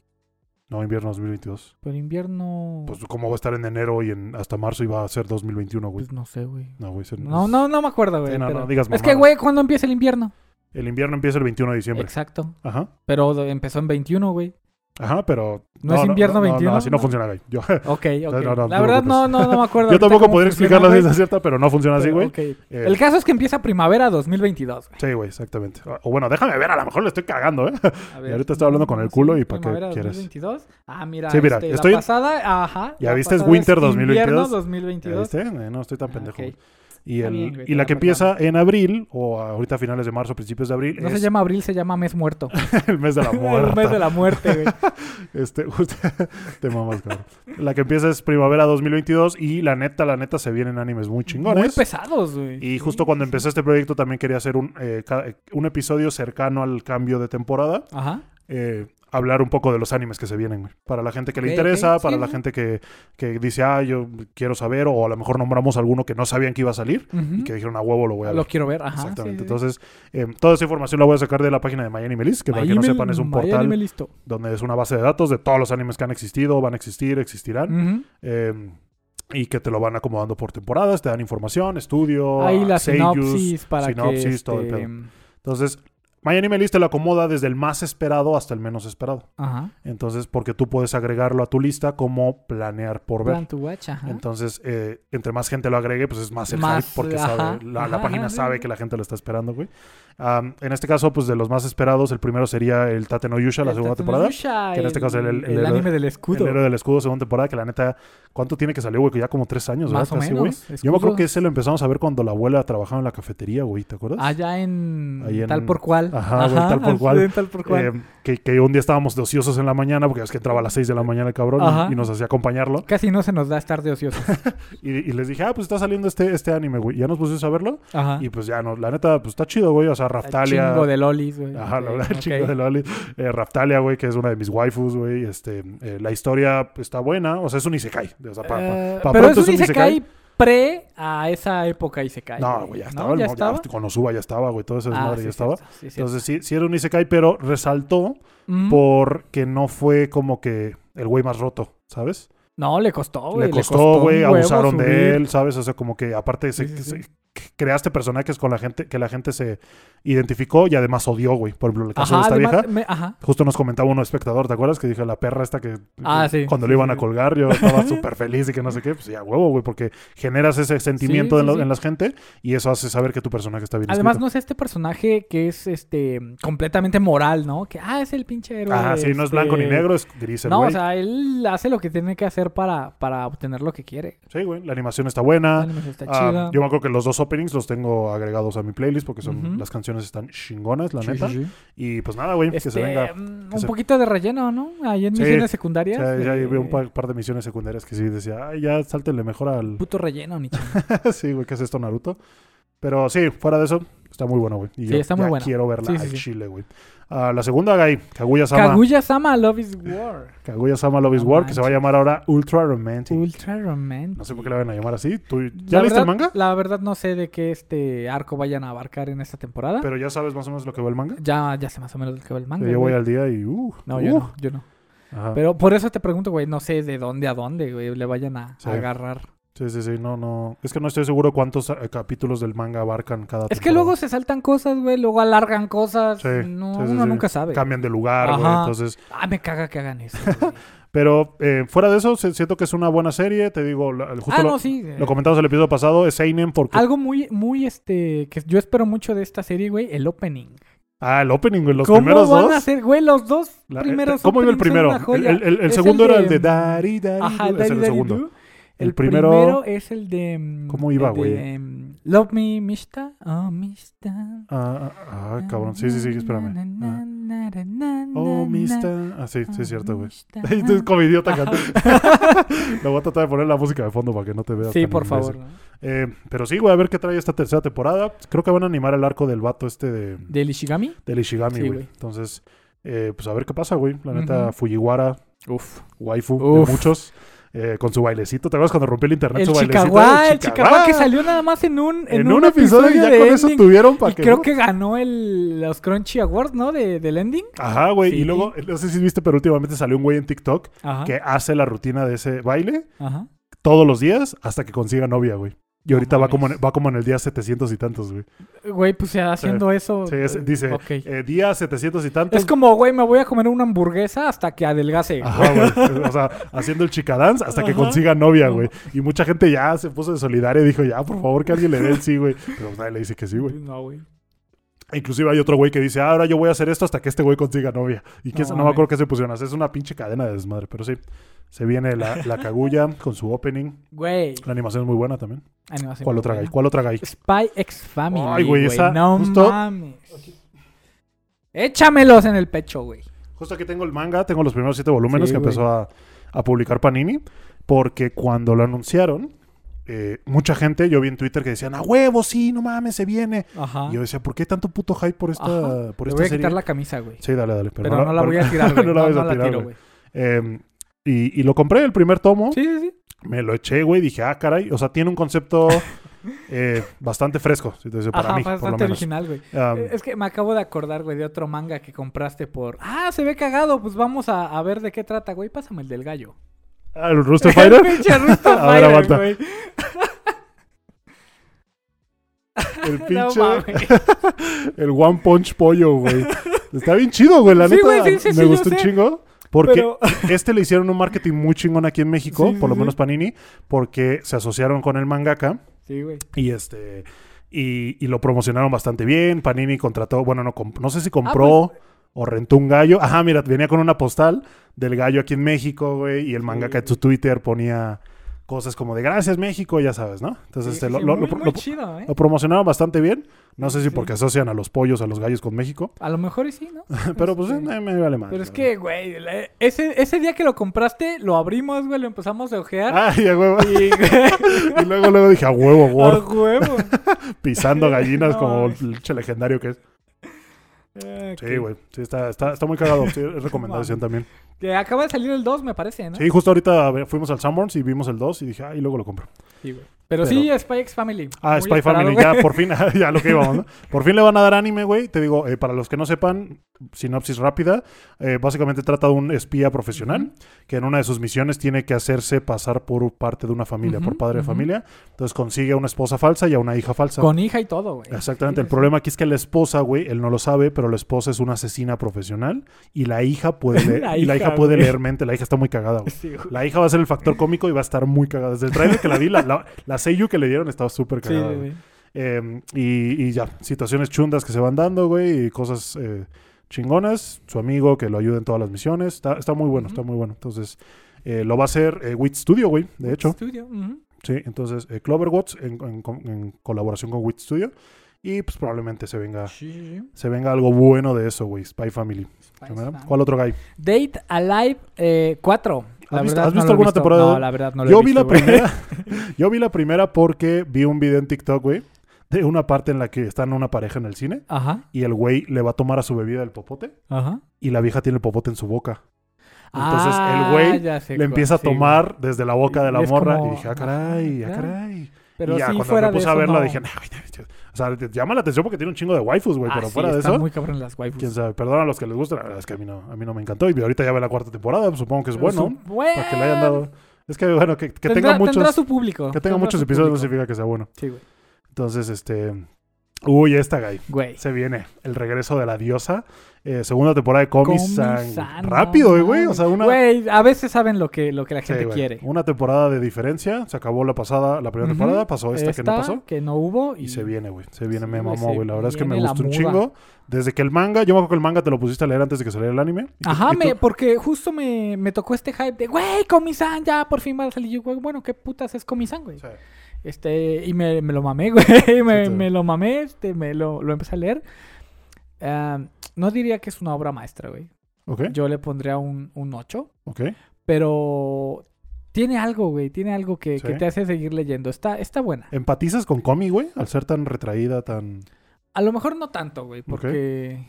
A: No, invierno 2022.
B: Pero invierno...
A: Pues
B: Pues,
A: cómo va a estar en enero y en hasta marzo y va a ser 2021, güey.
B: pues, no sé, güey.
A: No, güey. se-
B: No, no, no me acuerdo, güey.
A: pues, Sí, no,
B: pero-
A: no digas
B: es que,
A: mamadas.
B: güey, ¿cuándo empieza el invierno?
A: El invierno empieza el 21 de diciembre.
B: Exacto.
A: Ajá.
B: Pero de- empezó en 21, güey.
A: Ajá, pero...
B: ¿No es invierno
A: no, no,
B: 21?
A: así no,
B: No.
A: funciona, güey. Yo,
B: Ok, ok.
A: no, no,
B: la
A: no
B: verdad
A: te
B: no, no, no me acuerdo.
A: <laughs> yo
B: ahorita
A: tampoco
B: cómo
A: podría
B: funciona,
A: explicarlo
B: güey,
A: desde cierta, pero no funciona así,
B: pero,
A: güey.
B: ok.
A: Eh,
B: El caso es que empieza primavera 2022. güey.
A: Sí, güey, exactamente. O bueno, déjame ver, a lo mejor le estoy cagando, ¿eh?
B: A
A: ahorita estoy hablando con el culo y ¿pa' qué
B: primavera
A: quieres?
B: 2022. Ah, mira,
A: Sí, mira,
B: este,
A: estoy-
B: la pasada, ajá.
A: Ya
B: la
A: viste, es
B: pasada
A: winter 2022.
B: Invierno
A: ¿Ya
B: 2022.
A: viste? Eh, No estoy tan
B: Ah,
A: pendejo.
B: ok.
A: güey. Y,
B: Está
A: el,
B: bien, güey,
A: y
B: te
A: la
B: la
A: que
B: perdono.
A: empieza en abril, o ahorita a finales de marzo, principios de abril,
B: No
A: es
B: se llama abril, se llama mes muerto.
A: <laughs> el mes de <laughs>
B: <laughs>
A: la
B: el
A: muerte.
B: mes de la muerte, güey.
A: Este, usted- <laughs> te mamas, cabrón. La que empieza es primavera 2022 y la neta, la neta, se vienen animes muy <laughs>
B: Muy
A: chingones.
B: pesados, güey.
A: y justo cuando empecé este proyecto eh, también quería hacer un, eh, ca- un episodio cercano al cambio de temporada.
B: Ajá.
A: Eh, hablar un poco de los animes que se vienen, güey. Para la gente que le
C: Ok,
A: interesa,
C: ok, sí,
A: para la
C: sí.
A: gente que, que dice, ah, yo quiero saber, o a lo mejor nombramos alguno que no sabían que iba a salir y
B: Ujú.
A: que dijeron, a huevo lo voy a ver.
B: Lo quiero ver, ajá.
A: Exactamente.
B: sí, sí, sí.
A: Entonces, eh, toda esa información la voy a sacar de la página de MyAnimeList, que para que no
B: Miami-
A: sepan es un
B: Miami
A: portal
B: me listo.
A: donde es una base de datos de todos los animes que han existido, van a existir, existirán.
B: Ujú.
A: eh, y que te lo van acomodando por temporadas, te dan información, estudio,
B: Ahí la
A: seiyus.
B: sinopsis para que
A: sinopsis, todo el
B: este,
A: Entonces, MyAnimeList te lo acomoda desde el más esperado hasta el menos esperado.
B: ajá.
A: Entonces, porque tú puedes agregarlo a tu lista como planear por ver.
B: Plan to watch, ajá.
A: Entonces, eh, entre más gente lo agregue, pues es más el
B: Más,
A: hype porque
B: ajá,
A: sabe, la, la
B: ajá,
A: página
B: ajá, sí,
A: sabe
B: sí.
A: que la gente lo está esperando, güey. Am, en este caso, pues de los más esperados, el primero sería el Tate no Yusha, la
B: El
A: segunda
B: Tatsunoko
A: temporada.
B: Yusha,
A: que en este caso el- el- el-
B: pues, anime
A: El
B: del escudo.
A: héroe del escudo, segunda temporada, que la neta, ¿cuánto tiene que salió, güey? Que ya como tres años,
B: Más
A: ¿verdad?
B: o
A: Casi, güey.
B: menos.
A: Yo me acuerdo
B: escudo. Ah,
A: que ese lo empezamos a ver cuando la abuela trabajaba en la cafetería, güey, ¿te acuerdas?
B: Allá en,
A: Ahí en-
B: tal por cual.
A: Ajá, güey, tal
B: <laughs>
A: por cual.
B: en tal por cual.
A: Eh, que, que un día estábamos de ociosos en la mañana, porque es que entraba a las 6 de la mañana el cabrón y-
B: Ajá.
A: y nos hacía acompañarlo.
B: Casi no se nos da estar
A: <laughs>
B: de ociosos.
A: Y, y les dije, ah, pues está saliendo este, este anime, güey. Y Ya nos pusimos a verlo.
B: Ajá.
A: Y pues ya, no, la neta, pues está chido, güey. O sea, Raftalia.
B: Chingo de lolis,
A: <laughs>
B: güey.
A: Ajá, la
B: Ok,
A: verdad,
B: ok.
A: chingo de Loli. Eh, Raftalia, güey, que es una de mis waifus, güey. Este, eh, la historia está buena. O sea, es un isekai. O sea, pa- pa-
B: Eh,
A: pa
B: pero
A: pronto
B: eso
A: es un
B: dice que
A: isekai.
B: hay pre a esa época Isekai.
A: No, güey, ya estaba.
B: ¿Ya
A: no,
B: estaba?
A: ya, con Osuba ya estaba, güey. Todo ese
B: Ah,
A: desmadre
B: sí,
A: ya
B: es
A: estaba.
B: cierto, sí, es cierto.
A: Entonces, sí, sí era un isekai, pero resaltó
B: Mm.
A: porque no fue como que el güey más roto, ¿sabes?
B: No, le costó, güey.
A: le costó,
B: un
A: güey,
B: huevo
A: abusaron
B: subir.
A: de él, ¿sabes? O sea, como que aparte se-
B: Sí, sí,
A: se- creaste personajes con la gente que la gente se identificó y además odió, güey. Por ejemplo, el caso
B: Ajá,
A: de esta
B: además,
A: vieja.
B: me- ajá.
A: Justo nos comentaba uno espectador, ¿te acuerdas? Que dije la perra esta que
B: Ah, sí,
A: cuando
B: sí,
A: lo iban
B: sí,
A: a
B: sí.
A: colgar yo
B: <laughs>
A: estaba súper feliz y que no sé qué. Pues ya, huevo, güey, porque generas ese sentimiento
B: Sí,
A: en,
B: sí,
A: la,
B: sí.
A: en las gente y eso hace saber que tu personaje está bien
B: Además,
A: escrito.
B: no es este personaje que es este completamente moral, ¿no? Que ah, es el pinche héroe.
A: Ajá, sí, no es blanco ni
B: este,
A: negro, es gris el
B: No,
A: güey.
B: o sea, él hace lo que tiene que hacer para, para obtener lo que quiere.
A: sí, güey, la animación está buena.
B: La animación está
A: Ah,
B: chida.
A: yo me acuerdo que los dos openings los tengo agregados a mi playlist porque son
B: Ujú.
A: las canciones están chingonas, la
B: Sí,
A: neta.
B: sí, sí.
A: Y pues nada, güey, que
B: Este,
A: se venga.
B: mm,
A: que
B: un
A: se-
B: poquito de relleno, ¿no? Ahí en
A: Sí.
B: misiones
A: O
B: secundarias.
A: sea, ya
B: eh,
A: vi un par, par de misiones secundarias que sí decía, ay, ya sáltenle mejor al.
B: Puto relleno, ni chingada.
A: <laughs> sí, güey, ¿qué es esto, Naruto? Pero sí, fuera de eso, está muy bueno, güey. Y
B: Sí,
A: yo
B: está muy
A: ya
B: buena.
A: quiero verla
B: Sí,
A: al
B: sí, sí.
A: chile, güey. Ah, la segunda, Gai, Kaguya-sama.
B: Kaguya-sama Love is War.
A: <laughs> Kaguya-sama Love is
B: No
A: War, que se va a llamar ahora Ultra Romantic.
B: Ultra romantic.
A: No sé por qué la van a llamar así. ¿Tú, ¿Ya
B: La
A: viste el
B: verdad-
A: manga?
B: La verdad no sé de qué este arco vayan a abarcar en esta temporada.
A: Pero ya sabes más o menos lo que va el manga.
B: Ya, ya sé más o menos de qué va el manga.
A: yo voy
B: güey.
A: al día y... Uh,
B: No,
A: uh,
B: yo no, yo no.
A: ajá.
B: Pero por eso te pregunto, güey, no sé de dónde a dónde, güey, le vayan a
A: Sí.
B: a agarrar.
A: Sí, sí, sí, no, no. Es que no estoy seguro cuántos eh, capítulos del manga abarcan cada
B: Es que
A: temporada.
B: luego se saltan cosas, güey, luego alargan cosas.
A: Sí,
B: no,
A: sí, sí,
B: uno
A: sí.
B: nunca sabe.
A: cambian de lugar, güey.
B: Ajá.
A: Entonces,
B: Ah, me caga que hagan
A: <laughs>
B: eso. güey.
A: pero eh, fuera de eso, se- siento que es una buena serie. Te digo, la- justo
B: ah,
A: lo,
B: no, sí. eh,
A: lo comentamos el episodio pasado, es Seinen porque.
B: Algo muy, muy, este, que yo espero mucho de esta serie, güey, el opening.
A: Ah, el opening, güey, los
B: ¿Cómo
A: primeros
B: van
A: dos.
B: a ser, güey, los dos
A: La- eh,
B: primeros?
A: ¿Cómo iba el
B: openings son
A: primero?
B: una
A: El,
B: joya.
A: el- el- el
B: Es
A: segundo
B: el
A: era el
B: de-
A: de Dari Dari.
B: Ajá,
A: Du, ese era
B: Daddy
A: el
B: Daddy
A: segundo.
B: Do.
A: El
B: El
A: primero-
B: primero, es el de. mm,
A: ¿Cómo iba,
B: el de,
A: güey?
B: mm, Love Me, Mishta. Oh, Mishta.
A: Ah, ah, ay, cabrón. Sí, sí, sí, espérame.
B: Na, na,
A: Ah.
B: na, na, na, na,
A: Oh,
B: na. Oh, Ah.
A: Mista. Ah, sí, sí, es cierto, güey.
B: Mishta.
A: <laughs> Estoy
B: <laughs>
A: como idiota cantando. Lo voy a tratar de poner la música de fondo para que no te veas.
B: Sí,
A: tan
B: por
A: imbécil.
B: favor.
A: Eh, pero sí, güey, a ver qué trae esta tercera temporada. Creo que van a animar el arco del vato este de,
B: ¿Del Ishigami?
A: del Ishigami,
B: Sí,
A: güey.
B: güey.
A: Entonces, eh, pues a ver qué pasa, güey. La neta,
B: Ujú.
A: Fujiwara,
B: Uf.
A: waifu
B: Uf.
A: de muchos, eh, con su bailecito. ¿Te acuerdas cuando rompió el internet
B: El
A: su
B: Chicaguá,
A: bailecito?
B: el Chicaguá que salió nada más en un,
A: En, un episodio, y ya
B: de
A: con eso
B: ending.
A: tuvieron para
B: Y
A: que...
B: creo que ganó el, los Crunchy Awards, ¿no? De, del ending.
A: Ajá, güey. Y
B: Sí. Ah.
A: luego, no sé si viste, pero últimamente salió un güey en TikTok
B: Ajá.
A: que hace la rutina de ese baile
B: Ajá.
A: todos los días hasta que consiga novia, güey. Y ahorita va,
B: mames.
A: como en, va como en el día 700 y tantos, güey.
B: Güey, pues ya haciendo eso.
A: Sí, es- dice,
B: Ok.
A: eh, día 700 y tantos.
B: Es como, güey, me voy a comer una hamburguesa hasta que adelgase.
A: <laughs> Ajá, güey. O sea, haciendo el chica dance hasta que
B: Ajá.
A: consiga novia, güey. Y mucha gente ya se puso de solidaria y dijo, ya, por favor, que alguien le dé el sí, güey. Pero pues, nadie le dice que sí, güey. E
B: No, güey.
A: Inclusive hay otro güey que dice, "Ah, ahora yo voy a hacer esto hasta que este güey consiga novia. Y que
B: No
A: no, no me
B: mames.
A: acuerdo qué se pusieron. a hacer. Es una pinche cadena de desmadre, pero sí. Se viene la, la Kaguya con su opening.
B: Güey.
A: La animación es muy buena también.
B: Animación
A: ¿Cuál
B: muy
A: otra
B: buena.
A: gay? ¿Cuál otra gay?
B: Spy X Family.
A: Ay, güey, esa-
B: No
A: justo-
B: mames. Échamelos en el pecho, güey.
A: Justo aquí tengo el manga, tengo los primeros siete volúmenes
B: Sí,
A: que
B: güey.
A: empezó a, a publicar Panini. Porque cuando lo anunciaron, eh, mucha gente, yo vi en Twitter que decían, a huevo, sí, no mames, se viene.
B: Ajá.
A: Y yo decía, ¿por qué tanto puto hype por esta,
B: Ah. Ajá.
A: por
B: Le
A: esta
B: voy a
A: serie?
B: quitar la camisa, güey.
A: Sí, dale, dale. Pero,
B: Pero no la voy a
A: <laughs> no
B: tirar, güey.
A: la
B: No,
A: vas a
B: no la
A: tirar,
B: tiro,
A: güey.
B: güey.
A: Eh, y, y lo compré, el primer tomo.
B: Sí, sí, sí.
A: Me lo eché, güey. Dije, ah, caray. O sea, tiene un
B: <laughs>
A: concepto eh, bastante fresco, si te dice, para
B: Ajá,
A: mí, por lo
B: bastante
A: menos.
B: original, güey.
A: Um,
B: Eh, Es que me acabo de acordar, güey, de otro manga que compraste por... Ah, se ve cagado, pues vamos a, a ver de qué trata, güey. Pásame el del gallo.
A: ah, ¿El Rooster
B: El
A: Fighter?
B: <laughs> pinche
A: <laughs>
B: Rooster
A: A ver,
B: Fighter,
A: aguanta.
B: güey.
A: El
B: No
A: pinche.
B: mames.
A: el One Punch Pollo, güey. Está bien chido, güey. La
B: Sí,
A: neta,
B: güey, sí, sí,
A: me
B: sí, yo
A: gustó un
B: sé.
A: chingo. Porque
B: Pero- <laughs>
A: este le hicieron un marketing muy chingón aquí en México,
B: Sí, sí,
A: por lo
B: sí.
A: menos Panini, porque se asociaron con el mangaka.
B: Sí, güey.
A: Y este. Y, y lo promocionaron bastante bien. Panini contrató, bueno, no, comp- no sé si compró
B: Ah,
A: o rentó un gallo. Ajá, mira, venía con una postal del gallo aquí en México, güey. Y el mangaka en su Twitter ponía cosas como de gracias, México, ya sabes, ¿no? Entonces,
B: Sí,
A: este, lo,
B: sí,
A: lo-
B: muy,
A: lo-
B: muy
A: lo-
B: chido, ¿eh?
A: lo promocionaron bastante bien. No sé si
B: Sí.
A: porque asocian a los pollos, a los gallos con México. <laughs>
B: A lo mejor y sí, ¿no?
A: Pero pues
B: Este,
A: eh, me vale más.
B: Pero es que, güey, la- ese, ese día que lo compraste, lo abrimos, güey, lo empezamos a ojear.
A: Ah, y a huevo.
B: Y, güey,
A: <laughs> Y luego, luego dije, a huevo,
B: <laughs> a
A: Word, <laughs>
B: huevo.
A: pisando gallinas
B: <laughs> No,
A: como
B: mames.
A: el pinche legendario que es.
B: Ah,
A: Sí,
B: que-
A: güey. Sí, está, está, está muy cagado.
B: <laughs>
A: Sí, es recomendación
B: mames.
A: también.
B: Que acaba de salir el 2, me parece, ¿no?
A: Sí, justo ahorita ve- fuimos al Sanborns y vimos el 2 y dije, ah, y luego lo compro.
B: Sí, güey. Pero, sí, Spy X Family.
A: Ah,
B: Muy
A: Spy
B: esperado,
A: Family,
B: güey.
A: ya por fin, <laughs> ah, ya lo que
B: <laughs>
A: íbamos, ¿no? Por fin le van a dar anime, güey. Te digo, eh, para los que no sepan, sinopsis rápida. eh, básicamente trata de un espía profesional que en una de sus misiones tiene que hacerse pasar por parte de una familia, por
B: Ujú,
A: padre de
B: ujú.
A: familia. Entonces consigue a una esposa falsa y a una hija falsa.
B: Con hija y todo, güey.
A: Exactamente.
B: Sí,
A: El
B: sí.
A: problema aquí es que la esposa, güey, él no lo sabe, pero la esposa es una asesina profesional y la hija
B: <laughs>
A: puede leer,
B: La
A: y la
B: hija,
A: hija puede
B: güey.
A: leer mente. La hija está muy cagada, güey.
B: <laughs> Sí, güey.
A: La hija va a ser el factor cómico y va a estar muy cagada. Desde el trailer que la vi, la, la, la seiyuu que le dieron estaba súper
B: Sí,
A: cagada. güey.
B: güey.
A: Eh, y, y ya, situaciones chundas que se van dando, güey, y cosas eh, chingonas. Su amigo que lo ayuda en todas las misiones. Está, está muy bueno,
B: Ujú.
A: está muy bueno. Entonces, eh, lo va a hacer eh, Wit Studio, güey, de hecho.
B: Estudio, ujú.
A: Sí, entonces eh, Cloverwatch en, en co- en colaboración con Wit Studio. Y pues probablemente se venga,
B: Sí, sí, sí.
A: se venga algo bueno de eso, güey. Spy Family.
B: Spy X
A: ¿verdad?
B: Family.
A: ¿Cuál otro guy?
B: Date Alive eh, 4. La
A: ¿Has visto-
B: verdad,
A: has visto
B: no lo he
A: alguna
B: visto.
A: temporada?
B: No, la verdad no lo he
A: Yo vi
B: visto,
A: la
B: güey. <laughs>
A: primera. yo vi la primera porque vi un video en TikTok, güey, de una parte en la que están una pareja en el cine
B: Ajá,
A: y el güey le va a tomar a su bebida el popote
B: ajá.
A: y la vieja tiene el popote en su boca. Entonces el
B: Ah,
A: güey
B: ya sé
A: le
B: cuál,
A: empieza a
B: sí, güey.
A: tomar desde la boca de la
B: Y es
A: morra
B: como-
A: y dije, ah, caray, ah,
B: Ajá,
A: caray.
B: Pero
A: y ya
B: sí,
A: cuando
B: fuera
A: me puse
B: de
A: a
B: eso,
A: verla
B: no.
A: dije, no, güey, no, no". o sea, te llama la atención porque tiene un chingo de waifus, güey,
B: Ah,
A: pero
B: sí,
A: fuera de
B: están
A: eso,
B: muy cabrón las waifus.
A: quién sabe, perdón a los que les gusta, la verdad es que a mí no, a mí no me encantó y ahorita ya ve la cuarta temporada, pues, supongo que es bueno, para que le hayan dado, es que bueno, que, que tenga muchos...
B: Tendrá su público.
A: Que tenga
B: tendrá
A: muchos
B: su
A: episodios no
B: público.
A: significa que sea bueno.
B: Sí, güey.
A: Entonces, este. Uy, esta guy.
B: Güey.
A: Se viene el regreso de la diosa. eh, segunda temporada de Comisan.
B: Comisan,
A: Rápido,
B: no
A: güey. O
B: mames.
A: sea, una.
B: Güey, a veces saben lo que, lo que la
A: Sí,
B: gente
A: güey,
B: quiere.
A: Una temporada de diferencia. Se acabó la pasada, la primera
B: Ujú.
A: temporada. Pasó esta, que no
B: Esta
A: pasó.
B: que no hubo. Y,
A: Y se viene, güey. Se viene,
B: Sí,
A: me
B: güey,
A: mamó,
B: se
A: güey. La verdad es que me
B: viene la
A: gustó un
B: muda.
A: chingo. Desde que el manga, yo me acuerdo que el manga te lo pusiste a leer antes de que saliera el anime. Y tú-
B: Ajá,
A: y tú-
B: me, porque justo me, me tocó este hype de, güey, Comisan, ya por fin va a salir. Yo, güey, bueno, ¿qué putas es Comisan, güey?
A: Sí.
B: Este, y me, me lo mamé, <laughs> güey. Me,
A: Sí, te-
B: me lo mamé, este, me lo, lo empecé a leer. Ah, no diría que es una obra maestra, güey.
A: Ok,
B: Yo le pondría un, un 8,
A: ok.
B: pero tiene algo, güey. Tiene algo que, que
A: Sí.
B: te hace seguir leyendo. Está, está buena.
A: ¿Empatizas con Comi, güey? Al ser tan retraída, tan.
B: A lo mejor no tanto, güey, porque...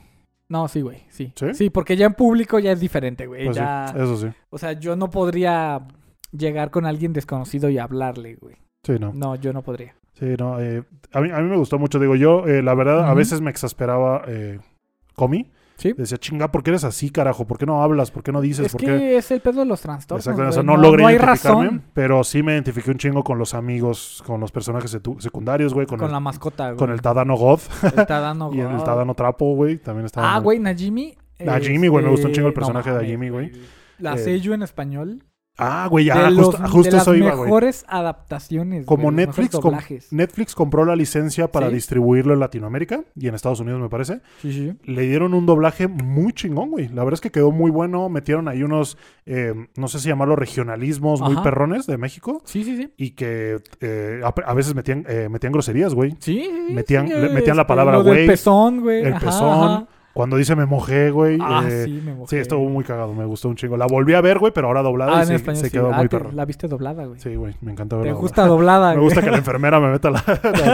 B: No, sí, güey, sí.
A: ¿Sí?
B: sí. porque ya en público ya es diferente, güey.
A: Pues sí,
B: ya...
A: eso sí.
B: O sea, yo no podría llegar con alguien desconocido y hablarle, güey.
A: Sí, no.
B: No, yo no podría.
A: Sí, no, eh, a, mí, a mí me gustó mucho. Digo, yo, eh, la verdad, a
B: Ujú.
A: veces me exasperaba eh, Comi.
B: Sí.
A: Decía, chinga, ¿por qué eres así, carajo? ¿Por qué no hablas? ¿Por qué no dices?
B: es
A: ¿Por
B: que
A: qué?
B: es el pedo de los trastornos.
A: Exactamente, o sea,
B: güey.
A: no, logré
B: hay
A: identificarme,
B: razón
A: pero sí me identifiqué un chingo con los amigos, con los personajes setu- secundarios, güey, con,
B: con
A: el,
B: la mascota, güey.
A: con el Tadano God
B: El Tadano,
A: <laughs> y el
B: güey.
A: Tadano Trapo, güey, también estaba...
B: Ah,
A: muy-
B: güey, Najimi.
A: Najimi, güey, me gusta un chingo el
B: este,
A: personaje de
B: mames,
A: Najimi, güey.
B: La
A: Eh,
B: sello en español.
A: Ah, güey, ah,
B: de
A: justo,
B: los-
A: justo
B: de las
A: eso iba, güey.
B: mejores adaptaciones.
A: Como
B: güey, los mejores
A: Netflix, como-
B: doblajes.
A: Netflix compró la licencia para
B: Sí.
A: distribuirlo en Latinoamérica y en Estados Unidos, me parece.
B: Sí, sí. sí.
A: le dieron un doblaje muy chingón, güey. La verdad es que quedó muy bueno. Metieron ahí unos, eh, no sé si llamarlo regionalismos muy
B: Ajá.
A: perrones de México.
B: Sí, sí, sí.
A: Y que eh, a, a veces metían, eh, metían groserías, güey.
B: Sí, sí, sí,
A: Metían-
B: sí,
A: le- metían la
B: este,
A: palabra
B: lo del
A: güey,
B: pezón, güey.
A: El
B: Ajá,
A: pezón.
B: ajá.
A: Cuando dice me mojé, güey.
B: Ah,
A: eh,
B: sí, me mojé.
A: Sí, estuvo muy cagado, me gustó un chingo. La volví a ver, güey, pero ahora doblada
B: Ah,
A: y
B: en
A: se,
B: español
A: se
B: sí.
A: quedó
B: Ah,
A: muy
B: te-
A: perro.
B: La viste doblada, güey.
A: Sí, güey, me encanta
B: Te
A: verla. <laughs>
B: gusta
A: Me
B: doblada, güey. <laughs>
A: gusta que la enfermera me meta la...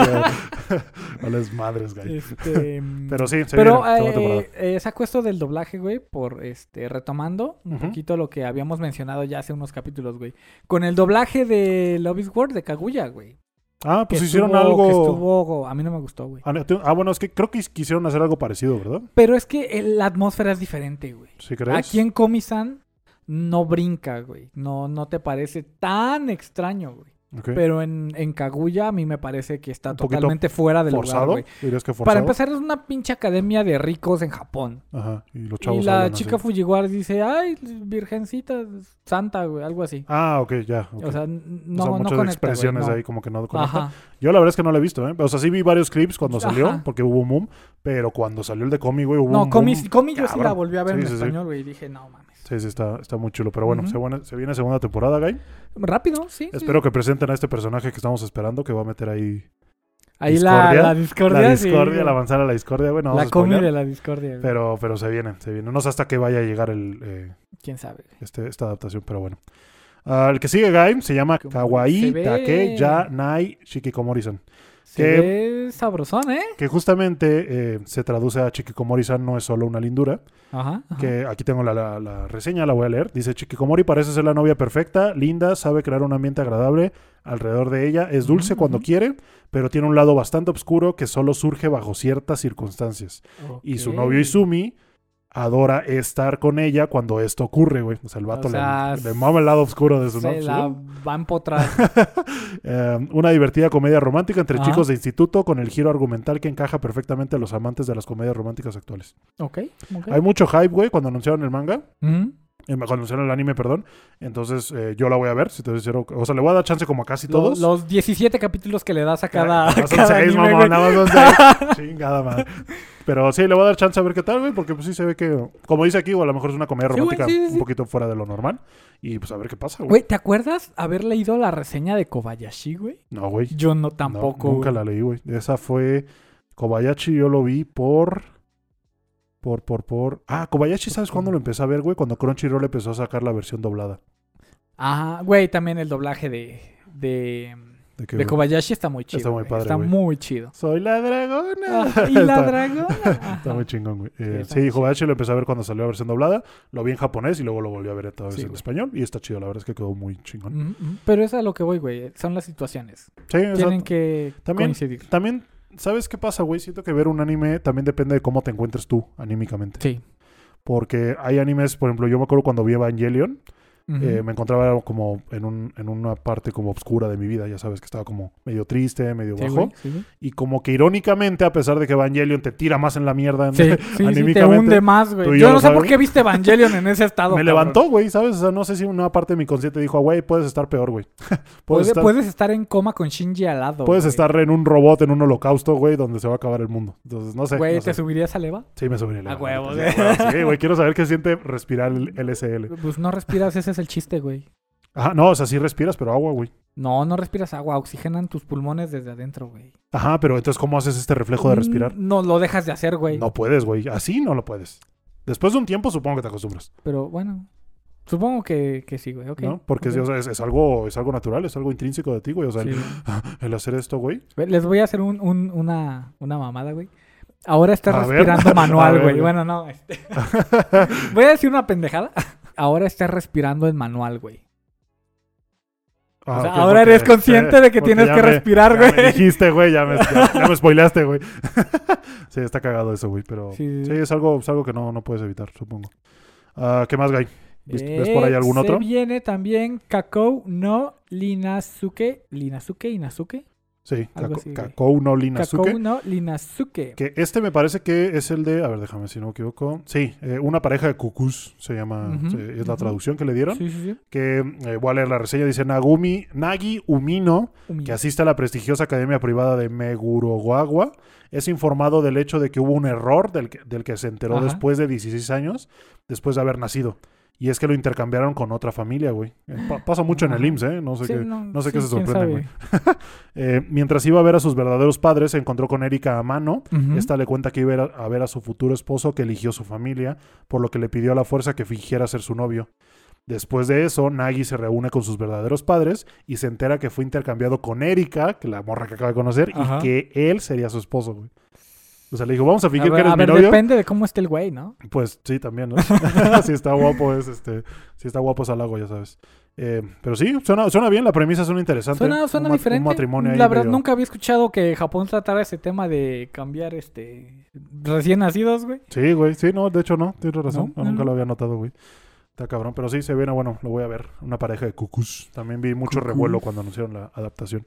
A: <laughs> a las madres, güey.
B: Este,
A: <laughs> Pero sí, se
B: Pero
A: viene, segunda temporada.
B: eh, eh, saco esto del doblaje, güey, por este retomando un
A: Ujú.
B: poquito lo que habíamos mencionado ya hace unos capítulos, güey. Con el doblaje de Love is War de Kaguya, güey.
A: Ah, pues
B: que
A: hicieron
B: estuvo-
A: algo...
B: Que estuvo, a mí no me gustó, güey.
A: Ah, no, tú- ah, bueno, es que creo que quisieron hacer algo parecido, ¿verdad?
B: Pero es que el- la atmósfera es diferente, güey.
A: ¿Sí crees?
B: Aquí en Comisan no brinca, güey. No, no te parece tan extraño, güey.
A: Ok.
B: Pero en, en Kaguya a mí me parece que está
A: Un poquito
B: totalmente fuera del
A: ¿Forzado?
B: lugar, güey.
A: ¿Dirías que forzado?
B: Para empezar, es una pinche academia de ricos en Japón.
A: Ajá, y los chavos
B: y la
A: hablan
B: chica
A: así.
B: Fujiwara dice, ay, virgencita, santa, güey, algo así.
A: Ah, ok, ya. ok.
B: O sea, n- no,
A: O sea, muchas
B: no conecta, güey,
A: expresiones
B: no.
A: ahí como que no conectan.
B: Ajá.
A: Yo la verdad es que no la he visto, ¿eh? O sea, sí vi varios clips cuando salió,
B: Ajá.
A: porque hubo un boom, pero cuando salió el de Comi, güey, hubo un
B: No,
A: boom.
B: Comi, Comi yo sí
A: cabrón.
B: la volví a ver
A: Sí,
B: en
A: sí, sí.
B: español, güey, y dije, no mames.
A: Sí, sí, está, está muy chulo. Pero bueno,
B: Ujú.
A: se, buena- se viene segunda temporada, Guy.
B: Rápido, sí. sí,
A: Espero que presenten a este personaje que estamos esperando, que va a meter ahí
B: sí. Ahí la,
A: discordia.
B: la discordia.
A: la
B: sí,
A: discordia, la
B: güey.
A: avanzar a la discordia, güey. No
B: La
A: vamos a
B: Comi
A: spoilear,
B: de la discordia, güey.
A: pero, pero se viene, se viene. No sé hasta qué vaya a llegar el, eh,
B: Quién sabe, güey.
A: este, esta adaptación, pero bueno. Ah, el que sigue, Guy, se llama
B: Como
A: Kawaii
B: se ve.
A: Take Ya Nai Shikikomori-san.
B: Se
A: Que-
B: ve sabrosón, ¿eh?
A: Que justamente eh, se traduce a Shikikomori-san no es solo una lindura.
B: Ajá. ajá.
A: que aquí tengo la, la- la reseña, la voy a leer. Dice, Chikikomori parece ser la novia perfecta, linda, sabe crear un ambiente agradable alrededor de ella, es dulce
B: Ujú,
A: cuando
B: Mm, ujú.
A: quiere, pero tiene un lado bastante oscuro que solo surge bajo ciertas circunstancias. Y su
B: Ok.
A: novio Izumi adora estar con ella cuando esto ocurre, güey. O sea, el
B: O
A: vato le-
B: sea,
A: le, mama el lado oscuro de su
B: Se
A: novio.
B: la va
A: <laughs>
B: a empotrar.
A: Eh, una divertida comedia romántica entre
B: Ajá.
A: chicos de instituto con el giro argumental que encaja perfectamente a los amantes de las comedias románticas actuales.
B: ok, ok.
A: Hay mucho hype, güey, cuando anunciaron el manga.
B: Ujú.
A: Eh, cuando anunciaron el anime, perdón. Entonces, eh, yo la voy a ver. Si te soy sincero. o sea, le voy a dar chance como a casi
B: Lo-
A: todos.
B: Los 17 capítulos que le das a cada.
A: Nada
B: a <laughs>
A: más son
B: cada
A: seis,
B: anime,
A: mamón,
B: güey.
A: nada más son seis.
B: <laughs>
A: Chingada madre. Pero sí, le voy a dar chance a ver qué tal, güey. Porque pues, sí se ve que, como dice aquí, o a lo mejor es una comedia
B: Sí, güey,
A: romántica
B: sí, sí,
A: un
B: sí.
A: poquito fuera de lo normal. Y pues a ver qué pasa, güey.
B: Güey, ¿te acuerdas haber leído la reseña de Kobayashi, güey?
A: No, güey. No,
B: Yo no tampoco.
A: nunca
B: güey.
A: la leí, güey. Esa fue. Kobayashi, yo lo vi por. Por, por, por. Ah, Kobayashi, ¿sabes cuándo lo empecé a ver, güey? Cuando Crunchyroll empezó a sacar la versión doblada.
B: Ah, güey, también el doblaje de. de.
A: De que,
B: de
A: güey,
B: Kobayashi está muy chido.
A: Está muy
B: güey.
A: padre,
B: Está
A: güey.
B: muy chido.
A: Soy la dragona.
B: Ah, y la
A: <laughs> Está-
B: dragona.
A: <laughs> Está
B: Ajá.
A: muy chingón, güey. Eh,
B: Sí, está
A: sí,
B: muy
A: Jovache lo empecé a ver cuando salió la versión doblada. Lo vi en japonés y luego lo volví a ver otra vez
B: Sí,
A: en
B: güey. Mm,
A: español. Y está chido, la verdad es que quedó muy chingón.
B: Ujú, ujú. Pero es a lo que voy, güey. Son las situaciones.
A: Sí, o sea,
B: Tienen que
A: También-
B: coincidir.
A: también, ¿sabes qué pasa, güey? Siento que ver un anime también depende de cómo te encuentres tú anímicamente.
B: Sí.
A: Porque hay animes, por ejemplo, yo me acuerdo cuando vi Evangelion,
B: Ujú.
A: eh, me encontraba como en, un, en una parte como oscura de mi vida, ya sabes, que estaba como medio triste, medio
B: Sí,
A: bajo.
B: güey, sí, güey.
A: Y como que irónicamente, a pesar de que Evangelion te tira más en la mierda, <laughs> en-
B: Sí, sí, sí, te
A: anímicamente,
B: hunde más,
A: tú
B: güey.
A: y
B: Yo
A: yo lo
B: no sé por
A: sabemos.
B: qué viste Evangelion en ese
A: <laughs>
B: estado.
A: Me
B: Ah, cabrón.
A: levantó, güey, ¿sabes? O sea, no sé si una parte de mi consciente dijo, "Ah, güey, puedes estar peor, güey. <laughs> puedes
B: Puede-
A: estar, puedes,
B: Puedes estar en coma con Shinji al lado. pues, güey.
A: estar en un robot, en un holocausto, güey, donde se va a acabar el mundo. Entonces, no sé.
B: Güey,
A: no sé.
B: ¿te subirías a leva?
A: Sí, me subiría. la
B: A
A: neta,
B: huevo,
A: sí,
B: güey.
A: a huevo, Sí, güey, quiero saber qué siente respirar el LSL.
B: Pues no respiras, ese es el chiste, güey.
A: Ajá, no, o sea, sí respiras, pero agua, güey.
B: No, no respiras agua, oxigenan tus pulmones desde adentro, güey.
A: Ajá, pero entonces, ¿cómo haces este reflejo de respirar?
B: Mm, No lo dejas de hacer, güey.
A: No puedes, güey. Así no lo puedes. Después de un tiempo, supongo que te acostumbras,
B: Pero bueno, supongo que, que sí, güey. ok,
A: ¿no? Porque
B: ok.
A: o sea, es, es algo, es algo natural, es algo intrínseco de ti, güey. O sea,
B: Sí,
A: el,
B: güey.
A: el hacer esto, güey.
B: Güey, Les voy a hacer un- un- una, una mamada, güey. Ahora estás
A: A ver. <laughs>
B: respirando
A: A
B: manual,
A: ver,
B: güey.
A: güey.
B: Bueno, no. este. <laughs> voy a decir una pendejada. <laughs> Ahora estás respirando en manual, güey.
A: Ah,
B: O sea,
A: ok,
B: ahora
A: porque-
B: eres consciente de que
A: porque
B: tienes
A: ya
B: que
A: me-
B: respirar,
A: ya
B: güey.
A: Me dijiste, güey, ya me, ya- ya
B: <laughs>
A: me spoileaste, güey. <laughs> sí, está cagado eso, güey, pero sí,
B: Sí, sí, sí.
A: es algo, es algo que no, no puedes evitar, supongo. Ah, ¿Qué más, Guy? ¿Ves,
B: <laughs>
A: ves por ahí
B: Eh,
A: algún
B: se
A: otro?
B: viene también Kakou no Linazuke. ¿Linazuke? ¿Inazuke?
A: Sí,
B: algo
A: Kako-
B: así, güey.
A: Kakou no
B: Kakou
A: Linazuke.
B: no Linazuke.
A: Que este me parece que es el de, a ver, déjame si no me equivoco. Sí, eh, una pareja de cucús se llama,
B: Ujú,
A: sí, es la
B: ujú.
A: traducción que le dieron.
B: Sí, sí, sí.
A: Que eh, voy a leer la reseña, dice Nagumi, Nagi Umino.
B: Humilde.
A: que asiste a la prestigiosa academia privada de Megurogawa, es informado del hecho de que hubo un error del que, del que se enteró
B: Ajá.
A: después de 16 años, después de haber nacido. Y es que lo intercambiaron con otra familia, güey. Eh, pa- pasa mucho en el IMSS, ¿eh? No sé
B: Sí,
A: qué. no sé qué se
B: quién
A: sorprende,
B: sabe.
A: güey. Eh, mientras iba a ver a sus verdaderos padres, se encontró con Erika a mano.
B: Ujú.
A: Esta le cuenta que iba a ir a- a ver a su futuro esposo que eligió su familia, por lo que le pidió a la fuerza que fingiera ser su novio. Después de eso, Nagi se reúne con sus verdaderos padres y se entera que fue intercambiado con Erika, que la morra que acaba de conocer,
B: Ajá.
A: y que él sería su esposo, güey. O sea, le dijo, vamos a
B: A
A: fingir que
B: ver,
A: eres
B: a
A: mi
B: ver,
A: novio.
B: depende de cómo esté el güey, ¿no?
A: Pues sí, también,
B: <laughs>
A: ¿no? <laughs> si está guapo es este. Si está guapo es halago, ya sabes. Eh, pero sí, suena, suena bien, la premisa suena interesante.
B: Suena, suena
A: un, ma- Un
B: diferente.
A: matrimonio ahí
B: La verdad,
A: medio-
B: nunca había escuchado que Japón tratara ese tema de cambiar este recién nacidos, güey.
A: Sí, güey, sí, no, de hecho no, tienes razón.
B: No,
A: No, nunca
B: no.
A: lo había notado, güey. Está cabrón, pero sí, se viene, bueno, lo voy a ver. Una pareja de cucús. También vi mucho
B: Cucús.
A: revuelo cuando anunciaron la adaptación.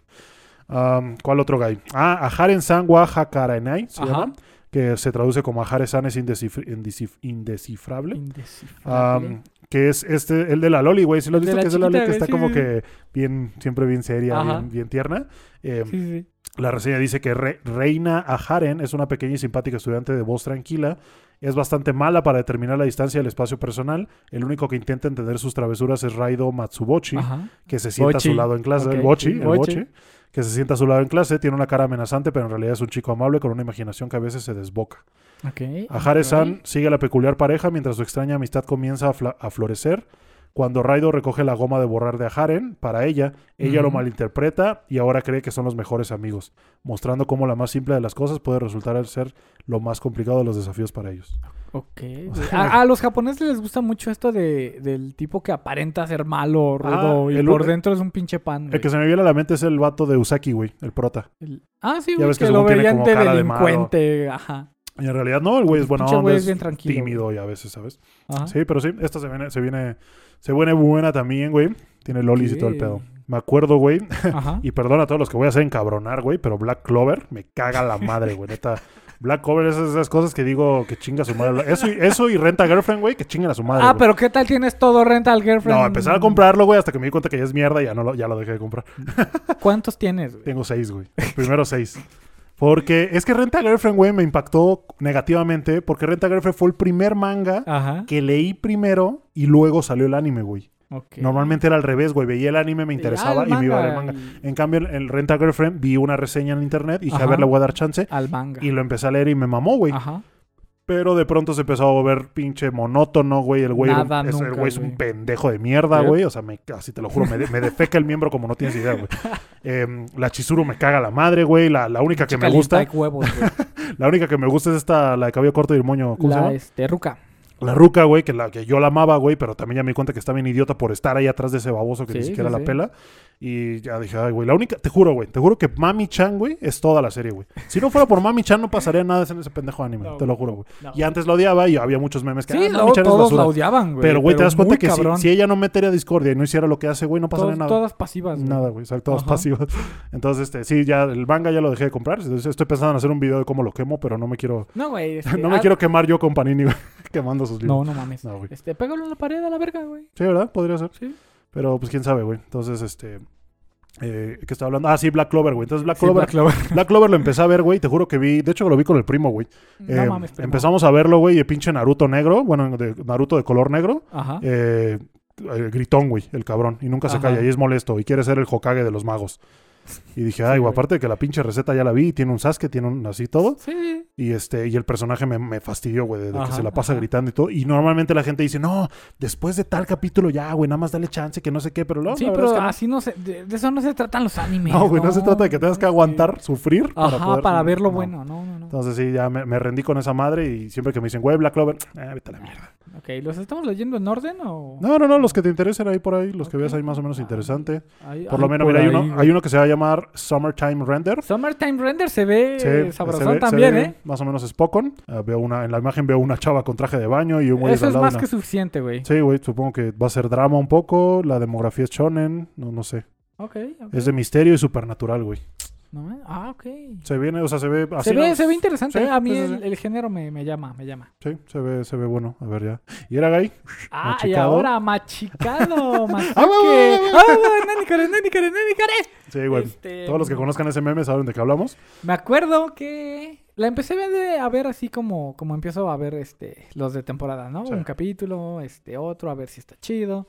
A: Am, ¿Cuál otro guy? Ah, Aharen San wa Hakarenai, se
B: Ajá.
A: llama, que se traduce como Ahare San es indecif- indecif- indescifrable.
B: Indescifrable.
A: Am, que es este, el de la Loli, güey. Si lo has
B: De
A: visto,
B: la
A: que es de la Loli, que está
B: chiquita, güey, sí,
A: como
B: sí,
A: que bien, siempre bien seria,
B: Ajá.
A: bien, bien tierna. Eh,
B: Sí, sí, sí.
A: La reseña dice que Re- Reina Aharen es una pequeña y simpática estudiante de voz tranquila. Es bastante mala para determinar la distancia del espacio personal. El único que intenta entender sus travesuras es Raido Matsubochi,
B: Ajá.
A: que se sienta a
B: Bochi.
A: su lado en clase. El
B: Ok,
A: Bochi,
B: sí,
A: el
B: Bochi.
A: Bochi, que se sienta a su lado en clase. Tiene una cara amenazante, pero en realidad es un chico amable con una imaginación que a veces se desboca.
B: Ok.
A: Ahare-san
B: Ok.
A: sigue a la peculiar pareja mientras su extraña amistad comienza a, fla- a florecer. Cuando Raido recoge la goma de borrar de Aharen para ella, ella lo
B: Ujú.
A: malinterpreta y ahora cree que son los mejores amigos, mostrando cómo la más simple de las cosas puede resultar al ser lo más complicado de los desafíos para ellos.
B: Ok.
A: <laughs>
B: A, a los japoneses les gusta mucho esto de, del tipo que aparenta ser malo, rudo,
A: Ah,
B: y
A: el-
B: por dentro es un pinche pan.
A: El que se me viene a la mente es el vato de Usaki, güey, el prota.
B: güey. El- Ah, sí,
A: Ya
B: güey,
A: ves que
B: que lo
A: según tiene
B: veían
A: como
B: de
A: cara de malo.
B: delincuente. Ajá.
A: Y en realidad no, el güey es buena
B: Pinche
A: onda,
B: güey es
A: es
B: bien tranquilo,
A: tímido y a veces, ¿sabes?
B: Ajá.
A: Sí, pero sí, esta se viene, se viene, se viene buena también, güey. Tiene lolis y todo el
B: Ok.
A: pedo. Me acuerdo, güey,
B: Ajá.
A: Y perdona a todos los que voy a hacer encabronar, güey, pero Black Clover me caga la madre, güey, neta. Black Clover es esas- esas cosas que digo que chinga su madre. Eso y, eso y Renta Girlfriend, güey, que chingan a su madre.
B: Ah,
A: güey.
B: pero ¿qué tal tienes todo rental girlfriend?
A: No, empecé a comprarlo, güey, hasta que me di cuenta que ya es mierda y ya, no lo, ya lo dejé de comprar.
B: ¿Cuántos tienes, güey?
A: Tengo seis, güey. Primero seis. Porque es que Renta Girlfriend, güey, me impactó negativamente porque Renta Girlfriend fue el primer manga
B: Ajá.
A: que leí primero y luego salió el anime, güey.
B: Ok.
A: Normalmente era al revés, güey. Veía el anime, me
B: Ya,
A: interesaba
B: el
A: y me iba a ver el
B: manga
A: manga.
B: y-
A: En cambio, el Renta Girlfriend vi una reseña en internet y dije, a
B: Ajá. Ah.
A: ver, le voy a dar chance.
B: Al manga.
A: Y lo empecé a leer y me mamó, güey.
B: Ajá.
A: Pero de pronto se empezó a volver pinche monótono, güey. El güey, era un-
B: Nada,
A: es, el
B: nunca,
A: güey es
B: güey.
A: un pendejo de mierda,
B: Yep.
A: güey. O sea, me, así te lo juro, me, de- me defeca el miembro como no tienes idea,
B: <laughs>
A: güey. Em, la Chizuru me caga la madre, güey. La, la única que me
B: Calienta
A: gusta,
B: de huevos, güey.
A: la única que me gusta es esta, la de cabello corto y el moño, <laughs> ¿cómo se
B: La
A: llama?
B: este, Ruka.
A: La ruca, güey, que, la, que yo la amaba, güey, pero también ya me di cuenta que está bien idiota por estar ahí atrás de ese baboso que ni
B: Sí,
A: siquiera
B: sí,
A: la
B: sí.
A: pela. Y ya dije, ay, güey, la única, te juro, güey, te juro que Mami Chan, güey, es toda la serie, güey. Si no fuera por Mami Chan, no pasaría nada en ese pendejo anime,
B: No,
A: te lo juro, güey.
B: No.
A: Y antes la odiaba y había muchos memes que,
B: Sí,
A: ah,
B: no,
A: Mami Chan es
B: todos la
A: basura.
B: odiaban, güey.
A: pero, güey, te das cuenta
B: muy
A: que si,
B: cabrón.
A: si ella no metería discordia y no hiciera lo que hace, güey, no pasaría
B: Todas-
A: nada.
B: Todas pasivas, güey.
A: Nada, güey, o sea, todas
B: Ajá.
A: pasivas. <laughs> Entonces, este, sí, ya el manga ya lo dejé de comprar. Entonces, estoy pensando en hacer un video de cómo lo quemo, pero no me quiero,
B: No,
A: <laughs>
B: güey. este,
A: no me
B: ah,
A: quiero quemar yo con Panini, güey, <laughs> quemando sus libros.
B: No, no mames.
A: No, güey.
B: este, pégalo en la pared a la verga, güey.
A: Sí, ¿verdad? Podría ser.
B: Sí.
A: Pero pues quién sabe, güey. Entonces, este. Eh, ¿Qué estaba hablando? Ah, sí, Black Clover, güey. Entonces, Black
B: Sí,
A: Clover, <laughs> Eh,
B: Black Clover.
A: Black... Clover lo empecé a ver, güey. Te juro que vi. De hecho, lo vi con el primo, güey.
B: No
A: Eh,
B: mames, primo.
A: Empezamos a verlo, güey. Y el pinche Naruto negro. Bueno, de Naruto de color negro.
B: Ajá.
A: eh, eh, gritón, güey, el cabrón. Y nunca se
B: Ah. Ajá.
A: calla. Y es molesto. Y quiere ser el Hokage de los magos. Y dije, ay, güey,
B: güey.
A: aparte de que la pinche receta ya la vi, tiene un Sasuke, tiene un así todo.
B: Sí.
A: Y este, y el personaje me, me fastidió, güey, de de que
B: Ajá,
A: se la pasa
B: ajá.
A: gritando y todo. Y normalmente la gente dice, no, después de tal capítulo ya, güey, nada más dale chance, que no sé qué, pero no,
B: sí,
A: la verdad es
B: pero ah,
A: que no.
B: así no se... De, de eso no se tratan los animes.
A: no, güey, no, se trata de que tengas que
B: güey.
A: aguantar, sufrir.
B: Ajá, para,
A: poder-
B: ver lo
A: no.
B: bueno. No, no, no.
A: Entonces sí, ya me, me rendí con esa madre y siempre que me dicen, güey, Black Clover, eh, vete a la mierda.
B: Ok, ¿los estamos leyendo en orden o...?
A: No, no, no, los que te interesen ahí por ahí, los que
B: Ok.
A: veas ahí más o menos
B: Ah,
A: interesante.
B: Ay,
A: Por
B: ay,
A: lo menos, mira, hay
B: ahí,
A: uno,
B: güey.
A: hay uno que se va a llamar Summertime Render.
B: Summertime Render se ve
A: Sí, se
B: sabrosón
A: ve- se
B: también,
A: ve
B: ¿eh?
A: Más o menos Spokon. Ah, veo una, en la imagen veo una chava con traje de baño y un güey
B: Eso
A: al
B: es
A: lado de
B: más
A: una-
B: que suficiente, güey.
A: Sí, güey, supongo que va a ser drama un poco, la demografía es shonen, no, no sé.
B: Ok, ok.
A: Es de misterio y supernatural, güey.
B: No, eh, ah, ok.
A: Se viene, o sea, se ve así.
B: Se ve,
A: ¿no?
B: se ve interesante.
A: Sí,
B: ¿eh? A mí
A: sí, sí,
B: el,
A: sí.
B: el género me, me llama, me llama.
A: Sí, se ve, se ve bueno, a ver ya. ¿Y era gay?
B: Ah, y
A: Machicado.
B: ahora machicado,
A: <laughs> Ah, bueno,
B: machuque.
A: bueno,
B: Ah, bueno, nani care, nani care, nani care.
A: Sí, güey.
B: Este,
A: Todos los que conozcan ese meme saben de qué hablamos.
B: Me acuerdo que La empecé a ver, a ver así como, como empiezo a ver este, los de temporada, ¿no?
A: Sí.
B: Un capítulo, este otro, a ver si está chido.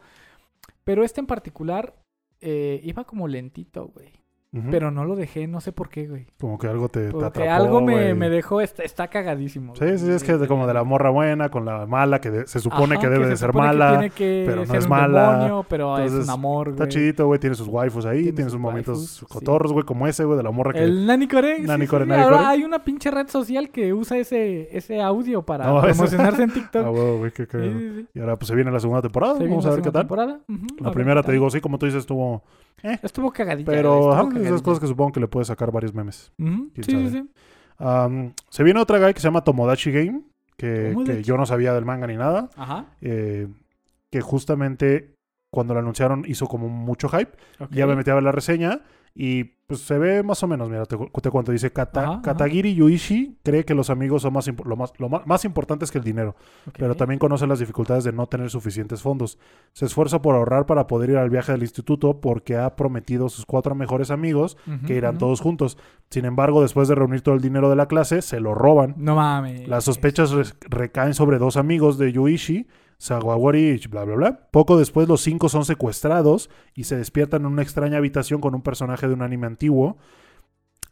B: Pero este en particular eh, iba como lentito, güey.
A: Ujú.
B: Pero no lo dejé, no sé por qué, güey.
A: Como que algo te, te
B: Porque
A: atrapó.
B: algo me,
A: güey.
B: me dejó, está, está cagadísimo. güey.
A: Sí, sí, es que es de- como de la morra buena con la mala, que de- se supone
B: Ajá,
A: que debe
B: se
A: de ser
B: supone que
A: mala.
B: tiene que
A: pero no
B: ser
A: es
B: un
A: mala.
B: demonio, pero es
A: Entonces,
B: un amor,
A: Está
B: güey.
A: chidito, güey, tiene sus waifus ahí,
B: Tiene
A: tiene,
B: sus
A: sus momentos
B: waifus, sí.
A: cotorros, güey, como ese, güey, de la morra que... Ah,
B: El Nani Core.
A: Nani Core, Nani
B: Ahora
A: Core.
B: hay una pinche red social que usa ese, ese audio para
A: No, eso-
B: promocionarse
A: <laughs>
B: en TikTok.
A: Ah, güey, güey, qué
B: Sí,
A: cagado.
B: sí, sí.
A: Y ahora pues se viene la segunda temporada,
B: Se viene
A: vamos a
B: la
A: ver qué
B: segunda
A: tal.
B: temporada. Ujú, a
A: La
B: ver
A: primera,
B: qué
A: te
B: tal.
A: digo, sí, como tú dices, estuvo...
B: Estuvo cagadita.
A: Pero
B: güey,
A: ajá,
B: estuvo
A: esas
B: cagadilla.
A: cosas que supongo que le puedes sacar varios memes.
B: Ujú,
A: quién
B: Sí, sí,
A: sabe.
B: sí.
A: Am, se viene otra guy que se llama Tomodachi Game, que,
B: Tomodachi.
A: que yo no sabía del manga ni nada,
B: Ajá.
A: eh, que justamente cuando lo anunciaron hizo como mucho hype.
B: ok.
A: Ya me metí a ver la reseña y pues se ve más o menos, mira, te, cu- te cuento, dice Kata-
B: Ajá, ajá.
A: Katagiri Yuishi cree que los amigos son más, impo- lo más, lo ma- más importantes que el dinero,
B: Ok.
A: pero también conoce las dificultades de no tener suficientes fondos. Se esfuerza por ahorrar para poder ir al viaje del instituto porque ha prometido a sus cuatro mejores amigos
B: Ujú,
A: que irán
B: ujú.
A: todos juntos. Sin embargo, después de reunir todo el dinero de la clase, se lo roban.
B: No mames.
A: Las sospechas re- recaen sobre dos amigos de Yuishi, Sawawari y bla, bla, bla. Poco después, los cinco son secuestrados y se despiertan en una extraña habitación con un personaje de un anime antiguo.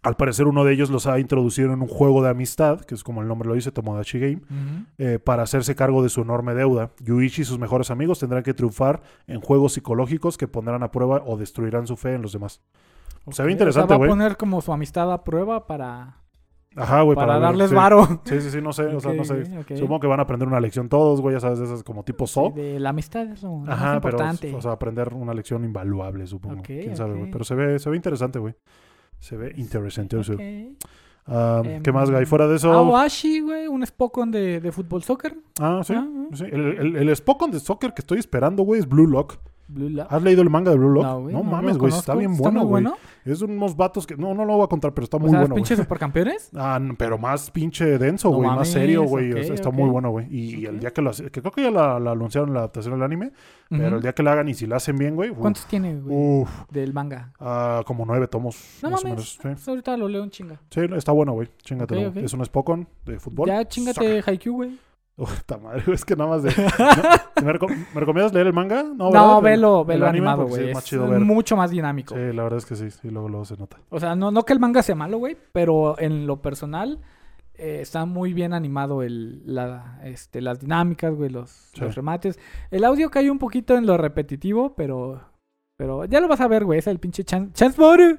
A: Al parecer, uno de ellos los ha introducido en un juego de amistad, que es como el nombre lo dice, Tomodachi Game,
B: Ujú.
A: eh, para hacerse cargo de su enorme deuda. Yuichi y sus mejores amigos tendrán que triunfar en juegos psicológicos que pondrán a prueba o destruirán su fe en los demás. Se ve
B: Ok,
A: interesante,
B: o sea, va
A: güey.
B: a poner como su amistad a prueba para,
A: Ajá, güey.
B: para,
A: ver,
B: darles
A: sí.
B: varo.
A: Sí, sí, sí, no sé, <laughs> o sea, no
B: Ok,
A: sé.
B: ok.
A: Supongo que van a aprender una lección todos, güey, ya sabes, de esas como tipo
B: Sí,
A: so.
B: de la amistad es lo más
A: Ajá, pero,
B: importante.
A: o sea, aprender una lección invaluable, supongo.
B: Ok,
A: Quién sabe, güey.
B: ok.
A: Pero se ve, se ve interesante, güey. Se ve interesante. eso.
B: Ok.
A: Ah, ¿Qué más,
B: Em,
A: güey? Fuera de eso.
B: Awashi, güey, un Spokon de, de fútbol soccer.
A: Ah, sí.
B: Ah, ah.
A: sí. El, el, el Spokon de soccer que estoy esperando, güey, es Blue Lock.
B: Blue Lock.
A: ¿Has leído el manga de Blue Ah, Lock? No,
B: güey, lo
A: mames, güey,
B: conozco.
A: está bien bueno,
B: muy
A: güey. Es de unos vatos que. No, no lo voy a contar, pero está
B: O
A: muy
B: sea, los
A: bueno, güey.
B: pinches supercampeones.
A: Ah, no, pero más pinche denso,
B: No
A: güey. más
B: mames,
A: serio, güey. o sea,
B: ok,
A: está
B: ok.
A: muy bueno, güey. Y el
B: Ok.
A: día que lo hace- que creo que ya la, la anunciaron la adaptación del anime, pero
B: Ujú.
A: el día Uh, que la hagan y si la hacen bien, güey. uf,
B: ¿Cuántos tiene, güey?
A: Uf,
B: Del manga.
A: ah, como nueve tomos,
B: No
A: más
B: mames.
A: o menos. Sí,
B: Pues ahorita lo leo un chinga.
A: Sí, está bueno, güey. Chingatelo.
B: Ok, ok.
A: Es un Spokon de fútbol.
B: Ya chingate Haikyuu, güey.
A: Uf, ta madre, es que nada más
B: <laughs>
A: de. No, ¿me, reco- me recomiendas leer el manga? No,
B: No,
A: ¿verdad? El-
B: velo,
A: el
B: velo
A: anime,
B: animado,
A: porque sí
B: güey.
A: es más
B: es
A: chido ver.
B: mucho más dinámico.
A: Sí, la verdad es que sí. Sí, luego, luego se nota.
B: O sea, no, no que el manga sea malo, güey, pero en lo personal eh, está muy bien animado el, la, este, las dinámicas, güey, los,
A: Sí.
B: los remates. El audio cae un poquito en lo repetitivo, pero pero ya lo vas a ver, güey, es el pinche Chan- Chance Moru.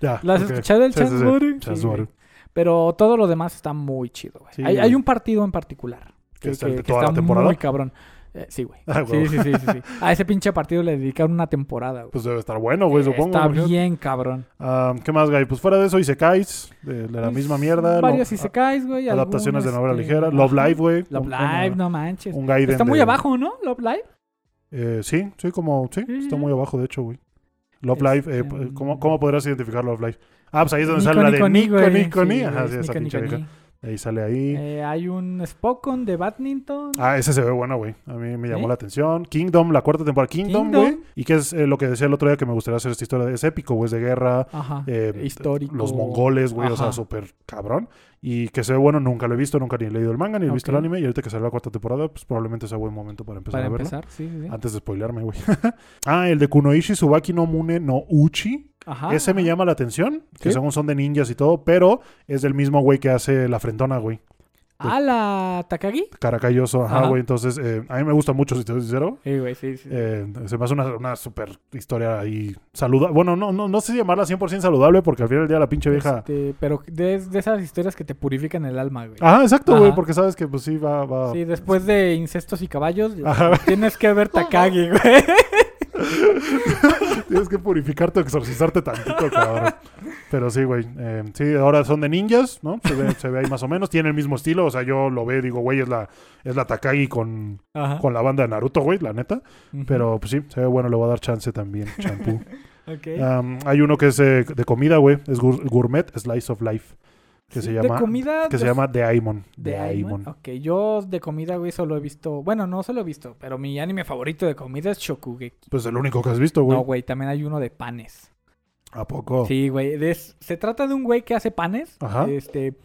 A: Ya.
B: ¿Lo has
A: ok.
B: escuchado el
A: Sí, sí,
B: Chance
A: sí.
B: Moru? Sí,
A: Chance
B: güey.
A: Moru.
B: Pero todo lo demás está muy chido, güey.
A: Sí,
B: hay,
A: güey.
B: hay un partido en particular.
A: ¿Que es el de toda la
B: está
A: temporada?
B: muy cabrón. Eh, sí, güey.
A: Ah,
B: sí,
A: güey.
B: sí, sí, sí, sí. A ese pinche partido le dedicaron una temporada, güey.
A: Pues debe estar bueno, güey,
B: Eh,
A: supongo.
B: está
A: imagínate.
B: bien cabrón.
A: Ah, ¿Qué más, Guy? Pues fuera de eso, Isekais, de, de la
B: Pues,
A: misma mierda.
B: Varias
A: lo-
B: y se caes, güey.
A: a- adaptaciones de
B: algunas,
A: novela
B: este,
A: ligera. Love
B: ajá.
A: Live, güey.
B: Love
A: un-
B: Live,
A: un-
B: no manches.
A: un Gaiden
B: Está muy
A: de-
B: abajo, ¿no? Love Live.
A: eh, sí, sí, como. Sí,
B: Sí,
A: está
B: sí.
A: muy abajo, de hecho, güey. Love Live, eh,
B: Este,
A: p- ¿cómo, ¿cómo podrías identificar Love Live? Ah, pues ahí es donde
B: Nico,
A: sale la de
B: Nico,
A: Nico,
B: güey.
A: Nico,
B: Sí,
A: Nico. Ajá,
B: güey,
A: sí,
B: es
A: esa
B: Nico,
A: pinche
B: Nico,
A: vieja.
B: Nico.
A: Ahí sale ahí.
B: Eh, hay un Spokon de badminton.
A: Ah, ese se ve bueno, güey. A mí me llamó
B: ¿Eh?
A: la atención. Kingdom, la cuarta temporada. Kingdom,
B: Kingdom.
A: güey. Y que es eh, lo que decía el otro día que me gustaría hacer esta historia. Es épico, güey. Es de guerra.
B: Ajá.
A: eh,
B: Histórico.
A: Los mongoles, güey. O sea,
B: Ajá.
A: súper cabrón. Y que se ve bueno. Nunca lo he visto. Nunca ni he leído el manga ni he visto el
B: Ok.
A: anime. Y ahorita que sale la cuarta temporada, pues probablemente sea buen momento para empezar
B: Para
A: a verlo.
B: empezar, sí, sí, sí.
A: Antes de spoilearme, güey. <laughs> ah, el de Kunoishi Subaki no Mune no Uchi.
B: Ajá.
A: Ah, Ese me llama la atención. Que
B: Ah. Sí.
A: según son de ninjas y todo. Pero es del mismo güey que hace la frentona, güey.
B: Ah, la Takagi.
A: Caracayoso. Ajá,
B: Ajá.
A: güey. Entonces, eh, a mí me gusta mucho, si te soy sincero.
B: Sí, güey, sí, sí.
A: Eh, se me hace una, una super historia ahí saludable. Bueno, no, no, no sé si llamarla 100% saludable porque al final del día la pinche vieja.
B: Este, pero de, de esas historias que te purifican el alma, güey.
A: Ajá, exacto, güey,
B: Ajá.
A: porque sabes que pues sí va. va...
B: Sí, después de Incestos y Caballos,
A: <laughs> Ajá,
B: tienes que ver
A: <laughs>
B: Takagi, güey.
A: <laughs> tienes que purificarte o exorcizarte tantito, cabrón. Pero sí, güey. eh, sí, ahora son de ninjas, ¿no? Se ve, se ve ahí más o menos. Tiene el mismo estilo. O sea, yo lo veo y digo, güey, es la, es la Takagi con,
B: Ajá.
A: con la banda de Naruto, güey, la neta.
B: Ujú.
A: Pero pues sí, se ve bueno, le voy a dar chance también, champú.
B: <laughs> Ok.
A: Um, hay uno que es eh, de comida, güey. Es gur- Gourmet Slice of Life. Que se
B: Sí,
A: llama.
B: De comida.
A: Que se
B: yo-
A: llama The Aimon.
B: De
A: The
B: Aimon.
A: Aimon.
B: Ok, yo de comida, güey, solo he visto. Bueno, no solo he visto, pero mi anime favorito de comida es Shokugeki.
A: Pues el único que has visto, güey.
B: No, güey, también hay uno de panes.
A: ¿A poco?
B: Sí, güey. es- Se trata de un güey que hace panes.
A: Oh. Ajá.
B: Este.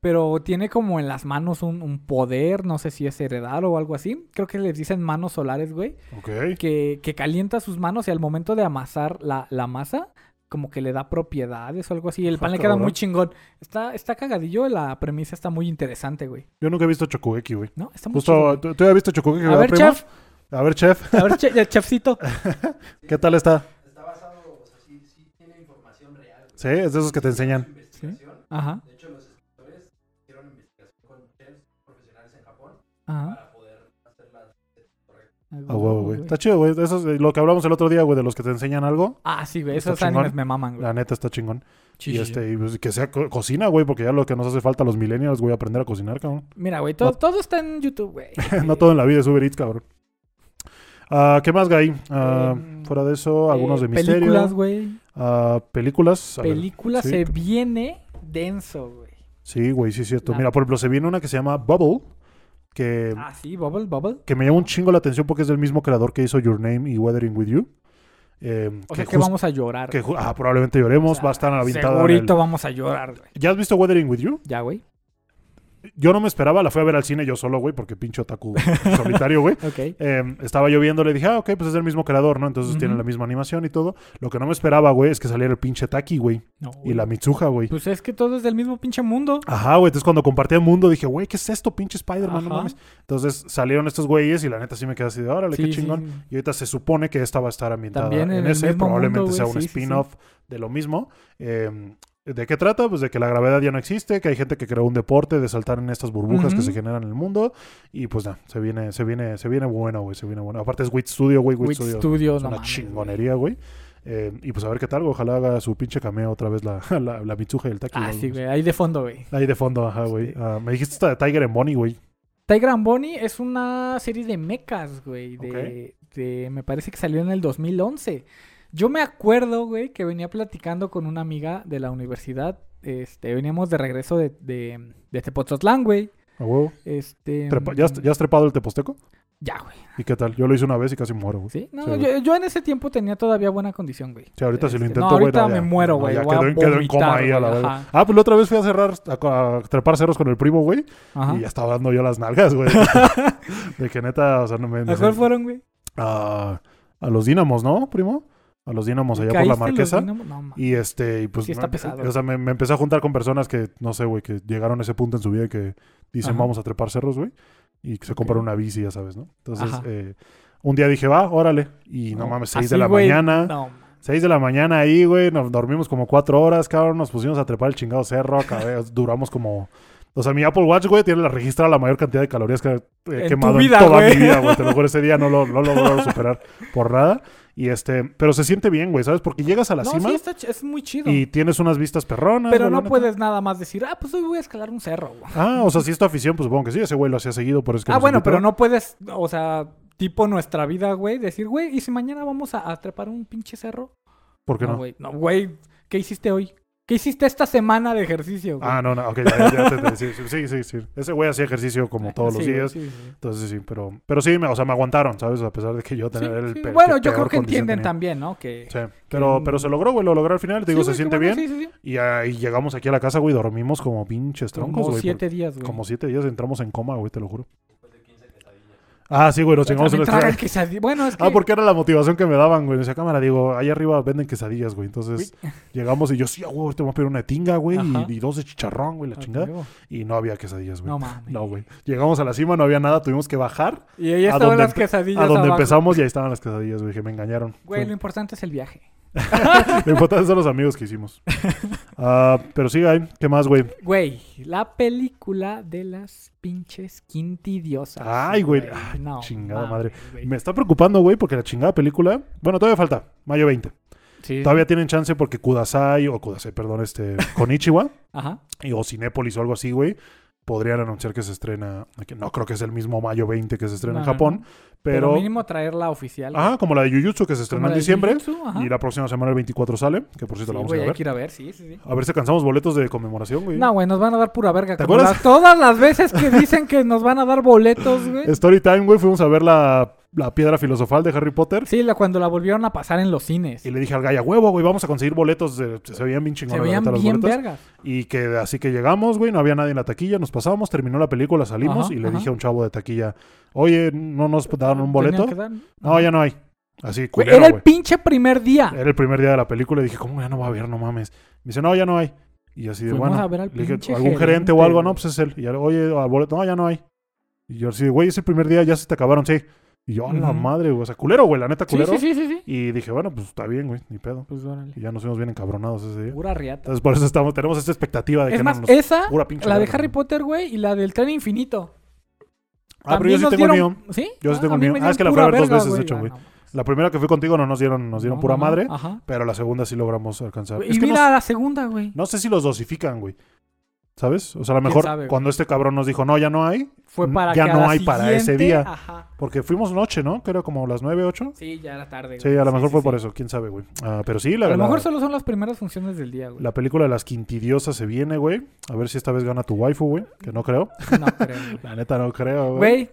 B: pero tiene como en las manos un, un poder, no sé si es heredar o algo así. Creo que les dicen manos solares, güey.
A: Ok.
B: Que, que calienta sus manos y al momento de amasar la, la masa, como que le da propiedades o algo así. El
A: Ah,
B: pan le queda
A: cabrón.
B: muy chingón. Está, está cagadillo, la premisa está muy interesante, güey.
A: Yo nunca he visto Chokugeki, güey.
B: ¿No? Está muy
A: Justo,
B: chido,
A: ¿tú, tú ya viste Chokugeki?
B: güey. A
A: verdad,
B: ver,
A: primo?
B: chef.
A: A ver, chef,
B: A ver, che-
A: <laughs>
B: chefcito.
A: ¿qué tal está?
C: Está basado, o sea, sí, sí tiene información real. güey.
A: Sí, es de esos que te enseñan.
C: Investigación.
B: Ajá,
C: De hecho, los escritores hicieron investigación con chefs profesionales en Japón
B: ajá.
C: para poder hacer las correctas.
A: A Ah, huevo, güey. Está chido, güey. Eso es eh, lo que hablamos el otro día, güey, de los que te enseñan algo.
B: Ah, sí, güey.
A: Está
B: Esos
A: chingón.
B: animes me maman, güey.
A: La neta está chingón.
B: Sí,
A: y
B: sí, sí.
A: este, y, pues, que sea co- cocina, güey, porque ya lo que nos hace falta a los millennials, güey, aprender a cocinar, cabrón. <laughs>
B: Mira, güey, todo,
A: No-
B: todo está en YouTube, güey.
A: <laughs> no todo en la vida es Uber Eats, cabrón. Ah, ¿Qué más, Gay? Ah,
B: Em,
A: fuera de eso, algunos
B: Eh,
A: de misterio.
B: Películas, güey.
A: Ah, películas. a ver.
B: Películas
A: sí.
B: se viene denso, güey.
A: Sí, güey, sí es cierto.
B: La-
A: Mira, por ejemplo, se viene una que se llama Bubble, que,
B: Ah, sí, Bubble, Bubble.
A: que me llama un chingo la atención porque es del mismo creador que hizo Your Name y Weathering With You. Em,
B: O sea que
A: jus-
B: vamos a llorar.
A: que
B: güey.
A: ju- ah, probablemente lloremos,
B: O sea,
A: va a estar aventada. en
B: Segurito vamos a llorar, güey.
A: el- ¿Ya has visto Weathering With You?
B: Ya, güey.
A: Yo no me esperaba, la fui a ver al cine yo solo, güey, porque pincho otaku
B: <laughs>
A: solitario, güey.
B: Ok.
A: Eh, estaba yo viendo, le dije, ah, ok, pues es el mismo creador, ¿no? Entonces
B: Ujú.
A: tiene la misma animación y todo. Lo que no me esperaba, güey, es que saliera el pinche Taki, güey,
B: No,
A: y
B: güey.
A: la Mitsuha, güey.
B: Pues es que todo es del mismo pinche mundo.
A: Ajá, güey. Entonces cuando compartía el mundo dije, güey, ¿qué es esto, pinche Spider-Man? No
B: Ajá.
A: mames. Entonces salieron estos güeyes y la neta sí me quedé así de, órale,
B: Sí,
A: qué
B: sí,
A: chingón.
B: sí.
A: Y ahorita se supone que esta va a estar ambientada
B: También en
A: en
B: el
A: ese,
B: mismo
A: probablemente
B: mundo, güey,
A: sea un
B: sí, sí, sí.
A: spin-off de lo mismo. Eh, ¿De qué trata? Pues de que la gravedad ya no existe, que hay gente que creó un deporte de saltar en estas burbujas que
B: Ujú.
A: se generan en el mundo. Y pues nada, se viene, se viene, se viene bueno, güey, se viene bueno. Aparte es Wit Studio, güey, Wit
B: With
A: Studio.
B: Studio,
A: es
B: no
A: una
B: mames, güey.
A: chingonería, güey. Eh, y pues a ver qué tal, güey. Ojalá haga su pinche cameo otra vez la, <laughs> la, la Mitsuha y el Taki.
B: Ah,
A: güey.
B: sí, güey. Ahí de fondo, güey.
A: Ahí de fondo, ajá, güey.
B: Sí.
A: Ah, me dijiste esta de Tiger and Bonnie, güey.
B: Tiger and Bonnie es una serie de mechas, güey. De, de- me parece que salió en el 2011. Yo me acuerdo, güey, que venía platicando con una amiga de la universidad. Este, veníamos de regreso de, de, de Tepoztlán, güey.
A: A huevo.
B: Este,
A: Trepa- pues, ¿Ya, has- ya has trepado el teposteco?
B: Ya, güey.
A: ¿Y qué tal? Yo lo hice una vez y casi muero, güey.
B: ¿Sí? No,
A: Sí,
B: yo,
A: güey.
B: yo en ese tiempo tenía todavía buena condición, güey.
A: Sí, ahorita si lo
B: Este,
A: intento,
B: No,
A: güey.
B: ahorita
A: no,
B: me
A: ya.
B: muero,
A: No,
B: güey.
A: ya
B: Voy a
A: quedó, en- quedó en coma
B: vomitar,
A: ahí a la
B: güey,
A: verga.
B: ajá,
A: Ah, pues la otra vez fui a cerrar, a, a trepar cerros con el primo, güey.
B: ajá.
A: Y ya estaba dando yo las nalgas,
B: <laughs>
A: güey. de que neta, o sea, no me. me-
B: ¿A cuál fueron, güey?
A: a, a los dínamos, ¿no, primo? A los dínamos allá por
B: ¿Caíste
A: la
B: en los
A: marquesa.
B: Dinamo? No, mames.
A: Y este, y pues.
B: Sí está
A: me-
B: pesado.
A: O sea, me, me empecé a juntar con personas que, no sé, güey, que llegaron a ese punto en su vida que dicen,
B: Ajá.
A: vamos a trepar cerros, güey. Y que se compraron una bici, ya sabes, ¿no? Entonces,
B: Ajá.
A: eh, un día dije, va, órale. Y no, mames, 6 de
B: Así,
A: la
B: güey,
A: mañana.
B: No,
A: 6 de la mañana ahí, güey. Nos dormimos como 4 horas, cabrón. Nos pusimos a trepar el chingado cerro. acabé- <laughs> duramos como. O sea, mi Apple Watch, güey, tiene la registra la mayor cantidad de calorías que he
B: En
A: quemado
B: tu
A: en
B: vida,
A: toda
B: güey.
A: mi vida, güey. Te lo juro, ese día no lo, no lo logro superar por nada. Y este, pero se siente bien, güey, ¿sabes? Porque llegas a la
B: no
A: cima
B: sí, está ch- es muy chido.
A: y tienes unas vistas perronas.
B: Pero
A: güey, la
B: no
A: neta.
B: puedes nada más decir, ah, pues hoy voy a escalar un cerro. güey".
A: Ah, o sea, si es tu afición, pues supongo que sí, ese güey lo hacía seguido, por eso es que
B: Ah,
A: nos
B: bueno,
A: invitó.
B: pero no puedes, o sea, tipo nuestra vida, güey, decir, güey, ¿y si mañana vamos a, a trepar un pinche cerro?
A: ¿Por qué no?
B: No, güey, no, güey, ¿qué hiciste hoy? ¿Qué hiciste esta semana de ejercicio? güey?
A: ah, no, no, ok, ya, ya, ya te entendí. Sí, sí, sí, sí. Ese güey hacía ejercicio como todos los
B: Eh, Sí, güey,
A: días.
B: sí, sí.
A: Entonces sí, pero, pero sí, me, o sea, me aguantaron, ¿sabes? A pesar de que yo
B: Sí,
A: tener el
B: sí.
A: pe-
B: Bueno,
A: que
B: yo creo
A: peor
B: que
A: condición
B: entienden
A: tenía.
B: también, ¿no? Que...
A: Sí, pero,
B: que-
A: pero se logró, güey, lo logró al final, te digo, se
B: Sí, güey,
A: siente
B: qué bueno,
A: bien.
B: sí, sí, sí.
A: Y, ah, y llegamos aquí a la casa, güey, dormimos como pinches troncos,
B: Como
A: güey.
B: siete días, güey.
A: porque Como siete días entramos en coma, güey, te lo juro.
C: Después de 15 quesadillas.
A: Ah, sí, güey, nos chingamos
B: También
A: una
B: tragan <laughs>
A: quesadilla.
B: quesadilla. Bueno, es que...
A: Ah, porque era la motivación que me daban, güey. En esa cámara, digo, ahí arriba venden quesadillas, güey. Entonces
B: <laughs>
A: llegamos y yo, sí, ah, güey, te voy a pedir una de tinga, güey,
B: Ajá.
A: y, y dos de chicharrón, güey, la
B: Ah,
A: chingada.
B: luego.
A: Y no había quesadillas, güey.
B: No mames.
A: No, güey. Llegamos a la cima, no había nada, tuvimos que bajar
B: Y ahí
A: ¿A
B: estaban
A: dónde
B: las
A: empe-
B: quesadillas
A: a donde
B: abajo.
A: empezamos y ahí estaban las quesadillas, güey. Dije, me engañaron.
B: Güey,
A: Fue-
B: lo importante es el viaje.
A: Lo importante son los amigos que
B: <laughs>
A: hicimos. Ah, pero sí, hay. ¿Qué más, güey?
B: Güey, la película de las pinches quintidiosas.
A: Ay, güey. Ay,
B: no,
A: chingada
B: mames, güey.
A: Me está preocupando, güey, porque la chingada película. Bueno, todavía falta. Mayo 20.
B: Sí.
A: Todavía tienen chance porque Kudasai, o Kudasai, perdón,
B: <laughs>
A: este, Konichiwa,
B: Ajá.
A: y, o Cinépolis o algo así, güey, podrían anunciar que se estrena. aquí. No creo que es el mismo mayo 20 que se estrena en
B: No, no,
A: Japón,
B: no. Pero,
A: pero.
B: mínimo traerla oficial.
A: Ajá, como la de Jujutsu que se estrena en diciembre. Y
B: la
A: la próxima semana, el 24, sale. Que por cierto, la
B: sí,
A: vamos
B: güey,
A: a ir
B: hay
A: a
B: que
A: ver.
B: ir a ver, sí, sí, sí.
A: A ver si alcanzamos boletos de conmemoración, güey.
B: No, güey, nos van a dar pura verga.
A: ¿Te
B: como
A: acuerdas? <laughs>
B: las- todas las veces que dicen que nos van a dar boletos, güey.
A: Story time, güey. Fuimos a ver la la piedra filosofal de Harry Potter.
B: Sí, la- cuando la volvieron a pasar en los cines.
A: Y le dije al gaya, huevo, güey, vamos a conseguir boletos. de- se veían bien
B: Se
A: chingones
B: veían
A: las
B: bien
A: boletas.
B: vergas.
A: Y que así que llegamos, güey, no había nadie en la taquilla, nos pasamos, terminó la película, salimos
B: Ajá,
A: y le
B: ajá.
A: dije a un chavo de taquilla, oye, ¿no nos daban un
B: Tenía
A: boleto?
B: que dar-
A: No, ya no hay. Así,
B: Güey,
A: culero,
B: era el
A: güey.
B: pinche primer día.
A: Era el primer día de la película y dije, ¿cómo ya no va a haber? No mames. Me dice, no, ya no hay. Y yo así de,
B: Fuimos
A: bueno,
B: a ver al
A: le dije,
B: pinche
A: ¿algún gerente, o
B: gerente,
A: algo? No,
B: güey.
A: pues es él. Y ya, oye, al boleto, no, ya no hay. Y yo así de, güey, ese primer día ya se te acabaron, sí. Y yo, a la
B: Ujú.
A: madre, güey, o sea, culero, güey, la neta,
B: sí,
A: culero.
B: sí, sí, sí, sí.
A: Y dije, bueno, pues está bien, güey, ni pedo.
B: Pues órale.
A: Y ya nos fuimos bien encabronados ese día.
B: Pura riata.
A: Entonces por eso estamos, tenemos esta expectativa de que
B: Es
A: no
B: más,
A: nos-
B: esa,
A: pura pinche
B: la de
A: verga,
B: Harry
A: ¿no?
B: Potter, güey, y la del tren infinito.
A: Ah, pero yo
B: También
A: sí
B: nos
A: tengo el
B: dieron-
A: mío.
B: ¿Sí?
A: Yo sí
B: Ah,
A: tengo
B: a
A: el
B: mí
A: mío.
B: me
A: Ah, es
B: dieron
A: que la fui a
B: pura
A: ver dos
B: verga,
A: veces, de hecho,
B: Ah,
A: güey.
B: no, mames.
A: La primera que fui contigo no nos dieron, nos dieron
B: No,
A: pura
B: no, no.
A: madre,
B: Ajá.
A: pero la segunda sí logramos alcanzar.
B: Y
A: es que
B: vi
A: no,
B: la, la segunda, güey.
A: no sé si los dosifican, güey. ¿Sabes? O sea, a lo
B: ¿Quién
A: mejor
B: sabe, güey?
A: cuando este cabrón nos dijo, no, ya no hay,
B: Fue
A: n-
B: para
A: ya
B: que a
A: no
B: la
A: hay para ese
B: siguiente-
A: día.
B: Ajá.
A: porque fuimos noche, ¿no? Que era como las 9, 8.
B: Sí, ya era tarde.
A: Sí, a lo mejor fue por eso, quién sabe, güey. Ah, pero sí, la,
B: A lo
A: la-
B: mejor solo son las primeras funciones del día, güey.
A: la película de las quintidiosas se viene, güey. A ver si esta vez gana tu waifu, güey. Que no creo. <laughs>
B: No creo. güey.
A: La neta no creo, güey.
B: Güey,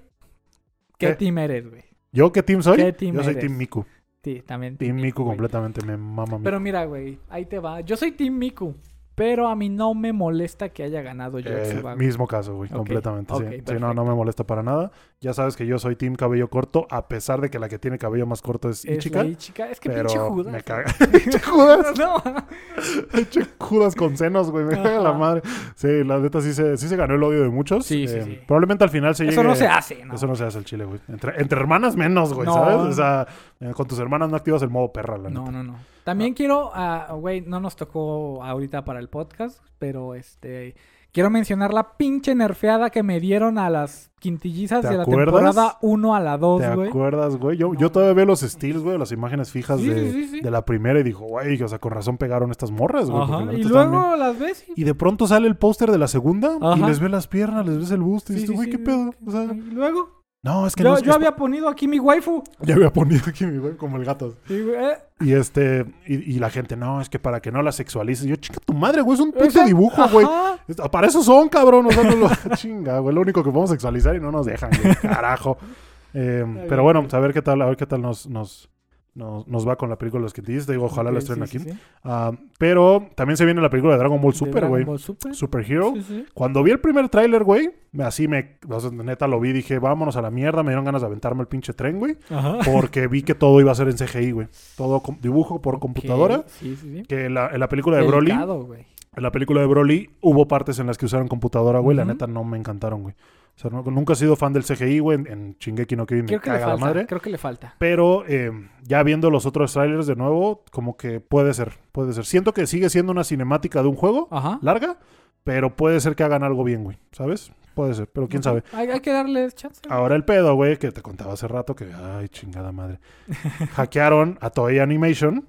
B: ¿qué,
A: ¿Qué?
B: team eres, güey?
A: ¿Yo qué team soy?
B: ¿Qué team
A: Yo soy
B: eres?
A: Team Miku.
B: Sí, también.
A: Team Miku
B: güey.
A: completamente, me mama Miku.
B: Pero mira, güey, ahí te va. Yo soy Team Miku, pero a mí no me molesta que haya ganado
A: Eh,
B: Yotsuba. güey.
A: mismo caso, güey,
B: Ok,
A: completamente.
B: ok,
A: sí. sí, no, no me molesta para nada. Ya sabes que yo soy team cabello corto, a pesar de que la que tiene cabello más corto es
B: Es la
A: Ichika.
B: Ichika. Es que
A: pero
B: pinche Judas.
A: me
B: <laughs>
A: caga. <laughs> Pinche Judas,
B: No,
A: pinche Judas con senos, güey. <laughs> Me caga la
B: Ajá.
A: madre. Sí, la neta sí se, sí se ganó el odio de muchos. Eh,
B: Sí, sí, sí.
A: Probablemente al final se llegue...
B: eso no se hace, ¿no?
A: eh, Eso no se hace el chile, güey. Entre, entre hermanas menos, güey,
B: No.
A: ¿sabes? O sea, eh, con tus hermanas no activas el modo perra, la
B: No,
A: neta.
B: no, no. También quiero, ah, güey, no nos tocó ahorita para el podcast, pero este, quiero mencionar la pinche nerfeada que me dieron a las quintillizas
A: ¿Te
B: de la
A: acuerdas?
B: temporada 1 a la 2,
A: ¿Te
B: güey.
A: acuerdas, güey? Yo, yo
B: No.
A: todavía veo los steals, güey, las imágenes fijas
B: Sí,
A: de,
B: sí, sí, sí.
A: de la primera y dijo, güey, o sea, con razón pegaron estas morras, Pues güey. porque
B: Ajá.
A: la
B: Y
A: neta estaban bien.
B: luego las ves y...
A: Y de pronto sale el póster de la segunda y
B: Ajá.
A: les ve las piernas, les ves el busto y
B: Sí,
A: dices,
B: sí,
A: güey,
B: sí,
A: qué
B: sí.
A: pedo. O sea,
B: Y luego,
A: no, es que
B: yo,
A: no es-
B: yo
A: es-
B: había ponido aquí mi waifu.
A: <laughs> ya había ponido aquí mi güey como el gato.
B: Y, güey, eh,
A: Y este, y, y la gente, no, es que para que no la sexualices. Yo, chica, tu madre, güey, es un
B: o sea,
A: puto dibujo, güey.
B: ajá.
A: Es- ah, Para eso son, cabrón. O sea, no lo- <laughs> chinga, güey. Lo único que podemos sexualizar y no nos dejan,
B: <laughs>
A: güey. Carajo. Eh,
B: bien,
A: pero bueno, a ver qué tal, a ver qué tal nos, nos, nos, nos va con la película de los que te digo, ojalá
B: Ok,
A: la estrenen
B: sí,
A: aquí.
B: sí, sí.
A: Ah, pero también se viene la película de Dragon Ball
B: De
A: Super,
B: Dragon
A: güey.
B: Ball Super.
A: Super Hero.
B: Sí, sí.
A: Cuando vi el primer tráiler, güey, me- así me, o sea, neta lo vi, dije, vámonos a la mierda, me dieron ganas de aventarme el pinche tren, güey,
B: Ajá.
A: porque vi que todo iba a ser en CGI, güey. Todo com- dibujo por computadora.
B: Ok, Sí, sí, sí.
A: Que la- en la película de Broly,
B: Delicado, güey.
A: en la película de Broly hubo partes en las que usaron computadora, güey,
B: Ujú.
A: la neta no me encantaron, güey. O sea, no- nunca he sido fan del CGI, güey, en, en Shingeki no Kyojin me
B: Creo que, le
A: caga la
B: falta,
A: madre.
B: creo que le falta.
A: Pero eh, ya viendo los otros trailers de nuevo, como que puede ser, puede ser. Siento que sigue siendo una cinemática de un juego,
B: Ajá.
A: larga, pero puede ser que hagan algo bien, güey, ¿sabes? Puede ser, pero quién sabe. Ah,
B: Hay, hay que darle chance. güey.
A: Ahora el pedo, güey, que te contaba hace rato que, ay, chingada
B: <laughs>
A: madre. Hackearon a Toei Animation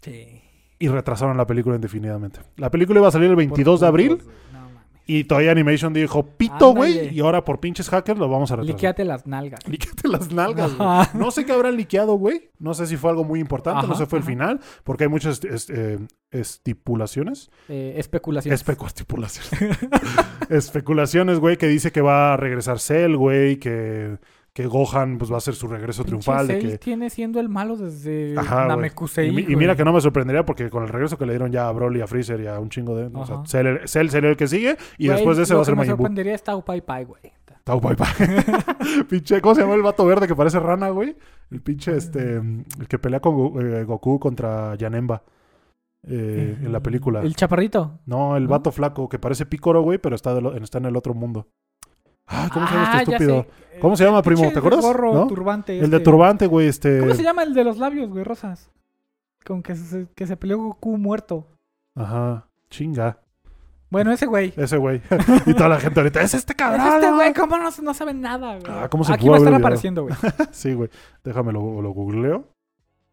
B: Sí.
A: y retrasaron la película indefinidamente. La película iba a salir el
B: Por
A: 22 de abril
B: puntos, güey. No mames.
A: y Toei Animation dijo, pito, güey,
B: Ándale.
A: y ahora por pinches hackers lo vamos a retrasar. <laughs>
B: Liquéate las nalgas.
A: Líquete las nalgas, güey.
B: Ajá.
A: No sé qué habrán liqueado, güey. No sé si fue algo muy importante, no
B: Ajá,
A: sé fue el
B: ajá.
A: final, porque hay muchas est- est- eh, estipulaciones.
B: Eh, especulación.
A: Especu- estipulaciones. <laughs> Especulaciones, güey, que dice que va a regresar Cell, güey, que, que Gohan pues va a hacer su regreso triunfal. De
B: Él
A: que,
B: tiene siendo el malo desde
A: Ajá, güey.
B: Namekusei.
A: y, mi- y
B: güey.
A: mira que no me sorprendería porque con el regreso que le dieron ya a Broly, a Freezer y a un chingo de... o sea,
B: Ajá.
A: Cell, el- Cell sería el que sigue y
B: Güey,
A: después de ese
B: lo
A: va a ser
B: que Me
A: Majin Buu.
B: sorprendería es Tau Pai Pai, güey.
A: Tau Pai Pai. <laughs> pinche, ¿cómo se llama el vato verde que parece rana, güey? El pinche, este, el que pelea con Go- eh, Goku contra Yanemba eh, en la película.
B: El chaparrito.
A: No, el
B: ¿No?
A: vato flaco que parece pícoro, güey, pero está, del o- está en el otro mundo. Ah, ¿cómo se llama
B: Ah,
A: este
B: ya
A: estúpido?
B: sé.
A: ¿Cómo se llama,
B: Pinche
A: primo?
B: el
A: ¿Te acuerdas?
B: De gorro,
A: ¿No?
B: turbante.
A: El de
B: este.
A: turbante, güey, este.
B: ¿Cómo se llama el de los labios, güey, rosas? Con que se, que se peleó Goku muerto.
A: Ajá. Chinga.
B: Bueno, ese güey. Es
A: Ese güey. <laughs> y toda la gente ahorita, es este cabrón.
B: este
A: ¿no?"
B: güey, ¿cómo no, no saben nada, güey?
A: Ah, ¿cómo se
B: Aquí
A: pudo
B: va a
A: haber
B: estar
A: olvidado? <laughs>
B: apareciendo, güey.
A: Sí, güey. Déjame lo, lo googleo.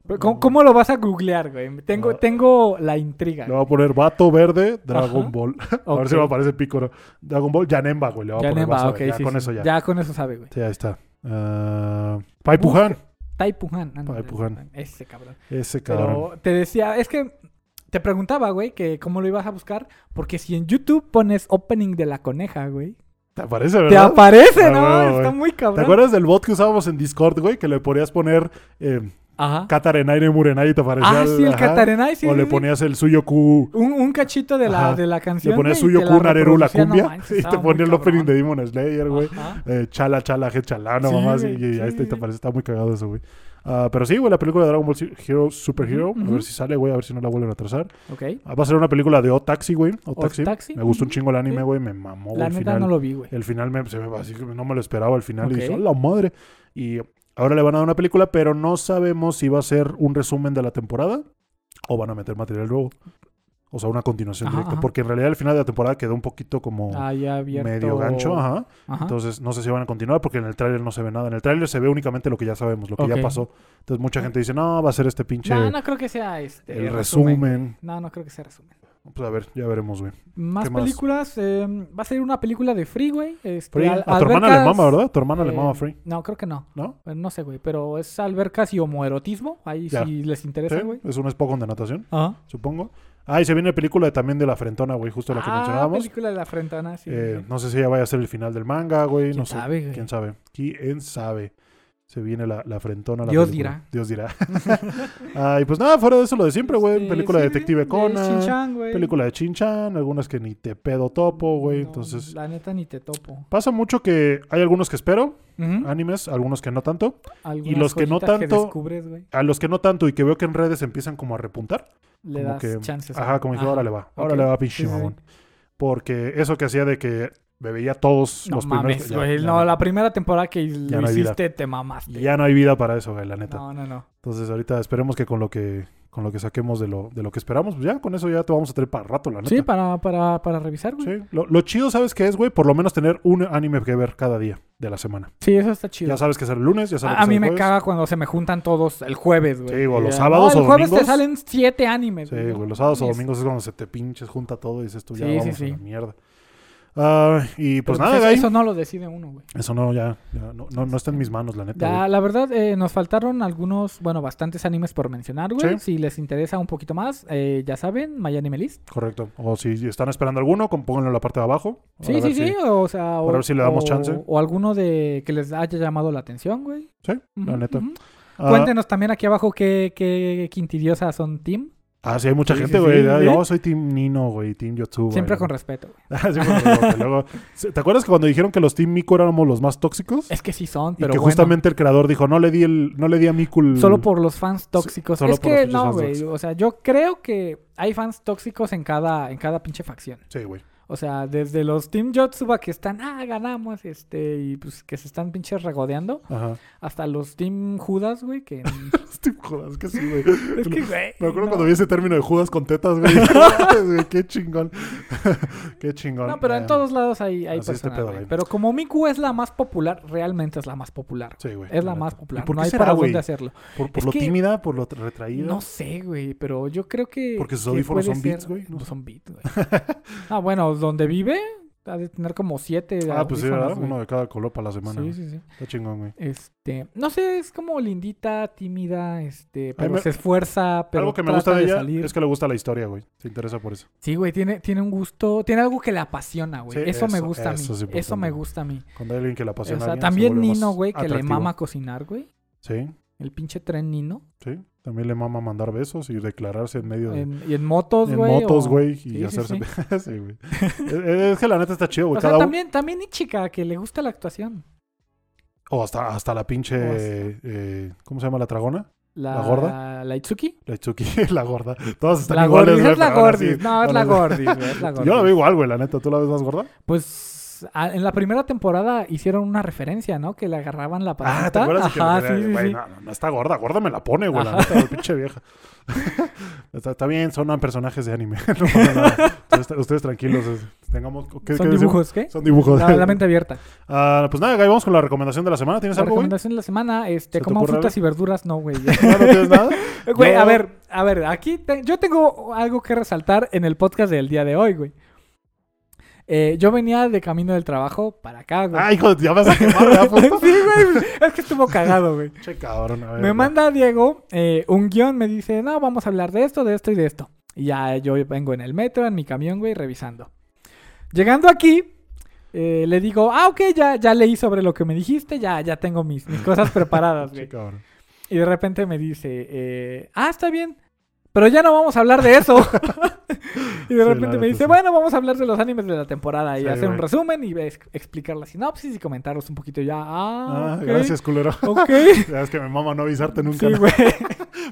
B: Pero ¿Cómo, cómo lo vas a googlear, güey? Tengo,
A: No.
B: tengo la intriga.
A: Le voy a poner vato verde, Dragon
B: Ajá.
A: Ball. A
B: Ok.
A: ver si me aparece Piccolo. Dragon Ball, Yanemba, güey. Le voy a
B: Ya
A: poner
B: Nemba,
A: vas a ver,
B: ok,
A: ya
B: sí,
A: con
B: sí.
A: eso ya.
B: Ya con eso sabe, güey.
A: Sí, ahí está. Ah, Pai Pujan.
B: Tai Pujan. ándale,
A: Tai Pujan.
B: Ese cabrón.
A: Ese cabrón.
B: Pero te decía, es que te preguntaba, güey, que cómo lo ibas a buscar. Porque si en YouTube pones opening de la coneja, güey,
A: ¿Te aparece, verdad?
B: Te aparece,
A: Ah,
B: ¿no?
A: bueno,
B: Está
A: güey.
B: muy cabrón.
A: ¿Te acuerdas del bot que usábamos en Discord, güey? Que le podías poner eh,
B: Ajá.
A: Catarenaire Murenai y te aparecía.
B: Ah, sí, el
A: ajá.
B: Catarenay, sí.
A: O
B: sí,
A: le
B: sí.
A: ponías el suyo Q.
B: un, un cachito de la,
A: Ajá.
B: de la canción.
A: le ponías
B: güey, y
A: suyo
B: te
A: Q, Nareru, la
B: reproducía, no
A: cumbia. <laughs>
B: manches,
A: y te
B: estaba
A: ponía
B: muy
A: el opening de
B: cabrón.
A: Demon Slayer, güey.
B: Ajá.
A: eh, chala, chala, je, chala, no
B: Sí,
A: mamás. Y,
B: güey,
A: y
B: sí,
A: ahí está, y te
B: sí.
A: parece, está muy cagado eso, güey. Ah, pero sí, güey, la película de Dragon Ball Z- Hero Super Hero.
B: Ujú,
A: A
B: ujú.
A: ver si sale, güey, a ver si no la vuelven a atrasar.
B: Ok.
A: Ah, va a ser una película de O Taxi, güey. O Taxi.
B: Taxi,
A: Me gustó un
B: ujú,
A: chingo el anime,
B: sí.
A: güey. Me mamó, güey.
B: La
A: el
B: neta
A: final.
B: no lo vi, güey.
A: El final me, se me así que no me lo esperaba al final. Y dije,
B: Ok.
A: ¡la madre! Y ahora le van a dar una película, pero no sabemos si va a ser un resumen de la temporada o van a meter material nuevo. O sea, una continuación
B: Ajá,
A: directa.
B: ajá.
A: Porque en realidad el final de la temporada quedó un poquito como
B: Ah, ya abierto.
A: medio gancho. Ajá.
B: Ajá.
A: Entonces, no sé si van a continuar porque en el tráiler no se ve nada. En el tráiler se ve únicamente lo que ya sabemos, lo que ya
B: Ok.
A: pasó. Entonces, mucha
B: Ah.
A: gente dice, no, va a ser este pinche...
B: No, no creo que sea este.
A: el resumen.
B: No, no creo que sea resumen.
A: Pues a ver, ya veremos, güey.
B: Más
A: ¿Qué más?
B: películas. eh, va a ser una película de Free, güey. Este,
A: Free,
B: al-
A: a tu hermana le
B: albercas,
A: mama, ¿verdad? Tu hermana le
B: eh,
A: mama Free,
B: No, creo que no.
A: ¿no?
B: Eh, No sé, güey. Pero es albercas y homoerotismo. Ahí
A: Ya.
B: si les
A: Sí,
B: interesa, güey.
A: es un Spokon de natación,
B: Ajá.
A: supongo. Ah, y se viene película también de La Frentona, güey, justo la que
B: Ah,
A: mencionábamos.
B: película de la frentana, sí.
A: Eh,
B: sí.
A: No sé si ya vaya a ser el final del manga, güey.
B: ¿Quién
A: No sé.
B: sabe, güey?
A: ¿Quién sabe? ¿Quién sabe? Se viene la, la frentona. La
B: Dios
A: película.
B: dirá.
A: Dios dirá. <laughs> Ay, pues nada, fuera de eso lo de siempre, güey.
B: Este,
A: Película de
B: sí,
A: Detective Conan.
B: Shin-chan, güey.
A: Película de Chin-Chan, algunas que ni te pedo topo, güey.
B: No,
A: Entonces,
B: La neta ni te topo.
A: pasa mucho que hay algunos que espero,
B: Ujú.
A: animes, algunos que no tanto.
B: Algunas
A: los que no
B: joyitas
A: tanto-
B: descubres, güey,
A: A los que no tanto y que veo que en redes empiezan como a repuntar.
B: le
A: como
B: das
A: que-
B: chances. a-
A: Ajá, como dije,
B: Ajá.
A: ahora le va. Ahora
B: Ok.
A: le va,
B: Sí,
A: pinche
B: sí, sí.
A: mamón. Porque eso que hacía de que me veía todos
B: No
A: los primeros.
B: mames,
A: ya-
B: güey.
A: ya
B: No, la primera temporada que lo
A: no hay vida.
B: hiciste te mamaste.
A: Ya no hay vida para eso, güey, la neta.
B: no, no, no.
A: Entonces ahorita esperemos que con lo que con lo que saquemos de lo, de lo que esperamos, pues ya con eso ya te vamos a tener para rato, la neta.
B: Sí, para, para, para revisar, güey. Sí.
A: Sí. Lo, lo chido, ¿sabes qué es, güey? Por lo menos tener un anime que ver cada día de la semana.
B: eso está chido.
A: Ya sabes que es el lunes, ya sabes
B: A, a
A: que es
B: mí
A: el
B: me
A: jueves.
B: caga cuando se me juntan todos el jueves, güey.
A: Sí, o los
B: Ya,
A: sábados
B: no,
A: o
B: el jueves te
A: domingos".
B: salen siete animes.
A: Sí, güey, los sábados o
B: Mames.
A: domingos es cuando se te pinches, junta todo y dices tú, ya
B: Sí, sí,
A: vamos
B: sí.
A: a la mierda. Ah, y
B: Pero
A: pues nada,
B: eso,
A: güey.
B: eso
A: Eso,
B: no lo decide uno, güey.
A: no, ya, ya, no, no, no está en mis manos, la neta.
B: Ya,
A: güey.
B: la verdad, eh, nos faltaron algunos, bueno, bastantes animes por mencionar, güey.
A: Sí.
B: Si les interesa un poquito más, eh, ya saben, My Anime List.
A: Correcto. O si están esperando alguno, com- pónganlo en la parte de abajo. para
B: Sí,
A: ver
B: sí,
A: si-
B: sí. O sea, o,
A: para ver si le damos
B: o-
A: chance.
B: O alguno de que les haya llamado la atención, güey.
A: Sí, la
B: Ujú,
A: neta.
B: ujú.
A: Ah,
B: Cuéntenos también aquí abajo qué, qué quintidiosa son Team.
A: Ah, sí, hay mucha
B: Sí,
A: gente,
B: sí,
A: güey.
B: sí,
A: ya,
B: sí.
A: Yo soy Team Nino, güey. Team YouTube. <laughs>
B: Siempre con respeto, güey.
A: razón. luego, ¿Te acuerdas que cuando dijeron que los Team Miku éramos los más tóxicos?
B: Es que sí son,
A: y que
B: pero bueno,
A: justamente el creador dijo, no le di el, no le di a Miku el-
B: solo por los fans tóxicos.
A: Mm. solo
B: es
A: por los
B: que
A: pinches
B: no,
A: fans
B: güey.
A: tóxicos.
B: O sea, yo creo que hay fans tóxicos en cada, en cada pinche facción.
A: Sí, güey.
B: O sea, desde los Team Yotsuba que están, ah, ganamos, este, y pues que se están pinches regodeando,
A: Ajá.
B: hasta los Team Judas, güey, que...
A: <laughs> Hostia, joder, <laughs> es que sí, güey.
B: es que, güey,
A: Me acuerdo
B: no.
A: cuando vi ese término de Judas con tetas, güey. <laughs> Güey, Qué chingón. <laughs> Qué chingón.
B: No, pero en
A: Eh,
B: todos lados hay, hay
A: así este
B: personas,
A: pedo,
B: güey.
A: güey.
B: Pero como Miku es la más popular, realmente es la más popular.
A: Sí, güey.
B: Es la
A: neta.
B: más
A: ¿Y
B: popular.
A: ¿Por qué
B: no hay
A: será,
B: para
A: güey?
B: dónde hacerlo.
A: ¿Por, por
B: Es
A: lo
B: que-
A: tímida? ¿Por lo retraída?
B: No sé, güey, pero yo creo que.
A: Porque sus
B: que
A: audífonos son
B: puede ser-
A: Beats, güey, ¿no?
B: No son beats, güey. ah, bueno, donde vive, ha de tener como siete.
A: Ah, pues sí,
B: audífonos,
A: ¿verdad?
B: güey.
A: Uno de cada color para la semana.
B: Sí,
A: güey.
B: sí, sí.
A: Está chingón, güey.
B: Este, no sé, es como lindita, tímida, este, pero
A: me-
B: se esfuerza, pero
A: Algo que me
B: trata
A: gusta de ella
B: salir.
A: es que le gusta la historia, güey. Se interesa por eso.
B: Sí, güey, tiene, tiene un gusto, tiene algo que le apasiona, güey.
A: Sí,
B: eso, me
A: eso-
B: gusta
A: eso es
B: a mí. Eso
A: importante.
B: me gusta a mí.
A: Cuando hay alguien que la apasiona.
B: O
A: a
B: sea,
A: alguien, se
B: también
A: vuelve más
B: Nino, güey, que le
A: atractivo.
B: mama cocinar, güey.
A: Sí,
B: El pinche tren Nino.
A: sí. También le mama mandar besos y declararse en medio de.
B: En- y en motos,
A: en
B: güey.
A: motos,
B: o-
A: güey, y
B: Sí, sí,
A: hacerse.
B: sí.
A: <laughs> Sí, güey. es, es que la neta está chido, güey.
B: O sea,
A: Cada uno-
B: también, también Ichika, que le gusta la actuación.
A: O hasta, hasta la pinche.
B: O hasta-
A: eh, ¿Cómo se llama la dragona?
B: La,
A: ¿La gorda?
B: La Itsuki.
A: La <laughs> Itsuki, la gorda. Todas están
B: La
A: iguales,
B: gordis,
A: güey,
B: es la
A: pero ahora sí.
B: gordis. No, es la
A: Ahora
B: gordis, güey,
A: <laughs>
B: es la
A: sí. Yo la veo
B: gordis.
A: igual, güey, la neta. ¿Tú la ves más gorda?
B: Pues a- en la primera temporada hicieron una referencia, ¿no? Que le agarraban la patita.
A: Ah, ¿te acuerdas de que
B: Ajá,
A: era-
B: sí, sí,
A: güey,
B: sí.
A: No, no, no está gorda, gorda me la pone, güey, la
B: Ajá.
A: neta, güey, pinche vieja. <laughs> está, está bien, son ah, personajes de anime. <laughs> no pasa nada. Ustedes, ustedes tranquilos, es- tengamos ¿qué- qué
B: Son
A: decimos?
B: dibujos, ¿qué?
A: Son dibujos.
B: La, la mente abierta.
A: Ah, pues nada, Guy, vamos con la recomendación de la semana. ¿Tienes
B: La
A: algo, güey?
B: recomendación de la semana,
A: ¿Se
B: este,
A: te
B: coman
A: ocurre
B: frutas y verduras, no, güey.
A: <laughs> ¿No, no tienes nada?
B: <laughs> Güey,
A: Yo-
B: a ver, a ver, aquí te- yo tengo algo que resaltar en el podcast del día de hoy, güey. Eh, yo venía de camino del trabajo para acá, güey.
A: Ay, Ah, hijo, ya vas a quemar, ¿verdad,
B: <laughs> sí,
A: puto?
B: güey, es que estuvo cagado, güey.
A: Che, cabrón, a ver.
B: Me
A: ya.
B: manda Diego eh, un guión, me dice, no, vamos a hablar de esto, de esto y de esto. Y ya yo vengo en el metro, en mi camión, güey, revisando. Llegando aquí, eh, le digo, ah, ok, ya, ya leí sobre lo que me dijiste, ya, ya tengo mis,
A: <laughs>
B: mis cosas preparadas,
A: Ah, Sí,
B: güey.
A: cabrón.
B: Y de repente me dice, eh, ah, está bien, pero ya no vamos a hablar de eso. <laughs> y de
A: Sí, la
B: repente
A: neta,
B: me dice,
A: sí.
B: bueno, vamos a hablar de los animes de la temporada y
A: Sí,
B: hacer un
A: güey.
B: resumen y ves- explicar la sinopsis y comentarlos un poquito ya. Ah,
A: Ah,
B: ok,
A: Gracias, culero.
B: Ok.
A: Ya es que me mama no avisarte <laughs> nunca.
B: Sí, güey.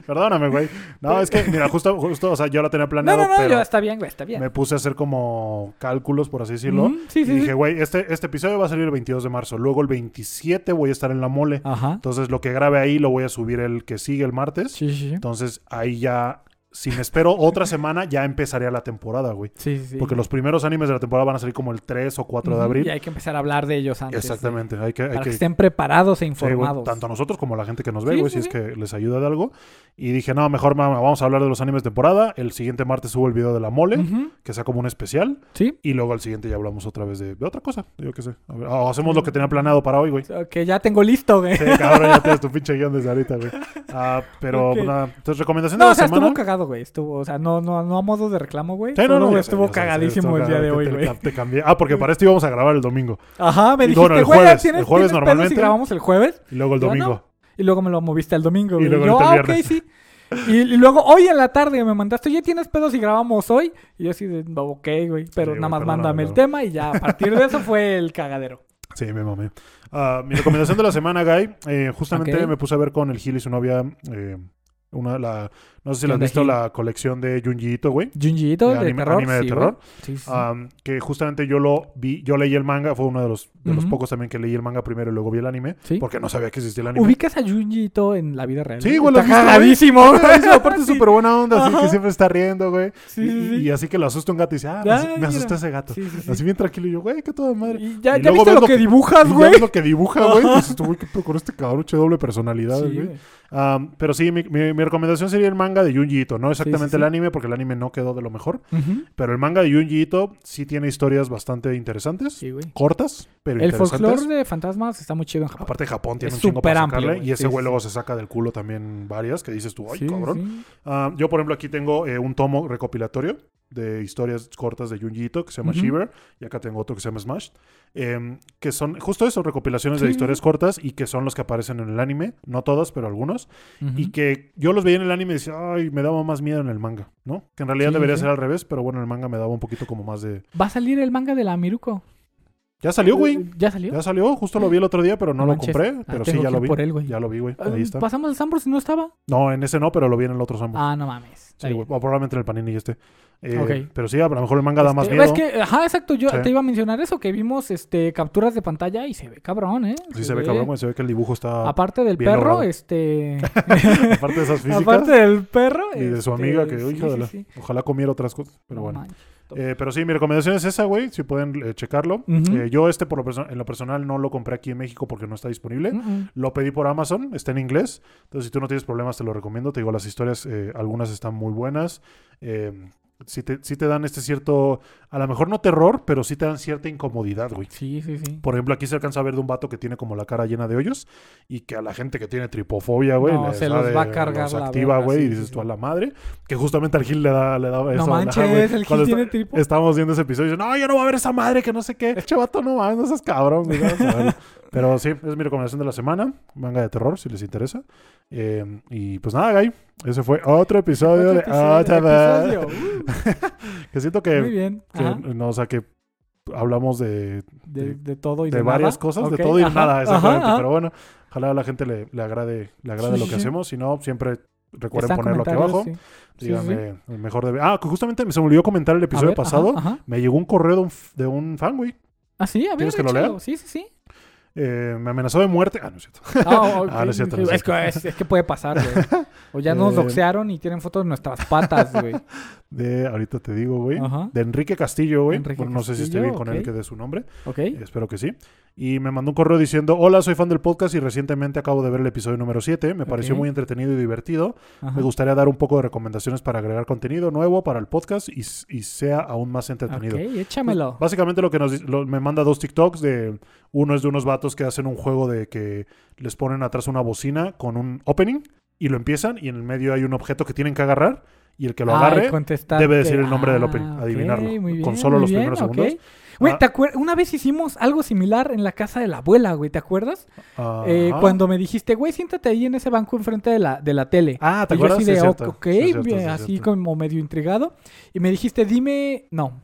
A: Perdóname, güey. No, es que, mira, justo, justo, o sea, yo la tenía
B: No,
A: planeado,
B: no, no,
A: pero
B: yo- está bien, güey, está bien.
A: me puse a hacer como cálculos, por así decirlo.
B: Ujú, sí,
A: y
B: sí,
A: dije,
B: sí.
A: güey, este, este episodio va a salir el 22 de marzo. Luego el 27 voy a estar en la mole.
B: Ajá.
A: Entonces, lo que grabe ahí lo voy a subir el que sigue el martes.
B: Sí, sí, sí.
A: Entonces, ahí ya, si me espero otra semana, ya empezaría la temporada, güey.
B: Sí, sí, sí.
A: Porque los primeros animes de la temporada van a salir como el 3 o 4 de
B: Ujú,
A: abril.
B: Y hay que empezar a hablar de ellos antes. de-
A: Exactamente. Hay que, hay
B: para que,
A: que-
B: estén preparados e
A: sí, güey,
B: informados.
A: tanto a nosotros como a la gente que nos ve,
B: Sí,
A: güey,
B: sí,
A: si
B: sí.
A: es que les ayuda de algo. Y dije, no, mejor mamá, vamos a hablar de los animes de temporada. El siguiente martes subo el video de la mole,
B: Ujú,
A: que sea como un especial.
B: Sí.
A: Y luego al siguiente ya hablamos otra vez de, de otra cosa. Yo qué sé. A ver, ah, o hacemos lo que tenía planeado para hoy, güey.
B: Ok, ya tengo listo, güey.
A: Sí, cabrón, ya
B: <laughs>
A: tienes tu pinche guión desde ahorita, güey. Ah, pero
B: Ok.
A: nada. Entonces, recomendación de
B: No,
A: la
B: o sea,
A: semana.
B: estuvo cagado, güey. Estuvo, o sea, no, no, no a modo de reclamo, güey.
A: Sí, no,
B: Solo
A: no, ya sé,
B: estuvo
A: ya sé, ya sé,
B: cagadísimo
A: estuvo
B: el día de
A: cagado,
B: hoy,
A: te-
B: güey.
A: Te, te cambié. Ah, porque para esto íbamos a grabar el domingo.
B: Ajá, me
A: Y
B: dijiste,
A: bueno, el
B: güey,
A: jueves,
B: ¿tienes,
A: el jueves
B: tienes pedos
A: normalmente.
B: si grabamos el jueves?
A: Y luego el
B: Ya no.
A: domingo.
B: Y luego me lo moviste al domingo, güey. Y
A: luego
B: yo,
A: ahorita
B: ah,
A: el
B: ok,
A: viernes".
B: sí. Y, y luego hoy en la tarde me mandaste, oye, ¿tienes pedos si grabamos hoy? Y yo así de, ok, güey,
A: Sí, güey,
B: pero nada más
A: perdóname,
B: mándame el
A: pero-
B: tema y ya, a partir de eso fue el cagadero.
A: Sí, me mamé. Ah, mi recomendación de la semana, Guy, eh, justamente
B: Ok.
A: me puse a ver con el Gil y su novia. eh, una, la, no sé si
B: ¿Qué
A: la has
B: onda,
A: visto,
B: Gil?
A: la colección de Junji Ito, güey.
B: Junjiito,
A: De
B: de,
A: anime-
B: terror.
A: anime de
B: sí,
A: terror. Ah,
B: güey. Sí, sí, sí.
A: Am, que justamente yo lo vi, yo leí el manga, fue uno de los, de los
B: Ujú.
A: pocos también que leí el manga primero y luego vi el anime,
B: Sí.
A: porque no sabía que existía el anime.
B: ¿Ubicas a Junjiito en la vida real?
A: Sí, güey, lo
B: Está
A: has visto, güey.
B: cagadísimo,
A: <laughs> Sí,
B: güey.
A: lo has visto, aparte es
B: Sí,
A: súper buena onda, así
B: Ajá.
A: que siempre está riendo, güey.
B: Sí,
A: y,
B: sí,
A: y-
B: sí.
A: y así que lo asusta un gato y dice, ah, me
B: Ay,
A: as- me,
B: mira.
A: asustó ese gato.
B: Sí, sí, sí.
A: Así bien tranquilo, y yo, güey, qué toda madre.
B: Y ya,
A: Y
B: ya
A: luego
B: viste
A: ves
B: lo
A: lo
B: que
A: que-
B: dibujas,
A: Y ya
B: güey.
A: ves lo que dibuja, güey.
B: Ajá.
A: Dices tú, güey, qué pedo con este cabrón, che, doble personalidad,
B: Sí,
A: güey.
B: güey.
A: Am, pero sí, mi, mi- mi recomendación sería el manga de Junji Ito, no exactamente
B: sí, sí.
A: el anime, porque el anime no quedó de lo mejor.
B: Ujú.
A: Pero el manga de Junji Ito sí tiene historias bastante interesantes,
B: Sí, güey.
A: cortas, pero
B: El
A: interesantes.
B: folclore de fantasmas está muy chido en Japón.
A: Aparte Japón tiene
B: Es
A: un chingo
B: súper
A: para
B: amplio,
A: sacarle
B: güey.
A: y ese
B: Sí,
A: güey
B: sí,
A: luego se saca del culo también varias que dices tú, pues, ay,
B: Sí,
A: cabrón.
B: sí.
A: Ah, yo, por ejemplo, aquí tengo eh, un tomo recopilatorio de historias cortas de Junji Ito que se llama
B: Ujú.
A: Shiver y acá tengo otro que se llama Smash, em, que son justo eso, recopilaciones
B: Sí,
A: de
B: sí,
A: historias cortas y que son los que aparecen en el anime, no todas, pero algunos,
B: Ujú.
A: y que yo los veía en el anime y decía, ay, me daba más miedo en el manga, ¿no? Que en realidad
B: Sí,
A: debería
B: sí.
A: ser al revés, pero bueno, en el manga me daba un poquito como más de...
B: Va a salir el manga de la Miruko.
A: Ya salió,
B: Eh,
A: güey.
B: ¿Ya salió?
A: Ya salió, justo lo vi el otro día, pero no,
B: No
A: lo
B: manches.
A: compré,
B: Ah,
A: pero sí,
B: tengo
A: ya
B: que
A: lo
B: ir
A: vi.
B: por él, güey.
A: Ya lo vi, güey. Ahí
B: Eh,
A: está.
B: Pasamos al Sambro si no estaba.
A: No, en ese no, pero lo vi en el otro Sambo.
B: Ah, no mames. Está
A: sí,
B: bien.
A: güey, o probablemente en el Panini este. Eh,
B: Ok.
A: Pero sí, a lo mejor el manga da más
B: Este,
A: miedo.
B: Es que, ajá, exacto. Yo
A: Sí.
B: te iba a mencionar eso, que vimos este capturas de pantalla y se ve cabrón, ¿eh?
A: Sí, se ve cabrón, güey. Se ve que el dibujo está.
B: Aparte del
A: bien
B: perro,
A: logrado.
B: este.
A: <laughs> Aparte de esas <laughs> físicas.
B: Aparte del perro.
A: y de su
B: este,
A: amiga, que,
B: sí,
A: hijo de
B: sí,
A: la.
B: sí.
A: Ojalá comiera otras cosas. Pero
B: No
A: bueno.
B: manches.
A: Eh, pero sí, mi recomendación es esa, güey. Si pueden eh, checarlo.
B: Ujú.
A: Eh, yo, este, por lo perso- en lo personal, no lo compré aquí en México porque no está disponible.
B: Mm, mm.
A: Lo pedí por Amazon, está en inglés. Entonces, si tú no tienes problemas, te lo recomiendo. Te digo, las historias, eh, algunas están muy buenas. Eh, sí, te, sí te dan este cierto, a lo mejor no terror, pero sí te dan cierta incomodidad, güey.
B: Sí, sí, sí.
A: Por ejemplo, aquí se alcanza a ver de un vato que tiene como la cara llena de hoyos y que a la gente que tiene tripofobia, güey,
B: No,
A: le-
B: se
A: o sea,
B: los
A: de-
B: va a cargar
A: los
B: la
A: activa,
B: verga,
A: güey,
B: sí,
A: y
B: sí,
A: dices
B: sí.
A: tú a la madre, que justamente al Gil le da, le da eso. ajá,
B: manches,
A: güey.
B: el Gil
A: Cuando
B: tiene tripo.
A: Estábamos viendo ese episodio y dice, no, yo no voy a ver esa madre, que no sé qué. Che, vato, no mames, no seas cabrón, güey. vamos a verlo. <laughs> Pero sí, es mi recomendación de la semana, manga de terror, si les interesa. Eh, y pues nada, Guy, ese fue otro episodio,
B: Otro
A: de Otra Vez.
B: episodio, episodio.
A: Que siento
B: Uh, Muy
A: que,
B: bien.
A: que,
B: Ajá.
A: no, o sea, que hablamos de
B: De,
A: de-
B: de todo y
A: de,
B: de,
A: varias
B: nada.
A: cosas,
B: Ok,
A: de todo y de
B: ajá,
A: nada,
B: ajá,
A: exactamente.
B: ajá.
A: Pero bueno, ojalá a la gente le, le agrade, le agrade
B: Sí,
A: lo
B: sí,
A: que
B: sí.
A: hacemos. Si no, siempre recuerden
B: Está en
A: ponerlo aquí
B: comentarios,
A: abajo.
B: sí. sí,
A: Díganme el mejor de. Ah, que justamente me- se me olvidó comentar el
B: A
A: episodio
B: ver, ajá,
A: pasado.
B: ajá.
A: Me llegó un correo de un, f- de un fan, güey.
B: Ah, sí, a ver.
A: ¿Quieres que lo
B: échalo.
A: lea?
B: Sí, sí, sí.
A: Eh, me amenazó de muerte. Ah, no es cierto. <laughs>
B: Ah, ok.
A: Ah, no es cierto, no es
B: es, que, es, es que puede pasar, güey.
A: <laughs>
B: O ya nos
A: Eh,
B: doxearon y tienen fotos de nuestras
A: <laughs>
B: patas, güey.
A: De, ahorita te digo, güey.
B: Ajá.
A: De Enrique Castillo, güey.
B: Enrique
A: Bueno, no sé si esté
B: Castillo,
A: bien con él
B: ok.
A: que dé su nombre.
B: ¿Ok?
A: Espero que sí. Y me mandó un correo diciendo, hola, soy fan del podcast y recientemente acabo de ver el episodio número 7. Me pareció
B: Ok.
A: muy entretenido y divertido.
B: Ajá.
A: Me gustaría dar un poco de recomendaciones para agregar contenido nuevo para el podcast y, s- y sea aún más entretenido.
B: Ok, échamelo.
A: Básicamente lo que nos di- lo- me manda dos TikToks de uno es de unos vatos que hacen un juego de que les ponen atrás una bocina con un opening y lo empiezan y en el medio hay un objeto que tienen que agarrar y el que lo agarre
B: Ay, contestaste.
A: debe decir el nombre del opening,
B: ok,
A: adivinarlo,
B: muy bien,
A: con solo
B: muy
A: los
B: bien,
A: primeros
B: ok.
A: segundos.
B: Güey,
A: Ah.
B: ¿te acuer- Una vez hicimos algo similar en la casa de la abuela, güey, ¿te acuerdas? Eh,
A: Ajá.
B: cuando me dijiste, güey, siéntate ahí en ese banco enfrente de la, de la tele.
A: Ah, ¿te
B: Y yo
A: acuerdas?
B: así
A: Sí,
B: de,
A: es
B: "Oh,
A: cierto,
B: ok,
A: sí, es cierto, sí,
B: bien",
A: es
B: así
A: cierto.
B: como medio intrigado. Y me dijiste, dime, no.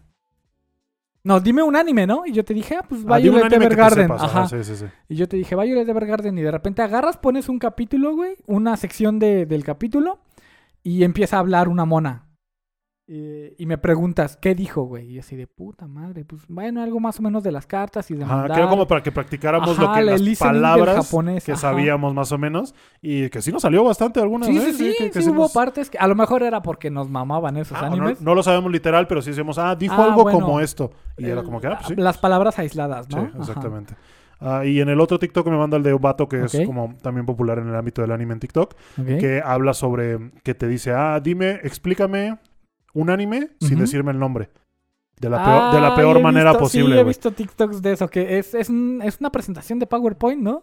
B: No, dime un anime, ¿no? Y yo te dije, ah, pues
A: Ah, dime un anime
B: Violet
A: que te
B: Evergarden.
A: sepas,
B: Ajá.
A: ajá, sí, sí, sí.
B: Y yo te dije, Violet Evergarden. Y de repente agarras, pones un capítulo, güey, una sección de- del capítulo. Y empieza a hablar una mona. Eh, y me preguntas, ¿qué dijo, güey? Y yo así de puta madre. Pues bueno, algo más o menos de las cartas y de
A: Ajá,
B: mandar.
A: que era como para que practicáramos
B: Ajá,
A: lo que
B: el
A: las
B: listening del
A: palabras
B: japonés,
A: que
B: ajá.
A: sabíamos más o menos y que sí nos salió bastante algunas
B: Sí, sí,
A: veces,
B: sí,
A: que- que
B: sí hubo
A: nos-
B: partes que a lo mejor era porque nos mamaban esos
A: Ah, o no,
B: animes.
A: no lo sabemos literal, pero sí decíamos, ah, dijo
B: Ah,
A: algo
B: bueno. Eh,
A: como esto. Y era
B: El-
A: como que, ah, pues sí.
B: Las palabras aisladas,
A: Sí,
B: ¿no? Ajá.
A: exactamente. Ah, y en el otro TikTok me manda el de un vato que
B: Ok.
A: es como también popular en el ámbito del anime en TikTok,
B: Ok.
A: que habla sobre, que te dice, ah, dime, explícame un anime sin
B: Ujú.
A: decirme el nombre. De la peor, de la peor
B: Ah, he
A: manera
B: visto-
A: posible,
B: Sí, he
A: güey.
B: visto TikToks de eso, que es, es, un- es una presentación de PowerPoint, ¿no?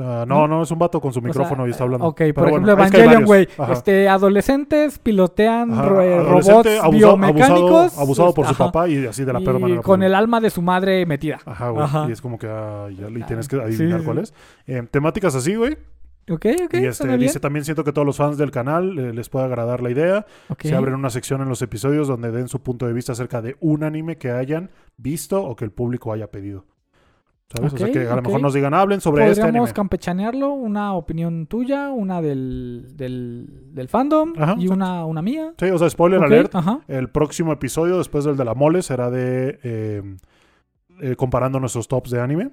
A: Ah, no, no, es un vato con su
B: sea,
A: micrófono y está hablando.
B: Ok,
A: Pero
B: por
A: bueno,
B: ejemplo,
A: es que hay
B: Evangelion, güey.
A: varios. Ajá.
B: este, adolescentes pilotean
A: Ajá,
B: ro- eh, robots
A: adolescente abusado-
B: biomecánicos. este,
A: Abusado, abusado por su
B: ajá,
A: papá y así de la peor
B: y
A: manera.
B: con
A: posible.
B: el alma de su madre metida.
A: Ajá, güey.
B: Ajá.
A: Y es como que, ah, ya, y
B: Ah,
A: tienes que
B: sí,
A: adivinar
B: sí,
A: cuál
B: sí.
A: es. Eh, temáticas así, güey.
B: Ok, ok,
A: y
B: suena
A: este,
B: bien.
A: dice también siento que a todos los fans del canal eh, les puede agradar la idea.
B: Ok.
A: Se abren una sección en los episodios donde den su punto de vista acerca de un anime que hayan visto o que el público haya pedido. ¿Sabes? o sea
B: Ok,
A: que a lo
B: ok.
A: mejor nos digan, hablen sobre
B: Podríamos
A: este anime.
B: campechanearlo, una opinión tuya, una del, del, del fandom
A: Ajá,
B: y una, una mía.
A: Sí, o sea, spoiler
B: Ok,
A: alert.
B: ajá.
A: El próximo episodio, después del de la mole, será de eh, eh, comparando nuestros tops de anime.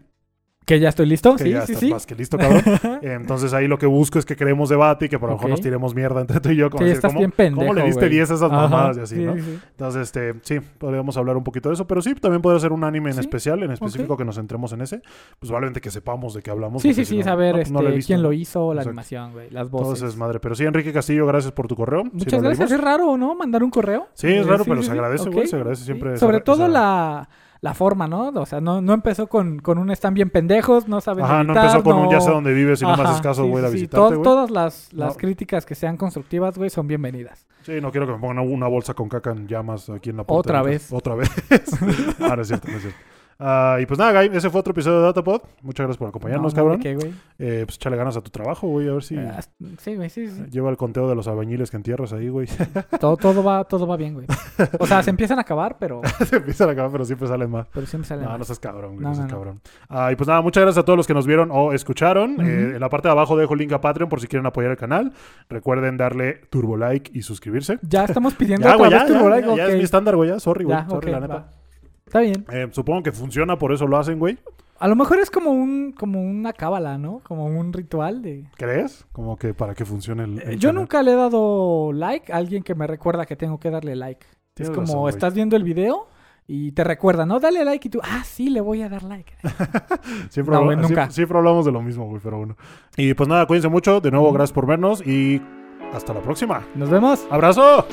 B: Que ya estoy listo.
A: Que
B: sí,
A: ya
B: sí,
A: estás
B: sí.
A: más que listo,
B: <laughs>
A: cabrón. Entonces ahí lo que busco es que creemos debate y que por lo mejor
B: Ok.
A: nos tiremos mierda entre tú y yo. Como
B: Sí,
A: decir,
B: estás
A: ¿cómo,
B: bien
A: cómo
B: pendejo.
A: le diste
B: güey.
A: 10 a esas
B: Ajá,
A: mamadas y así,
B: sí,
A: no?
B: sí.
A: Entonces, este, sí, podríamos hablar un poquito de eso, pero sí, también podría ser un anime en
B: Sí,
A: especial, en específico que nos centremos en ese. Pues probablemente que sepamos de qué hablamos.
B: Sí,
A: porque
B: sí,
A: si
B: sí,
A: no,
B: saber
A: no, pues, no he
B: este,
A: visto.
B: quién lo hizo, la
A: Exacto.
B: animación, güey, las
A: Todo
B: voces.
A: ese es madre. Pero sí, Enrique Castillo, gracias por tu correo. Sí, lo
B: Muchas gracias. eh.
A: leímos.
B: Es raro, ¿no? Mandar un correo.
A: Sí, es
B: Eh,
A: raro, pero se agradece,
B: Ok.
A: güey, se agradece
B: Sí.
A: siempre esa-
B: Sobre todo
A: esa-
B: la, la forma, ¿no? O sea, no, no empezó con, con un están bien pendejos, no saben
A: Ajá, no
B: editar,
A: empezó con un
B: no-
A: ya sé dónde vives y no me
B: Ajá,
A: haces caso,
B: sí,
A: voy a ir a
B: sí, sí.
A: visitarte,
B: To-
A: güey.
B: todas las, las
A: No.
B: críticas que sean constructivas, güey, son bienvenidas.
A: Sí, no quiero que me pongan una bolsa con caca en llamas aquí en la puerta.
B: Otra vez.
A: Otra vez. <laughs> ah, no es cierto, no es cierto. Ah, y pues nada, Guy, ese fue otro episodio de DataPod. Muchas gracias por acompañarnos,
B: No, no,
A: cabrón.
B: ¿de qué, güey?
A: Eh, pues échale ganas a tu trabajo, güey, a ver si
B: Ah, Sí, güey, sí, sí.
A: lleva el conteo de los albañiles que entierras ahí, güey. <laughs>
B: Todo, todo, va, todo va bien, güey. O sea, se empiezan a acabar, pero,
A: Te empiezan a acabar, pero siempre salen más.
B: pero siempre salen.
A: No,
B: mal.
A: no seas cabrón, güey,
B: No,
A: no, seas
B: no, no.
A: cabrón. Ah, y pues nada, muchas gracias a todos los que nos vieron o escucharon.
B: Ujú.
A: Eh, en la parte de abajo dejo el link a Patreon por si quieren apoyar el canal. Recuerden darle turbo like y suscribirse.
B: Ya estamos pidiendo
A: Ya,
B: otra
A: güey, ya,
B: vez tu
A: ya,
B: Rolex,
A: ya, ya es
B: ok.
A: mi estándar, güey, ya. Sorry, güey,
B: Ya,
A: sorry,
B: ok,
A: la neta.
B: va. Está bien.
A: Eh, supongo que funciona, por eso lo hacen, güey.
B: A lo mejor es como un como una cábala, ¿no? Como un ritual de
A: ¿Crees? Como que para que funcione el. el
B: Yo
A: canal.
B: nunca le he dado like a alguien que me recuerda que tengo que darle like.
A: Tienes
B: es como
A: razón, güey.
B: estás viendo el video y te recuerda, ¿no? Dale like y tú, ah, sí, le voy a dar
A: <laughs>
B: like.
A: Siempre,
B: No,
A: habla-
B: güey,
A: siem-
B: nunca.
A: Siempre, hablamos de lo mismo, güey, pero bueno. Y pues nada, cuídense mucho. De nuevo, gracias por vernos y hasta la próxima.
B: Nos vemos.
A: ¡Abrazo!